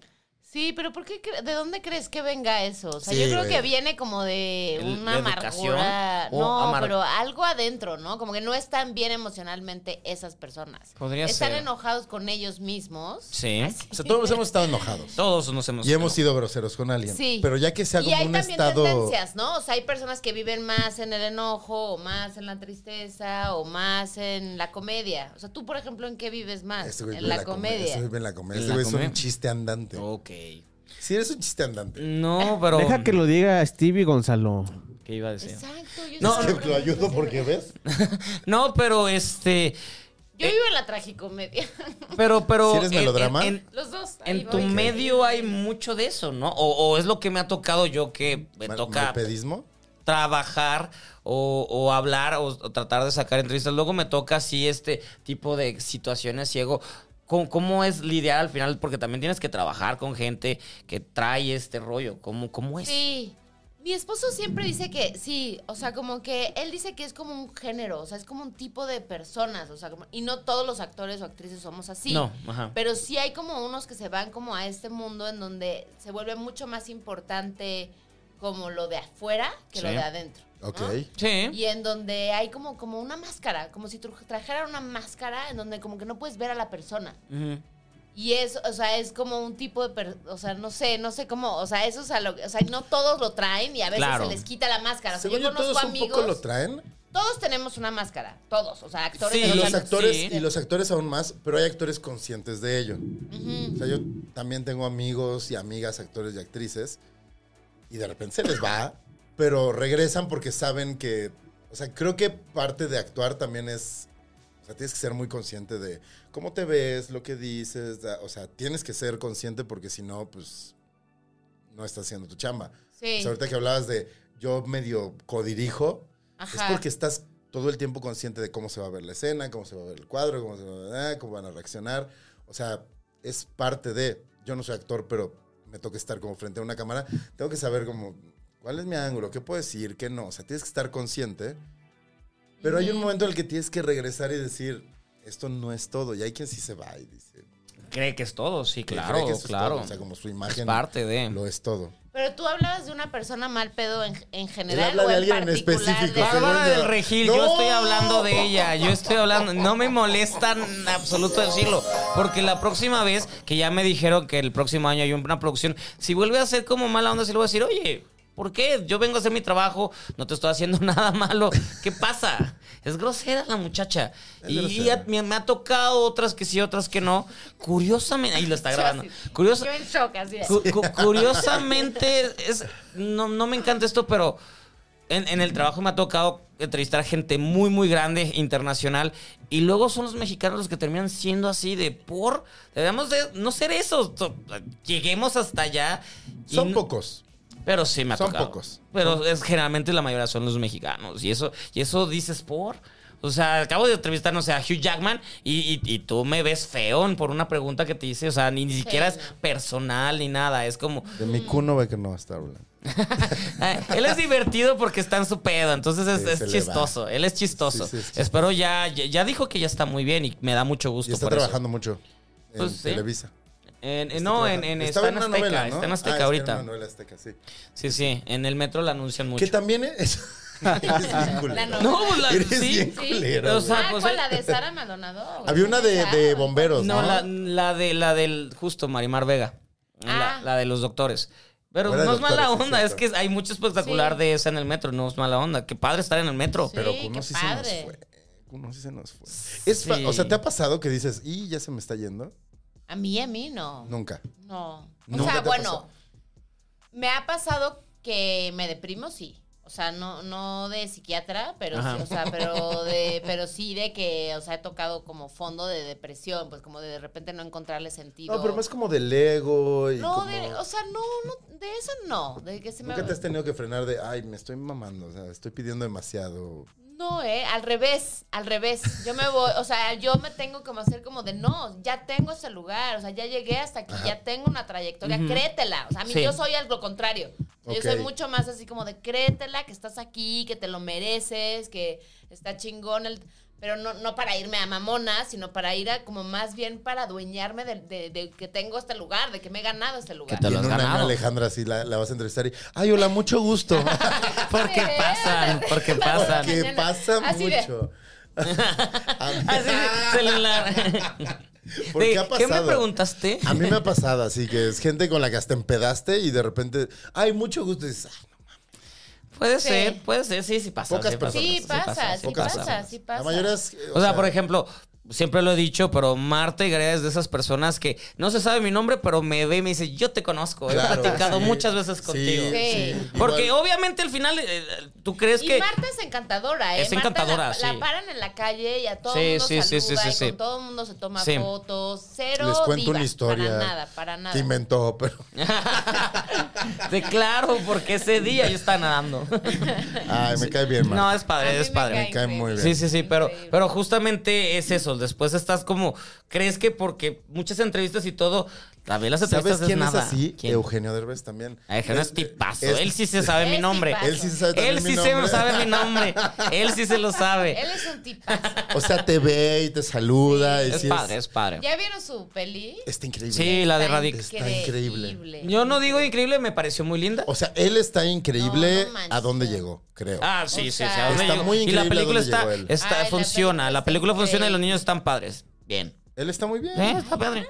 Speaker 5: Sí, pero ¿por qué cre- ¿de dónde crees que venga eso? O sea,
Speaker 3: Sí,
Speaker 5: yo creo
Speaker 3: güey.
Speaker 5: que viene como de
Speaker 4: El-
Speaker 5: una
Speaker 4: la educación
Speaker 5: amargura.
Speaker 4: o
Speaker 5: No,
Speaker 4: amar-
Speaker 5: pero algo adentro, ¿no? Como que no están bien emocionalmente esas personas.
Speaker 4: Podría
Speaker 5: están
Speaker 4: ser.
Speaker 5: enojados con ellos mismos.
Speaker 4: Sí.
Speaker 3: O sea, todos hemos estado enojados.
Speaker 4: Todos nos hemos...
Speaker 3: Y hemos sido groseros con alguien.
Speaker 5: Sí.
Speaker 3: Pero ya que sea
Speaker 5: Y
Speaker 3: como
Speaker 5: hay
Speaker 3: un
Speaker 5: también
Speaker 3: estado.
Speaker 5: tendencias, ¿no? O sea, hay personas que viven más en el enojo, o más en la tristeza, o más en la comedia. O sea, tú, por ejemplo, ¿en qué vives más?
Speaker 3: Este güey
Speaker 5: en
Speaker 3: vive
Speaker 5: la,
Speaker 3: com-
Speaker 5: comedia.
Speaker 3: Este güey vive en la comedia.
Speaker 4: En
Speaker 3: Este
Speaker 4: la
Speaker 3: güey es
Speaker 4: comedia.
Speaker 3: un chiste andante.
Speaker 4: Ok.
Speaker 3: Si eres un chiste andante.
Speaker 4: No, pero...
Speaker 6: Deja que lo diga Stevie Gonzalo.
Speaker 4: ¿Qué iba a decir?
Speaker 5: Exacto. Yo
Speaker 4: No,
Speaker 3: Es
Speaker 5: estaba
Speaker 3: que lo ayudo porque ves.
Speaker 4: No, pero este...
Speaker 5: Yo vivo en la tragicomedia.
Speaker 4: Pero, pero...
Speaker 3: ¿Sí eres
Speaker 4: en- en-
Speaker 3: melodrama?
Speaker 4: en-
Speaker 5: Los dos. ahí
Speaker 4: En tu
Speaker 5: voy.
Speaker 4: medio hay mucho de eso, ¿no? O, o es lo que me ha tocado yo que me
Speaker 3: Mal-
Speaker 4: toca
Speaker 3: malpedismo.
Speaker 4: trabajar o, o hablar o, o tratar de sacar entrevistas. Luego me toca así este tipo de situaciones ciego. ¿Cómo, cómo es lidiar al final? Porque también tienes que trabajar con gente que trae este rollo. ¿Cómo, cómo es?
Speaker 5: Sí. Mi esposo siempre dice que sí, o sea, como que él dice que es como un género, o sea, es como un tipo de personas, o sea, como- y no todos los actores o actrices somos así.
Speaker 4: No, ajá.
Speaker 5: Pero sí hay como unos que se van como a este mundo en donde se vuelve mucho más importante como lo de afuera que lo
Speaker 4: Sí.
Speaker 5: de adentro. ¿no?
Speaker 3: Ok.
Speaker 4: Sí.
Speaker 5: Y en donde hay como, como una máscara, como si tru- trajera una máscara en donde como que no puedes ver a la persona.
Speaker 4: Ujú.
Speaker 5: Y es, o sea, es como un tipo de, per- o sea, no sé, no sé cómo, o sea, eso es a lo o sea, no todos lo traen y a veces
Speaker 4: Claro.
Speaker 5: se les quita la máscara. O sea,
Speaker 3: Según
Speaker 5: yo
Speaker 3: yo,
Speaker 5: conozco
Speaker 3: todos
Speaker 5: amigos,
Speaker 3: un poco lo traen.
Speaker 5: todos tenemos una máscara, todos, o sea, actores.
Speaker 4: Sí,
Speaker 3: Y
Speaker 5: pero
Speaker 3: los
Speaker 4: sí.
Speaker 3: actores, y los actores aún más, pero hay actores conscientes de ello.
Speaker 5: Ujú.
Speaker 3: O sea, yo también tengo amigos y amigas, actores y actrices, y de repente se les va, pero regresan porque saben que. O sea, creo que parte de actuar también es. O sea, tienes que ser muy consciente de cómo te ves, lo que dices. da- O sea, tienes que ser consciente porque si no, pues. No estás haciendo tu chamba. O
Speaker 5: Sí,
Speaker 3: sea, pues ahorita que hablabas de yo medio codirijo,
Speaker 5: ajá.
Speaker 3: es porque estás todo el tiempo consciente de cómo se va a ver la escena, cómo se va a ver el cuadro, cómo, se va a- ah, cómo van a reaccionar. O sea, es parte de. Yo no soy actor, pero me toca estar como frente a una cámara. Tengo que saber como cuál es mi ángulo, qué puedo decir, qué no. O sea, tienes que estar consciente. Pero hay un momento en el que tienes que regresar y decir, esto no es todo. Y hay quien sí se va y dice,
Speaker 4: Cree que es todo, sí,
Speaker 3: que
Speaker 4: claro,
Speaker 3: cree que esto es
Speaker 4: claro.
Speaker 3: todo. O sea, como su imagen
Speaker 4: parte de.
Speaker 3: lo es todo.
Speaker 5: Pero tú hablabas de una persona mal pedo en, en general
Speaker 3: habla
Speaker 5: o
Speaker 3: de
Speaker 5: en
Speaker 3: alguien en
Speaker 5: particular.
Speaker 3: específico,
Speaker 5: de-
Speaker 3: según
Speaker 4: Bárbara
Speaker 3: yo.
Speaker 4: del Regil,
Speaker 3: ¡No!
Speaker 4: yo estoy hablando de ella, yo estoy hablando, no me molesta en absoluto decirlo, porque la próxima vez que ya me dijeron que el próximo año hay una producción, si vuelve a ser como mala onda, se le voy a decir, oye, ¿por qué? Yo vengo a hacer mi trabajo, no te estoy haciendo nada malo, ¿qué pasa? Es grosera la muchacha.
Speaker 3: Es
Speaker 4: Y
Speaker 3: grosera.
Speaker 4: ya me, me ha tocado otras que sí, otras que no. Curiosamente, ahí lo está grabando. Curiosa,
Speaker 5: Yo en shock, así de-
Speaker 4: Cu- cu- curiosamente, es, no, no me encanta esto, pero en, en el trabajo me ha tocado entrevistar gente muy, muy grande, internacional, y luego son los mexicanos los que terminan siendo así de por. Debemos de no ser esos. to- Lleguemos hasta allá. y
Speaker 3: Son
Speaker 4: no-
Speaker 3: pocos.
Speaker 4: Pero sí me ha
Speaker 3: son
Speaker 4: tocado.
Speaker 3: pocos.
Speaker 4: Pero es, generalmente la mayoría son los mexicanos, y eso, y eso dices por. O sea, acabo de entrevistar, no sé, a Hugh Jackman y, y- y tú me ves feo por una pregunta que te hice. O sea, ni, ni siquiera es personal ni nada. Es como,
Speaker 3: De mi cuno ve que no va a estar hablando.
Speaker 4: Ah, él es divertido porque está en su pedo, entonces es,
Speaker 3: Sí,
Speaker 4: es
Speaker 3: se le
Speaker 4: chistoso. Él es chistoso.
Speaker 3: Sí, sí, es chistoso.
Speaker 4: Espero ya, ya, ya dijo que ya está muy bien y me da mucho gusto
Speaker 3: Y está
Speaker 4: por eso.
Speaker 3: trabajando mucho en
Speaker 4: Pues sí.
Speaker 3: Televisa.
Speaker 4: En- en-
Speaker 3: Está
Speaker 4: no, en,
Speaker 3: trabajando.
Speaker 4: en,
Speaker 3: Estaba
Speaker 4: está en
Speaker 3: una
Speaker 4: Azteca,
Speaker 3: novela, ¿no?
Speaker 4: está en
Speaker 3: Ah,
Speaker 4: Azteca
Speaker 3: está en
Speaker 4: ahorita.
Speaker 3: una novela azteca, sí.
Speaker 4: Sí, sí, en el metro la anuncian mucho.
Speaker 3: Que también es... Eres bien
Speaker 5: La
Speaker 3: culero.
Speaker 5: novela.
Speaker 4: No, pues la-
Speaker 3: Eres
Speaker 4: sí.
Speaker 3: bien
Speaker 5: Sí.
Speaker 3: culero,
Speaker 4: O sea,
Speaker 3: güey.
Speaker 5: ah,
Speaker 4: pues,
Speaker 5: ¿cuál?
Speaker 4: eh.
Speaker 5: la de Sara Maldonado.
Speaker 3: Había una de, de bomberos, ¿no?
Speaker 4: No, la, la de la del justo Marimar Vega. La,
Speaker 5: Ah.
Speaker 4: la de los doctores. Pero
Speaker 3: Fuera de
Speaker 4: no es mala
Speaker 3: doctores, sí,
Speaker 4: onda, es
Speaker 3: cierto.
Speaker 4: que hay mucho espectacular
Speaker 5: Sí.
Speaker 4: de esa en el metro, no es mala onda. Qué padre estar en el metro.
Speaker 5: Sí.
Speaker 3: Pero
Speaker 5: qué
Speaker 3: Cuno sí se nos
Speaker 5: padre.
Speaker 3: fue. Cuno sí se nos fue. Es fa-
Speaker 4: Sí.
Speaker 3: O sea, ¿te ha pasado que dices, y ya se me está yendo?
Speaker 5: A mí, a mí no. No.
Speaker 3: Nunca.
Speaker 5: O
Speaker 3: Nunca te
Speaker 5: sea,
Speaker 3: ha
Speaker 5: bueno,
Speaker 3: pasado.
Speaker 5: me ha pasado que me deprimo, sí. O sea, no, no de psiquiatra, pero sí, o sea, pero de, pero sí de que, o sea, he tocado como fondo de depresión, pues como de, de repente no encontrarle sentido.
Speaker 3: No, pero más como del ego y
Speaker 5: No,
Speaker 3: como-
Speaker 5: de, o sea, no, no, de eso no. De que se me
Speaker 3: Nunca te has tenido que frenar de, ay, me estoy mamando, o sea, estoy pidiendo demasiado.
Speaker 5: No, eh, al revés, al revés. Yo me voy, o sea, yo me tengo como hacer como de no, ya tengo ese lugar, o sea, ya llegué hasta aquí, ya tengo una trayectoria, créetela. O sea, a mí
Speaker 4: Sí.
Speaker 5: yo soy algo contrario. O sea, Yo
Speaker 3: Ok.
Speaker 5: soy mucho más así como de créetela, que estás aquí, que te lo mereces, que está chingón el. Pero no, no para irme a mamona, sino para ir a como más bien para adueñarme de, de- de que tengo este lugar, de que me he ganado este lugar.
Speaker 4: Te
Speaker 3: y
Speaker 4: lo
Speaker 3: en
Speaker 4: has
Speaker 3: un año
Speaker 4: ganado.
Speaker 3: Alejandra así la, la vas a entrevistar y, ay, hola, mucho gusto.
Speaker 4: Porque
Speaker 5: Sí.
Speaker 4: pasan, porque pasan.
Speaker 5: Porque-
Speaker 3: que
Speaker 5: Mañana.
Speaker 3: pasa
Speaker 5: Así de-
Speaker 3: mucho. A mí-
Speaker 4: Así, celular.
Speaker 3: Ah. ¿Por qué
Speaker 4: De-
Speaker 3: ha
Speaker 4: ¿Qué me
Speaker 3: pasado?
Speaker 4: preguntaste?
Speaker 3: A mí me ha pasado así, que es gente con la que hasta empedaste y de repente, ay, mucho gusto. Y dices, "Ah, no".
Speaker 4: Puede
Speaker 5: Sí.
Speaker 4: ser, puede ser, sí, sí pasa.
Speaker 3: Pocas
Speaker 4: sí pasa,
Speaker 5: Sí, pasa, sí
Speaker 4: pocas
Speaker 5: pasa,
Speaker 4: personas.
Speaker 5: sí pasa.
Speaker 3: La mayoría es...
Speaker 4: O sea, por ejemplo, siempre lo he dicho, pero Marta Higuera es de esas personas que no se sabe mi nombre, pero me ve y me dice, yo te conozco, he
Speaker 3: Claro,
Speaker 4: platicado
Speaker 3: sí,
Speaker 4: muchas veces
Speaker 3: sí,
Speaker 4: contigo.
Speaker 5: Sí.
Speaker 3: Igual-
Speaker 4: Porque obviamente al final, eh, tú crees
Speaker 5: y
Speaker 4: que...
Speaker 5: Marta es encantadora, ¿eh?
Speaker 4: Es
Speaker 5: Marta
Speaker 4: encantadora,
Speaker 5: la,
Speaker 4: sí.
Speaker 5: la paran en la calle y a todo
Speaker 4: Sí,
Speaker 5: el mundo
Speaker 4: sí, sí,
Speaker 5: saluda
Speaker 4: sí, sí,
Speaker 5: y
Speaker 4: sí.
Speaker 5: con todo el mundo se toma
Speaker 4: Sí.
Speaker 5: fotos. Cero
Speaker 3: les cuento
Speaker 5: diva,
Speaker 3: una historia.
Speaker 5: Para nada, para nada.
Speaker 3: Que inventó, pero...
Speaker 4: de claro, porque ese día yo estaba nadando.
Speaker 3: Ay, me cae bien, man.
Speaker 4: No, es
Speaker 5: A mí
Speaker 4: padre, es
Speaker 5: me
Speaker 4: padre.
Speaker 3: Me cae muy bien.
Speaker 4: Sí, sí, sí, pero,
Speaker 5: Increíble.
Speaker 4: pero justamente es eso. Después estás como, crees que porque muchas entrevistas y todo, a ver, las
Speaker 3: ¿Sabes
Speaker 4: entrevistas
Speaker 3: quién
Speaker 4: es
Speaker 3: es,
Speaker 4: nada.
Speaker 3: así?
Speaker 4: ¿Quién?
Speaker 3: Eugenio Derbez también.
Speaker 4: Ay, que no es tipazo. Él sí se sabe
Speaker 5: Es
Speaker 4: mi nombre.
Speaker 5: tipazo.
Speaker 3: Él sí se sabe también
Speaker 4: Él
Speaker 3: mi
Speaker 4: sí se
Speaker 3: nombre.
Speaker 4: sabe mi nombre. Él sí se lo sabe.
Speaker 5: Él es un tipazo.
Speaker 3: O sea, te ve y te saluda. y
Speaker 4: Es
Speaker 3: sí
Speaker 4: padre, es padre.
Speaker 5: ¿Ya vieron su peli?
Speaker 3: Está increíble.
Speaker 4: Sí, la de
Speaker 5: Está
Speaker 4: Radix.
Speaker 3: Está increíble.
Speaker 4: Yo no digo increíble, me pareció muy linda.
Speaker 3: O sea, él está increíble
Speaker 5: No, no manches.
Speaker 3: a dónde llegó, creo.
Speaker 4: Ah, sí,
Speaker 5: O
Speaker 4: sí, sí.
Speaker 5: sea,
Speaker 4: ¿a dónde
Speaker 3: Está
Speaker 4: llegó?
Speaker 3: muy
Speaker 4: y la
Speaker 3: increíble
Speaker 4: película
Speaker 3: dónde
Speaker 4: está,
Speaker 3: llegó él.
Speaker 4: está-
Speaker 5: Ay, la
Speaker 4: funciona, Ah, la película
Speaker 5: película está
Speaker 4: funciona y los
Speaker 5: increíble.
Speaker 4: niños están padres. Bien.
Speaker 3: Él está muy bien.
Speaker 4: Eh, Está padre.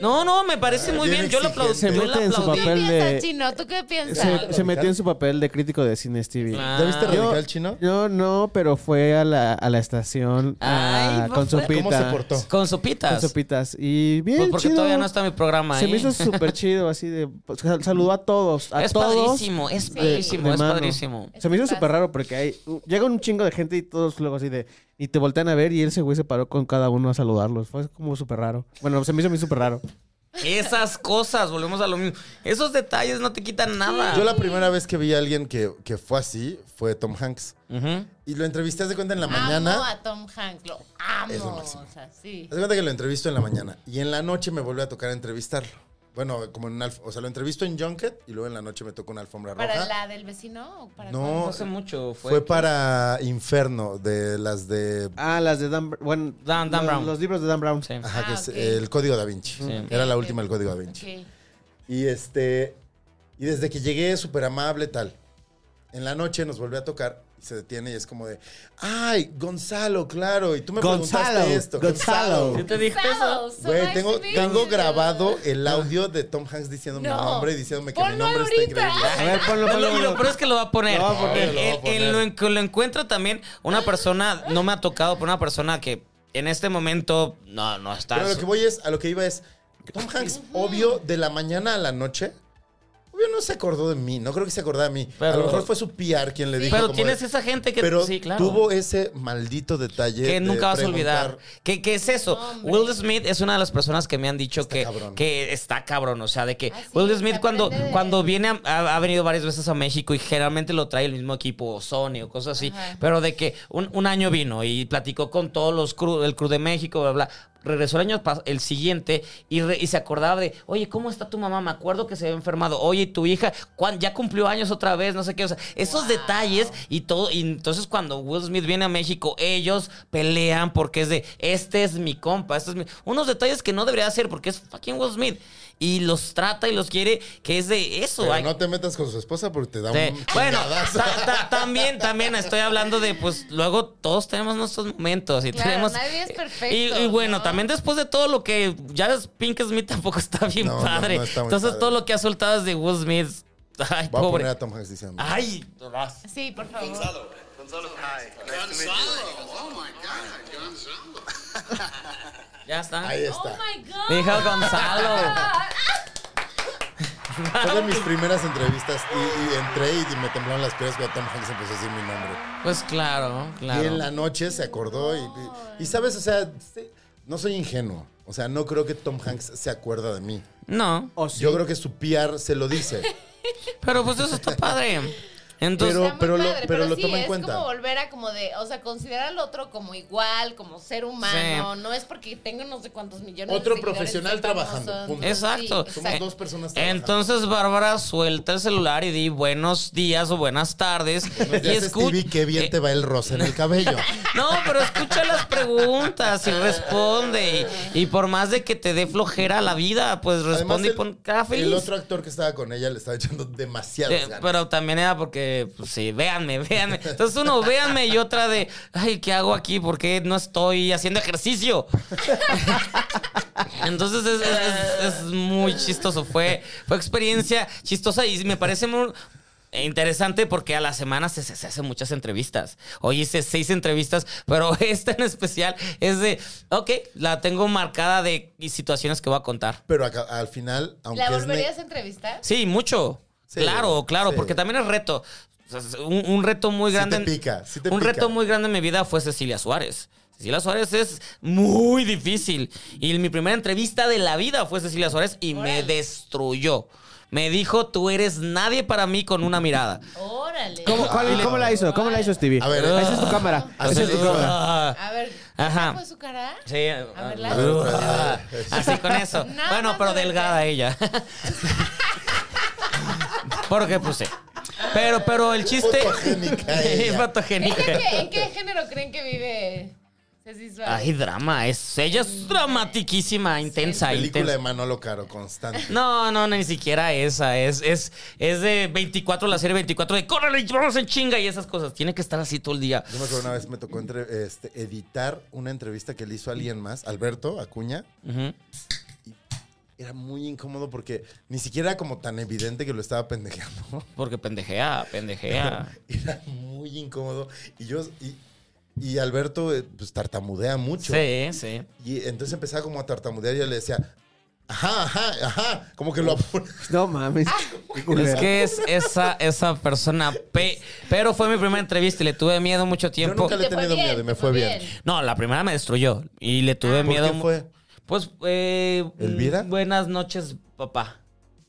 Speaker 4: No, no, me parece muy
Speaker 3: Bien
Speaker 4: bien. Yo lo aplaudí.
Speaker 6: Se
Speaker 4: yo
Speaker 3: exigente.
Speaker 4: lo
Speaker 6: mete en su
Speaker 4: aplaudí.
Speaker 5: ¿Tú
Speaker 6: papel.
Speaker 5: qué piensas,
Speaker 6: de-
Speaker 5: Chino? ¿Tú qué piensas?
Speaker 3: Ese-
Speaker 6: Se, se metió en su papel de crítico de cine Stevie.
Speaker 4: Claro.
Speaker 3: ¿Ya viste
Speaker 4: Ah.
Speaker 3: Radical Chino?
Speaker 6: No, no, pero fue a la, a la estación a-
Speaker 4: Ay,
Speaker 6: con
Speaker 4: fue-
Speaker 6: sopitas.
Speaker 3: ¿Cómo se portó?
Speaker 4: Con sopitas.
Speaker 6: Con sopitas. Y bien
Speaker 4: Pues porque
Speaker 6: chido.
Speaker 4: todavía no está mi programa,
Speaker 6: Se
Speaker 4: ¿eh?
Speaker 6: me hizo súper chido, así de... pues, sal- Saludó a todos, a
Speaker 4: es
Speaker 6: todos.
Speaker 4: padrísimo, es
Speaker 5: de-
Speaker 4: padrísimo,
Speaker 6: de
Speaker 4: es
Speaker 6: mano.
Speaker 4: padrísimo.
Speaker 6: Se me hizo súper raro porque hay... Llega un chingo de gente y todos luego así de... Y te voltean a ver y ese güey se paró con cada uno a saludarlos. Fue como súper raro. Bueno, se me hizo a mí súper raro.
Speaker 4: Esas cosas, volvemos a lo mismo. Esos detalles no te quitan nada.
Speaker 3: Yo la primera vez que vi a alguien que, que fue así fue Tom Hanks.
Speaker 4: Ujú.
Speaker 3: Y lo entrevisté, haz de cuenta, en la
Speaker 5: Amo
Speaker 3: mañana.
Speaker 5: Ah, a Tom Hanks, lo
Speaker 3: Es lo
Speaker 5: amo.
Speaker 3: máximo.
Speaker 5: O sea, sí.
Speaker 3: Haz de cuenta que lo entrevisto en la mañana. Y en la noche me vuelve a tocar entrevistarlo. Bueno, como en un... alf- O sea, lo entrevisto en Junket y luego en la noche me toca una alfombra roja.
Speaker 5: ¿Para la del vecino o para
Speaker 3: No,
Speaker 5: cuál?
Speaker 4: No hace mucho
Speaker 3: Fue,
Speaker 4: fue.
Speaker 3: para Inferno, de las de...
Speaker 6: Ah, las de Dan... Br- Bueno,
Speaker 4: Dan- Dan
Speaker 6: los,
Speaker 4: Brown.
Speaker 6: los libros de Dan Brown.
Speaker 4: Sí.
Speaker 3: Ajá,
Speaker 5: Ah,
Speaker 3: que es
Speaker 5: ok.
Speaker 3: el Código Da Vinci. Era la última, el Código Da Vinci.
Speaker 5: Ok.
Speaker 3: Y este. Y desde que llegué, súper amable, tal. En la noche nos volvió a tocar y se detiene y es como de. ¡Ay, Gonzalo, claro! Y tú me
Speaker 6: Gonzalo,
Speaker 3: preguntaste esto.
Speaker 6: Gonzalo.
Speaker 4: ¿Qué te dije eso?
Speaker 5: Wow, so
Speaker 3: Güey,
Speaker 5: nice
Speaker 3: tengo,
Speaker 5: to meet
Speaker 3: tengo
Speaker 5: you.
Speaker 3: grabado el audio de Tom Hanks diciendo mi
Speaker 5: No.
Speaker 3: nombre y diciéndome que mi
Speaker 5: Ponlo
Speaker 3: nombre
Speaker 5: ahorita. Ah.
Speaker 3: está increíble.
Speaker 6: A ver, ponlo,
Speaker 4: No,
Speaker 6: ponlo.
Speaker 4: lo, y lo
Speaker 6: ponlo.
Speaker 4: peor es que lo va a poner.
Speaker 6: Lo va a poner,
Speaker 4: En-
Speaker 3: lo va a
Speaker 4: en- en lo en que lo encuentro también, una persona, no me ha tocado, pero una persona que en este momento no, no está.
Speaker 3: Pero
Speaker 4: en
Speaker 3: lo
Speaker 4: su-
Speaker 3: que voy es, a lo que iba es, Tom Hanks, obvio, de la mañana a la noche, obvio no se acordó de mí, no creo que se acordara de mí. a
Speaker 4: Pero-
Speaker 3: lo mejor fue su PR quien le dijo.
Speaker 4: Pero
Speaker 3: como de-
Speaker 4: tienes esa gente que-
Speaker 3: pero
Speaker 4: sí, claro.
Speaker 3: tuvo ese maldito detalle.
Speaker 4: que
Speaker 3: de
Speaker 4: nunca vas a
Speaker 3: preguntar,
Speaker 4: olvidar. ¿Qué, qué es eso?
Speaker 5: No, hombre.
Speaker 4: Will Smith es una de las personas que me han dicho que,
Speaker 3: cabrón.
Speaker 4: que está cabrón. O sea, de que
Speaker 5: Ah, sí,
Speaker 4: Will
Speaker 5: se
Speaker 4: Smith cuando,
Speaker 5: aprende de-
Speaker 4: cuando viene, a- ha, ha venido varias veces a México y generalmente lo trae el mismo equipo, o Sony o cosas así.
Speaker 5: Ajá.
Speaker 4: Pero de que un, un año vino y platicó con todos los crew, el crew de México, bla, bla. Regresó el año pas- el siguiente y, re- y se acordaba de, oye, ¿cómo está tu mamá? Me acuerdo que se había enfermado. Oye, ¿y tu hija ¿Cuán- ya cumplió años otra vez, no sé qué. O sea, esos detalles y todo. Y entonces cuando Will Smith viene a México, ellos pelean porque es de, este es mi compa, este es mi... Unos detalles que no debería hacer porque es fucking Will Smith. y los trata y los quiere, que es de eso.
Speaker 3: Pero
Speaker 4: hay-
Speaker 3: no te metas con su esposa porque te da
Speaker 4: Sí.
Speaker 3: un
Speaker 4: Bueno,
Speaker 3: chingadazo.
Speaker 4: ta- ta- también, también estoy hablando de, pues, luego todos tenemos nuestros momentos y
Speaker 5: Claro,
Speaker 4: tenemos...
Speaker 5: nadie es perfecto,
Speaker 4: Y, y bueno,
Speaker 5: ¿no?
Speaker 4: también después de todo lo que... Ya ves, Pink Smith tampoco está bien
Speaker 3: No, no,
Speaker 4: padre.
Speaker 3: no está muy
Speaker 4: Entonces
Speaker 3: padre.
Speaker 4: todo lo que ha soltado es de Will Smith. Ay,
Speaker 3: Voy a
Speaker 4: pobre.
Speaker 3: poner a Tom Hanks diciendo.
Speaker 4: Ay,
Speaker 5: Sí, por favor.
Speaker 4: ya está.
Speaker 3: Ahí
Speaker 5: Oh
Speaker 3: está.
Speaker 5: my God.
Speaker 4: Dijo Gonzalo.
Speaker 3: Fue de mis primeras entrevistas y, y entré y me temblaron las piernas cuando Tom Hanks empezó a decir mi nombre.
Speaker 4: Pues claro,
Speaker 3: Y en la
Speaker 4: claro.
Speaker 3: noche se acordó y, y- y, sabes, o sea, sí, no soy ingenuo. O sea, no creo que Tom Hanks se acuerda de mí.
Speaker 4: No,
Speaker 6: Oh,
Speaker 3: Yo creo que su PR se lo dice.
Speaker 4: pero pues eso está padre. Entonces,
Speaker 3: Pero-
Speaker 5: Está muy
Speaker 3: pero lo-
Speaker 5: padre,
Speaker 3: pero lo
Speaker 5: sí,
Speaker 3: toma en
Speaker 5: es
Speaker 3: cuenta.
Speaker 5: como volver a como de, o sea, considerar al otro como igual, como ser humano. No es porque tengo no sé cuántos millones
Speaker 3: Otro
Speaker 5: de seguidores
Speaker 3: profesional
Speaker 5: y ser famoso.
Speaker 3: trabajando, punto.
Speaker 4: Exacto.
Speaker 5: Sí,
Speaker 3: Somos
Speaker 5: exacto.
Speaker 3: dos personas trabajando.
Speaker 4: Entonces, Bárbara, suelta el celular y di buenos días o buenas tardes.
Speaker 3: Buenos
Speaker 4: y
Speaker 3: días,
Speaker 4: escu- eh,
Speaker 3: Stevie, qué bien te va el rosa en el cabello.
Speaker 4: No, pero escucha las preguntas y responde. Y, y por más de que te dé flojera la vida, pues responde y
Speaker 3: el-
Speaker 4: pon cada feliz.
Speaker 3: El otro actor que estaba con ella le estaba echando demasiadas
Speaker 4: Eh,
Speaker 3: ganas.
Speaker 4: pero también era porque, pues, sí, véanme, véanme. Entonces uno, véanme y otra de, ay, ¿qué hago aquí? ¿Por qué no estoy haciendo ejercicio? Entonces es, es- es- es muy chistoso. Fue, fue experiencia chistosa y me parece muy... Interesante porque a la semana se, se- se hacen muchas entrevistas. Hoy hice seis entrevistas, pero esta en especial es de, ok, la tengo marcada de situaciones que voy a contar.
Speaker 3: Pero acá- al final, aunque
Speaker 5: ¿La
Speaker 3: es ne-
Speaker 5: volverías a entrevistar?
Speaker 4: Sí, mucho.
Speaker 3: Sí,
Speaker 4: claro, claro,
Speaker 3: sí.
Speaker 4: porque también es reto. O sea, es Un, un reto muy
Speaker 3: Sí
Speaker 4: grande.
Speaker 3: te pica, sí te
Speaker 4: un
Speaker 3: pica.
Speaker 4: reto muy grande en mi vida fue Cecilia Suárez. Cecilia Suárez es muy difícil. Y mi primera entrevista de la vida fue Cecilia Suárez y me destruyó. Me dijo, tú eres nadie para mí con una mirada.
Speaker 5: Órale.
Speaker 6: ¿Cómo, cuál- cómo la hizo? ¿Cómo la hizo Stevie?
Speaker 3: A ver, ah,
Speaker 6: esa es tu cámara.
Speaker 3: Así
Speaker 6: Esa es tu
Speaker 3: hizo.
Speaker 6: cámara.
Speaker 4: Ah,
Speaker 5: A ver,
Speaker 4: Ajá.
Speaker 5: ¿esa fue su cara?
Speaker 4: Sí, ah,
Speaker 5: verla.
Speaker 3: A ver, otra vez.
Speaker 4: así con eso.
Speaker 5: Nada
Speaker 4: bueno,
Speaker 5: más
Speaker 4: pero
Speaker 5: de
Speaker 4: delgada ella. Porque pues sí. Pero, pero el chiste.
Speaker 3: Fotogénica ella.
Speaker 4: Fotogénica.
Speaker 5: ¿En qué, en qué género creen que vive Ceci Suárez?
Speaker 4: Ay, drama. Es, ella es dramatiquísima, intensa,
Speaker 3: Película de
Speaker 4: intensa.
Speaker 3: Manolo Caro, constante.
Speaker 4: No, no, ni siquiera esa. Es, es, es de 24, la serie 24 de córrele, vamos en chinga y esas cosas. Tiene que estar así todo el día.
Speaker 3: Yo me acuerdo una vez me tocó entre- este, editar una entrevista que le hizo a alguien más, Alberto Acuña.
Speaker 4: Ujú.
Speaker 3: Era muy incómodo porque ni siquiera era como tan evidente que lo estaba pendejeando.
Speaker 4: Porque pendejea, pendejea.
Speaker 3: Era muy incómodo. Y yo. Y, y Alberto, eh, pues tartamudea mucho.
Speaker 4: Sí, sí.
Speaker 3: Y entonces empezaba como a tartamudear y yo le decía, ajá, ajá, ajá. Como que lo apuraba.
Speaker 6: No mames.
Speaker 3: Ah,
Speaker 6: Qué culera.
Speaker 4: Es que es esa, esa persona. pe- pero fue mi primera entrevista y le tuve miedo mucho
Speaker 3: Yo
Speaker 4: tiempo.
Speaker 3: nunca le he
Speaker 5: Te fue
Speaker 3: tenido
Speaker 5: bien,
Speaker 3: miedo y me
Speaker 5: te
Speaker 3: fue
Speaker 5: fue
Speaker 3: bien.
Speaker 5: bien.
Speaker 4: No, la primera me destruyó y le tuve
Speaker 3: ¿Por
Speaker 4: miedo.
Speaker 3: qué fue?
Speaker 4: Pues, eh,
Speaker 3: ¿Elvira?
Speaker 4: mm, Buenas noches, papá.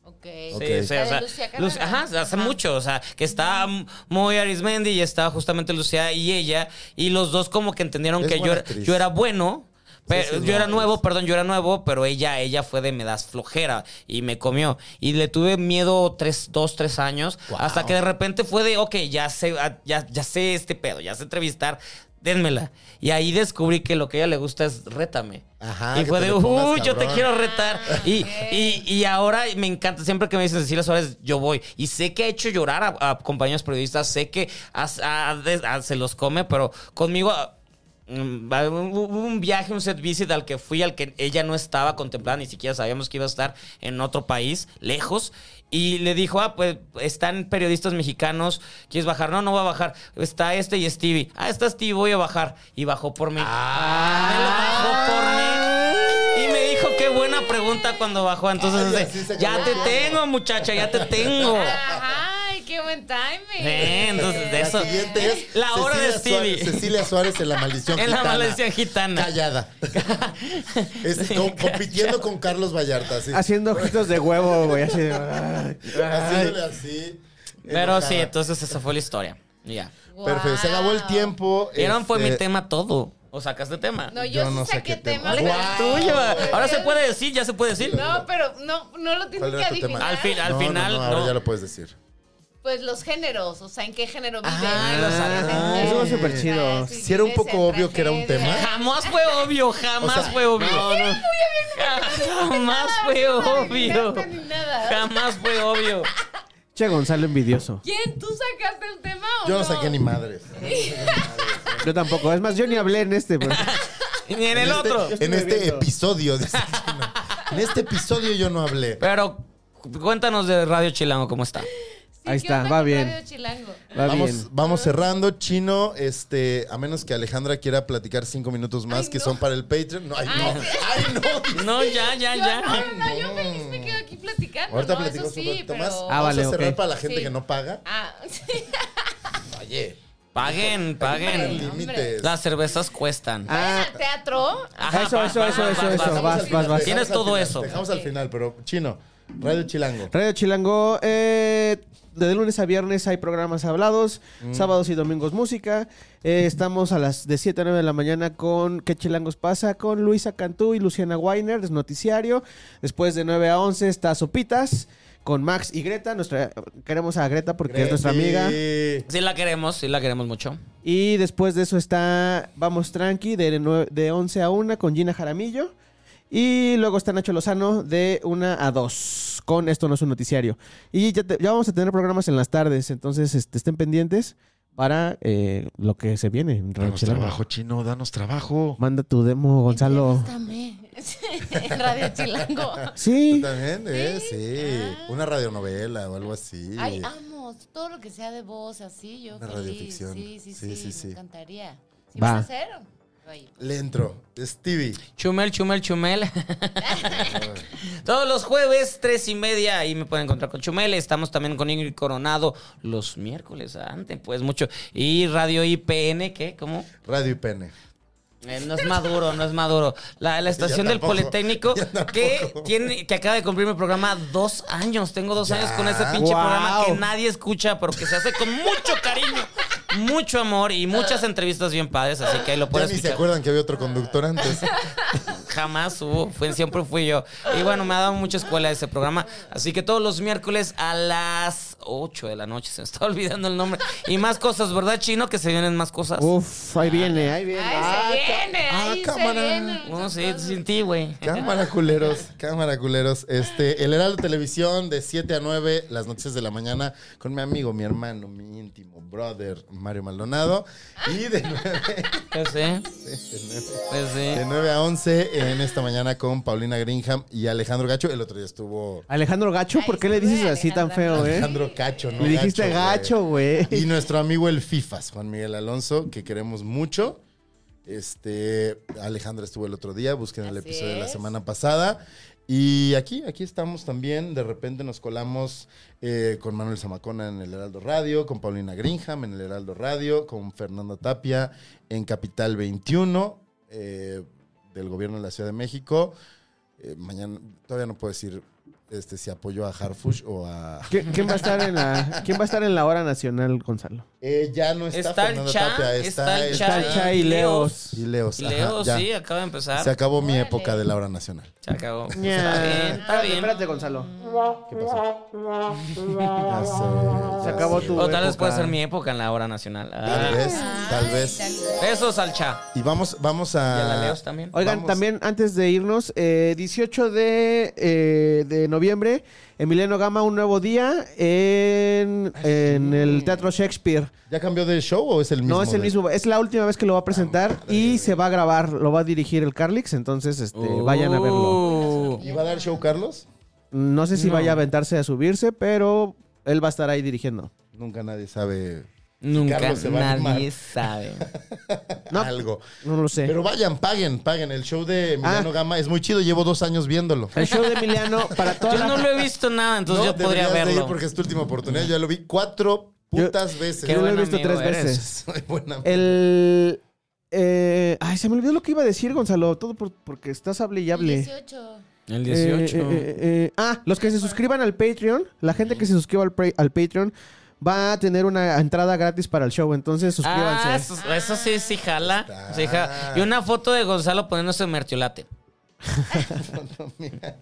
Speaker 5: Ok.
Speaker 4: Sí, sí, o
Speaker 3: Ok.
Speaker 5: La de
Speaker 4: sea,
Speaker 5: Lucía Carrera.
Speaker 4: Luc- ajá, hace
Speaker 5: Ajá.
Speaker 4: mucho, o sea, que está muy Arismendi y está justamente Lucía y ella, y los dos como que entendieron
Speaker 3: Es
Speaker 4: que yo
Speaker 3: buena
Speaker 4: era,
Speaker 3: actriz.
Speaker 4: yo era bueno, pero
Speaker 3: sí, es
Speaker 4: yo era
Speaker 3: buena
Speaker 4: nuevo,
Speaker 3: actriz.
Speaker 4: perdón, yo era nuevo, pero ella, ella fue de me das flojera y me comió. Y le tuve miedo tres, dos, tres años,
Speaker 3: Guau.
Speaker 4: hasta que de repente fue de, ok, ya sé, ah, ya, ya sé este pedo, ya sé entrevistar. Dénmela. Y ahí descubrí que lo que a ella le gusta es rétame.
Speaker 3: Ajá,
Speaker 4: y
Speaker 3: que
Speaker 4: fue
Speaker 3: te
Speaker 4: de,
Speaker 3: le pongas
Speaker 4: uy, yo te
Speaker 3: cabrón".
Speaker 4: quiero retar. y, y- y ahora me encanta, siempre que me dicen Cecilia Suárez, yo voy. Y sé que ha hecho llorar a, a compañeros periodistas, sé que as- a- a- a- se los come, pero conmigo ah, mm, va- hubo un viaje, un set visit al que fui, al que ella no estaba contemplada, ni siquiera sabíamos que iba a estar en otro país, lejos. Y le dijo, ah, pues están periodistas mexicanos, ¿quieres bajar? No, no voy a bajar. Está este y Stevie. Ah, está Stevie, voy a bajar. Y bajó por mí. Me lo bajó por mí. Y me dijo, qué buena pregunta cuando bajó. Entonces,
Speaker 3: Ay,
Speaker 4: es de,
Speaker 3: así Ah, se
Speaker 4: ya
Speaker 3: acabó
Speaker 4: te
Speaker 3: el
Speaker 4: tengo, muchacha, ya te tengo.
Speaker 5: Ajá, ay, qué buen timing.
Speaker 4: Eh, entonces, de eso. Eh,
Speaker 3: La siguiente es
Speaker 4: La hora de
Speaker 3: Cecilia Suárez-
Speaker 4: Stevie.
Speaker 3: Cecilia Suárez en La Maldición
Speaker 4: En la
Speaker 3: Gitana.
Speaker 4: maldición gitana.
Speaker 3: Callada. Es
Speaker 4: Sí,
Speaker 3: com-
Speaker 4: callado.
Speaker 3: compitiendo con Carlos Vallarta. Así,
Speaker 6: Haciendo ojitos de huevo, güey. Así de- ay.
Speaker 3: haciéndole así.
Speaker 4: Pero sí,
Speaker 3: enojada.
Speaker 4: entonces esa fue la historia. Y Ya.
Speaker 3: Perfecto. Se acabó el tiempo.
Speaker 4: Vieron, fue mi
Speaker 3: este,
Speaker 4: tema todo. O sacaste tema.
Speaker 5: No, yo,
Speaker 3: Yo
Speaker 5: sí
Speaker 3: no sé
Speaker 5: saqué
Speaker 3: qué tema.
Speaker 5: tema.
Speaker 4: ¿Cuál era el
Speaker 3: Wow.
Speaker 4: tuyo?
Speaker 5: Pues,
Speaker 4: Ahora se
Speaker 5: yo-
Speaker 4: puede decir, ya se puede decir.
Speaker 5: No, pero no, no lo
Speaker 3: ¿Cuál
Speaker 5: tienes que
Speaker 3: era tu tema?
Speaker 5: adivinar.
Speaker 4: Al final, al
Speaker 3: No, no,
Speaker 4: final,
Speaker 3: no, ahora
Speaker 4: no.
Speaker 3: ya lo puedes decir.
Speaker 5: Pues los géneros, o sea, ¿en qué género viven?
Speaker 4: Ah, los
Speaker 6: Ah,
Speaker 4: eso
Speaker 6: es súper
Speaker 5: Ah,
Speaker 6: chido.
Speaker 3: Sí era un poco obvio que era un tema.
Speaker 4: Jamás fue obvio, jamás
Speaker 3: O sea,
Speaker 4: fue obvio.
Speaker 3: no.
Speaker 4: Jamás fue obvio.
Speaker 5: Ni nada.
Speaker 4: Jamás fue obvio.
Speaker 6: Che, Gonzalo envidioso.
Speaker 5: ¿Quién? ¿Tú sacaste el tema o
Speaker 3: Yo
Speaker 5: no?
Speaker 3: no saqué ni madres.
Speaker 6: Yo tampoco. Es más, yo ni hablé en este. pero-
Speaker 4: Ni en el
Speaker 3: este-
Speaker 4: otro.
Speaker 3: En este episodio. dice que no. En este episodio yo no hablé.
Speaker 4: Pero cuéntanos de Radio Chilango, ¿cómo está?
Speaker 5: Sí,
Speaker 6: Ahí
Speaker 5: ¿qué
Speaker 6: está,
Speaker 5: onda
Speaker 6: va
Speaker 5: con
Speaker 6: bien.
Speaker 5: Radio Chilango?
Speaker 6: Va
Speaker 3: Vamos,
Speaker 6: bien.
Speaker 3: vamos cerrando, chino. Este, a menos que Alejandra quiera platicar cinco minutos más
Speaker 5: Ay,
Speaker 3: que
Speaker 5: no.
Speaker 3: son para el Patreon. No, ay,
Speaker 5: Ay,
Speaker 3: no.
Speaker 5: sí.
Speaker 3: Ay, no.
Speaker 4: No, ya, ya,
Speaker 5: Yo, no,
Speaker 4: ya.
Speaker 5: no, no, yo feliz me quedo aquí platicando.
Speaker 3: Ahorita
Speaker 5: no,
Speaker 3: platicamos
Speaker 5: eso
Speaker 3: un
Speaker 5: sí,
Speaker 3: ratito
Speaker 5: pero...
Speaker 3: más.
Speaker 6: Ah,
Speaker 3: vamos
Speaker 6: vale,
Speaker 3: a cerrar
Speaker 6: ok.
Speaker 3: para la gente
Speaker 5: Sí.
Speaker 3: que no paga.
Speaker 5: Ah, sí.
Speaker 3: Oye.
Speaker 4: Paguen,
Speaker 3: hay
Speaker 4: paguen.
Speaker 3: límites.
Speaker 4: Las cervezas cuestan.
Speaker 6: Ah,
Speaker 5: ¿Al teatro?
Speaker 4: Ajá,
Speaker 6: Eso,
Speaker 4: va,
Speaker 6: eso,
Speaker 4: va,
Speaker 6: eso,
Speaker 4: va,
Speaker 6: eso,
Speaker 4: va,
Speaker 6: eso,
Speaker 4: va.
Speaker 6: vas,
Speaker 3: Dejamos al final,
Speaker 6: vas.
Speaker 4: Tienes
Speaker 3: dejamos al
Speaker 4: todo
Speaker 3: final,
Speaker 4: eso.
Speaker 3: Dejamos al final, pero chino. Radio Chilango.
Speaker 6: Radio Chilango. eh, de lunes a viernes hay programas hablados. Sábados y domingos música. Eh, estamos a las de 7 a 9 de la mañana con ¿Qué Chilangos pasa? Con Luisa Cantú y Luciana Weiner, es noticiario. Después de 9 a 11 está Sopitas con Max y Greta. Nuestra, queremos a Greta porque es nuestra amiga.
Speaker 3: Sí.
Speaker 4: Sí la queremos, sí la queremos mucho.
Speaker 6: Y después de eso está Vamos Tranqui de, nue- de 11 a 1 con Gina Jaramillo. Y luego está Nacho Lozano de 1 a 2 con Esto no es un noticiario. Y ya, te- ya vamos a tener programas en las tardes, entonces este, estén pendientes para eh, lo que se viene. en Radio
Speaker 3: Danos
Speaker 6: Chilango.
Speaker 3: trabajo, chino. Danos trabajo.
Speaker 6: Manda tu demo, Gonzalo.
Speaker 5: Entrevístame. en Radio Chilango.
Speaker 3: Tú
Speaker 6: Sí.
Speaker 3: también, ¿eh? Sí.
Speaker 5: Ah.
Speaker 3: Una radionovela o algo así.
Speaker 5: Ay, ah. amo todo lo que sea de voz, así, yo
Speaker 3: Una
Speaker 5: feliz.
Speaker 3: radioficción.
Speaker 5: Sí, sí,
Speaker 3: Sí,
Speaker 5: sí,
Speaker 3: sí,
Speaker 5: me
Speaker 3: sí.
Speaker 5: encantaría. ¿Sí
Speaker 6: Va.
Speaker 5: vas a hacer? o- Ahí.
Speaker 3: Le entro. Stevie.
Speaker 4: Chumel, chumel, chumel. Todos los jueves, tres y media, ahí me pueden encontrar con Chumel. Estamos también con Ingrid Coronado los miércoles, antes, pues mucho. Y Radio IPN, ¿qué? ¿Cómo?
Speaker 3: Radio y pene.
Speaker 4: Eh, no es maduro, no es maduro. La, la estación
Speaker 3: Ya
Speaker 4: del
Speaker 3: tampoco,
Speaker 4: Politécnico
Speaker 3: ya tampoco.
Speaker 4: que tiene, que acaba de cumplir mi programa dos años. Tengo dos
Speaker 3: Ya.
Speaker 4: años con ese pinche
Speaker 6: Wow.
Speaker 4: programa que nadie escucha, pero que se hace con mucho cariño, mucho amor y muchas entrevistas bien padres. Así que ahí lo
Speaker 3: Ya
Speaker 4: puedes
Speaker 3: ni se
Speaker 4: escuchar.
Speaker 3: acuerdan que había otro conductor antes.
Speaker 4: Jamás hubo, fue, siempre fui yo. Y bueno, me ha dado mucha escuela ese programa. Así que todos los miércoles a las 8 de la noche, se me está olvidando el nombre. Y más cosas, ¿verdad, Chino? Que se vienen más cosas.
Speaker 6: Uf, ahí viene, ahí viene.
Speaker 5: Ay, se viene,
Speaker 3: ah,
Speaker 5: ahí
Speaker 3: cámara.
Speaker 5: se viene.
Speaker 4: No sé, sin ti, güey.
Speaker 3: Cámara culeros, cámara culeros. Este, el Heraldo Televisión de 7 a 9, las noticias de la mañana, con mi amigo, mi hermano, mi íntimo brother, Mario Maldonado. Y de 9,
Speaker 4: Pues sí, pues sí.
Speaker 3: de 9 a 11 en esta mañana con Paulina Greenham y Alejandro Gacho. El otro día estuvo
Speaker 6: Alejandro Gacho, ¿por
Speaker 5: Ay,
Speaker 6: qué le
Speaker 5: estuve
Speaker 6: dices así tan
Speaker 5: Alejandro.
Speaker 6: feo, eh?
Speaker 3: Alejandro Cacho, ¿no?
Speaker 6: Le dijiste gacho, güey.
Speaker 3: Y nuestro amigo el FIFAS, Juan Miguel Alonso, que queremos mucho. Este, Alejandra estuvo el otro día, busquen el
Speaker 5: Así
Speaker 3: episodio de la
Speaker 5: es.
Speaker 3: semana pasada. Y aquí, aquí estamos también. De repente nos colamos eh, con Manuel Zamacona en el Heraldo Radio, con Paulina Greenham en el Heraldo Radio, con Fernando Tapia en Capital 21 eh, del gobierno de la Ciudad de México. Eh, mañana, todavía no puedo decir este, si apoyo a Harfush o a
Speaker 6: ¿Qui- ¿Quién va a estar en la, quién va a estar en la hora nacional, Gonzalo?
Speaker 3: eh, ya no está,
Speaker 4: Está el
Speaker 3: Fernando
Speaker 4: Cha,
Speaker 3: Tapia,
Speaker 4: está el
Speaker 6: Está el
Speaker 4: Cha
Speaker 6: Cha y
Speaker 4: y
Speaker 6: Leos.
Speaker 4: Leos.
Speaker 3: y Leos. ajá,
Speaker 4: Leo,
Speaker 3: ya.
Speaker 4: sí, acaba de empezar.
Speaker 3: Se
Speaker 4: Se,
Speaker 3: acabó mi época de la hora nacional.
Speaker 4: acabó. Pues Está bien, está
Speaker 6: Espérate,
Speaker 4: bien.
Speaker 6: espérate, Gonzalo.
Speaker 3: ¿Qué pasó? Ya sé,
Speaker 6: Se
Speaker 3: ya
Speaker 6: acabó
Speaker 3: sé.
Speaker 6: tu
Speaker 4: O tal vez
Speaker 6: época.
Speaker 4: puede ser mi época en la hora nacional. Ah.
Speaker 3: Tal vez, tal
Speaker 5: Ay,
Speaker 3: vez.
Speaker 4: Besos al Cha.
Speaker 3: Y vamos, vamos
Speaker 4: Y a la
Speaker 3: a.
Speaker 4: Leos también.
Speaker 6: Oigan,
Speaker 3: Vamos.
Speaker 6: también antes de irnos, eh, 18 de, eh, de noviembre, Emiliano Gama, un nuevo día en, en el Teatro Shakespeare.
Speaker 3: ¿Ya cambió de show o es el mismo?
Speaker 6: No es el
Speaker 3: de-
Speaker 6: mismo, es la última vez que lo va a presentar y se va a grabar, lo va a dirigir el Carlix, entonces este,
Speaker 3: eh, Oh.
Speaker 6: vayan a verlo.
Speaker 4: Uh.
Speaker 3: ¿Y va a dar show Carlos?
Speaker 6: No sé si vaya a aventarse a subirse, pero él va a estar ahí dirigiendo.
Speaker 3: Nunca nadie sabe
Speaker 4: Nunca
Speaker 3: Carlos se va a
Speaker 4: nadie
Speaker 3: animar.
Speaker 4: sabe.
Speaker 6: No.
Speaker 3: algo.
Speaker 6: No lo sé.
Speaker 3: Pero vayan, paguen, paguen. El show de Emiliano
Speaker 6: Ah.
Speaker 3: Gama es muy chido, llevo dos años viéndolo.
Speaker 6: El show de Emiliano para toda
Speaker 4: Yo
Speaker 6: la
Speaker 4: no lo he visto nada, entonces
Speaker 3: No,
Speaker 4: yo podría
Speaker 3: deberías de ir
Speaker 4: verlo.
Speaker 3: porque es tu última oportunidad. Yo ya lo vi cuatro
Speaker 6: Yo-
Speaker 3: putas veces.
Speaker 4: Qué
Speaker 6: Yo lo he
Speaker 4: buen
Speaker 6: visto
Speaker 4: amigo
Speaker 6: tres
Speaker 4: eres.
Speaker 6: veces.
Speaker 3: Soy buena.
Speaker 6: El. eh, ay, se me olvidó lo que iba a decir, Gonzalo. Todo por- porque estás hable y hable.
Speaker 5: 18.
Speaker 4: El
Speaker 6: Eh, eh, eh, eh, ah, los que se suscriban al Patreon, la gente que se suscriba al, pre- al Patreon va a tener una entrada gratis para el show. Entonces suscríbanse.
Speaker 4: Ah, eso, eso sí, sí jala.
Speaker 3: Está.
Speaker 4: Sí jala. Y una foto de Gonzalo poniéndose mertiolate.
Speaker 3: Economía.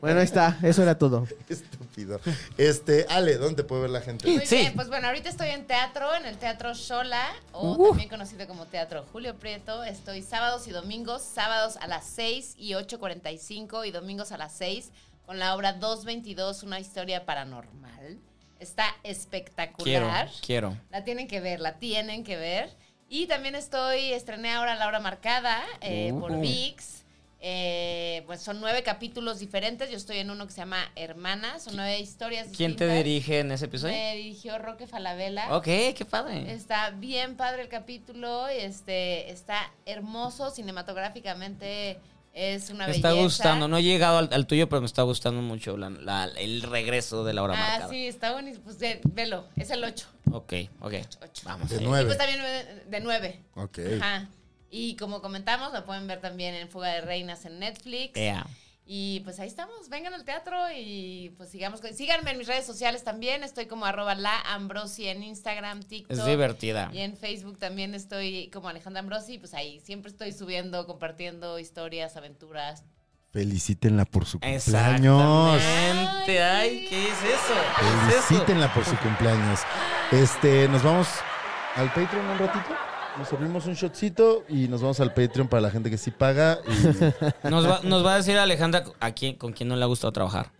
Speaker 6: Bueno, ahí está. Eso era todo.
Speaker 3: Estúpido. Este, Ale, ¿dónde te puede ver la gente?
Speaker 5: Muy
Speaker 4: Sí.
Speaker 5: bien, pues bueno, ahorita estoy en teatro, en el Teatro Shola, o
Speaker 8: Uh.
Speaker 5: también conocido como Teatro Julio Prieto. Estoy sábados y domingos, sábados a las 6 y 8.45 y domingos a las 6 con la obra 222, una historia paranormal. Está
Speaker 4: Quiero,
Speaker 5: espectacular.
Speaker 4: quiero.
Speaker 5: La tienen que ver, la tienen que ver. Y también estoy, estrené ahora La Hora Marcada eh, por
Speaker 4: Uh.
Speaker 5: VIX. Eh, pues son nueve capítulos diferentes. Yo estoy en uno que se llama Hermanas, son nueve historias
Speaker 4: ¿Quién te
Speaker 5: distintas.
Speaker 4: dirige en ese episodio?
Speaker 5: Me dirigió Roque Falabella.
Speaker 4: Ok, qué padre.
Speaker 5: Está bien padre el capítulo, este, está hermoso cinematográficamente, es una
Speaker 4: Me
Speaker 5: belleza.
Speaker 4: está gustando. No he llegado al, al tuyo, pero me está gustando mucho la- la- el regreso de la hora
Speaker 5: Ah,
Speaker 4: marcada.
Speaker 5: sí, está bonito. Pues ve- velo, es el 8.
Speaker 4: Ok, ok.
Speaker 5: Ocho.
Speaker 4: Vamos.
Speaker 3: De
Speaker 4: ahí.
Speaker 5: Y pues
Speaker 3: nueve.
Speaker 5: también eh, de 9.
Speaker 3: Ok.
Speaker 5: Ajá. Y como comentamos, la pueden ver también en Fuga de Reinas en Netflix.
Speaker 4: Ea.
Speaker 5: Y pues ahí estamos, vengan al teatro y pues sigamos. con- Síganme en mis redes sociales también, estoy como arroba la Ambrosi en Instagram, TikTok.
Speaker 4: Es divertida.
Speaker 5: Y en Facebook también estoy como Alejandra Ambrosi, pues ahí siempre estoy subiendo, compartiendo historias, aventuras.
Speaker 3: Felicítenla por su cumpleaños.
Speaker 4: Exactamente. Ay, ¿qué es eso? ¿Qué es eso?
Speaker 3: Felicítenla por su cumpleaños. Este, nos vamos al Patreon un ratito. Nos servimos un shotcito y nos vamos al Patreon para la gente que sí paga. Y
Speaker 4: Nos va, nos va a decir Alejandra a quién, con quién no le ha gustado trabajar.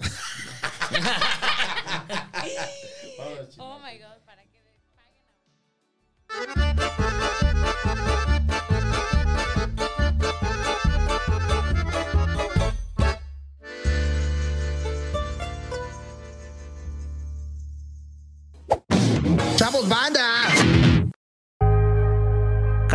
Speaker 5: Oh my God, ¿para qué?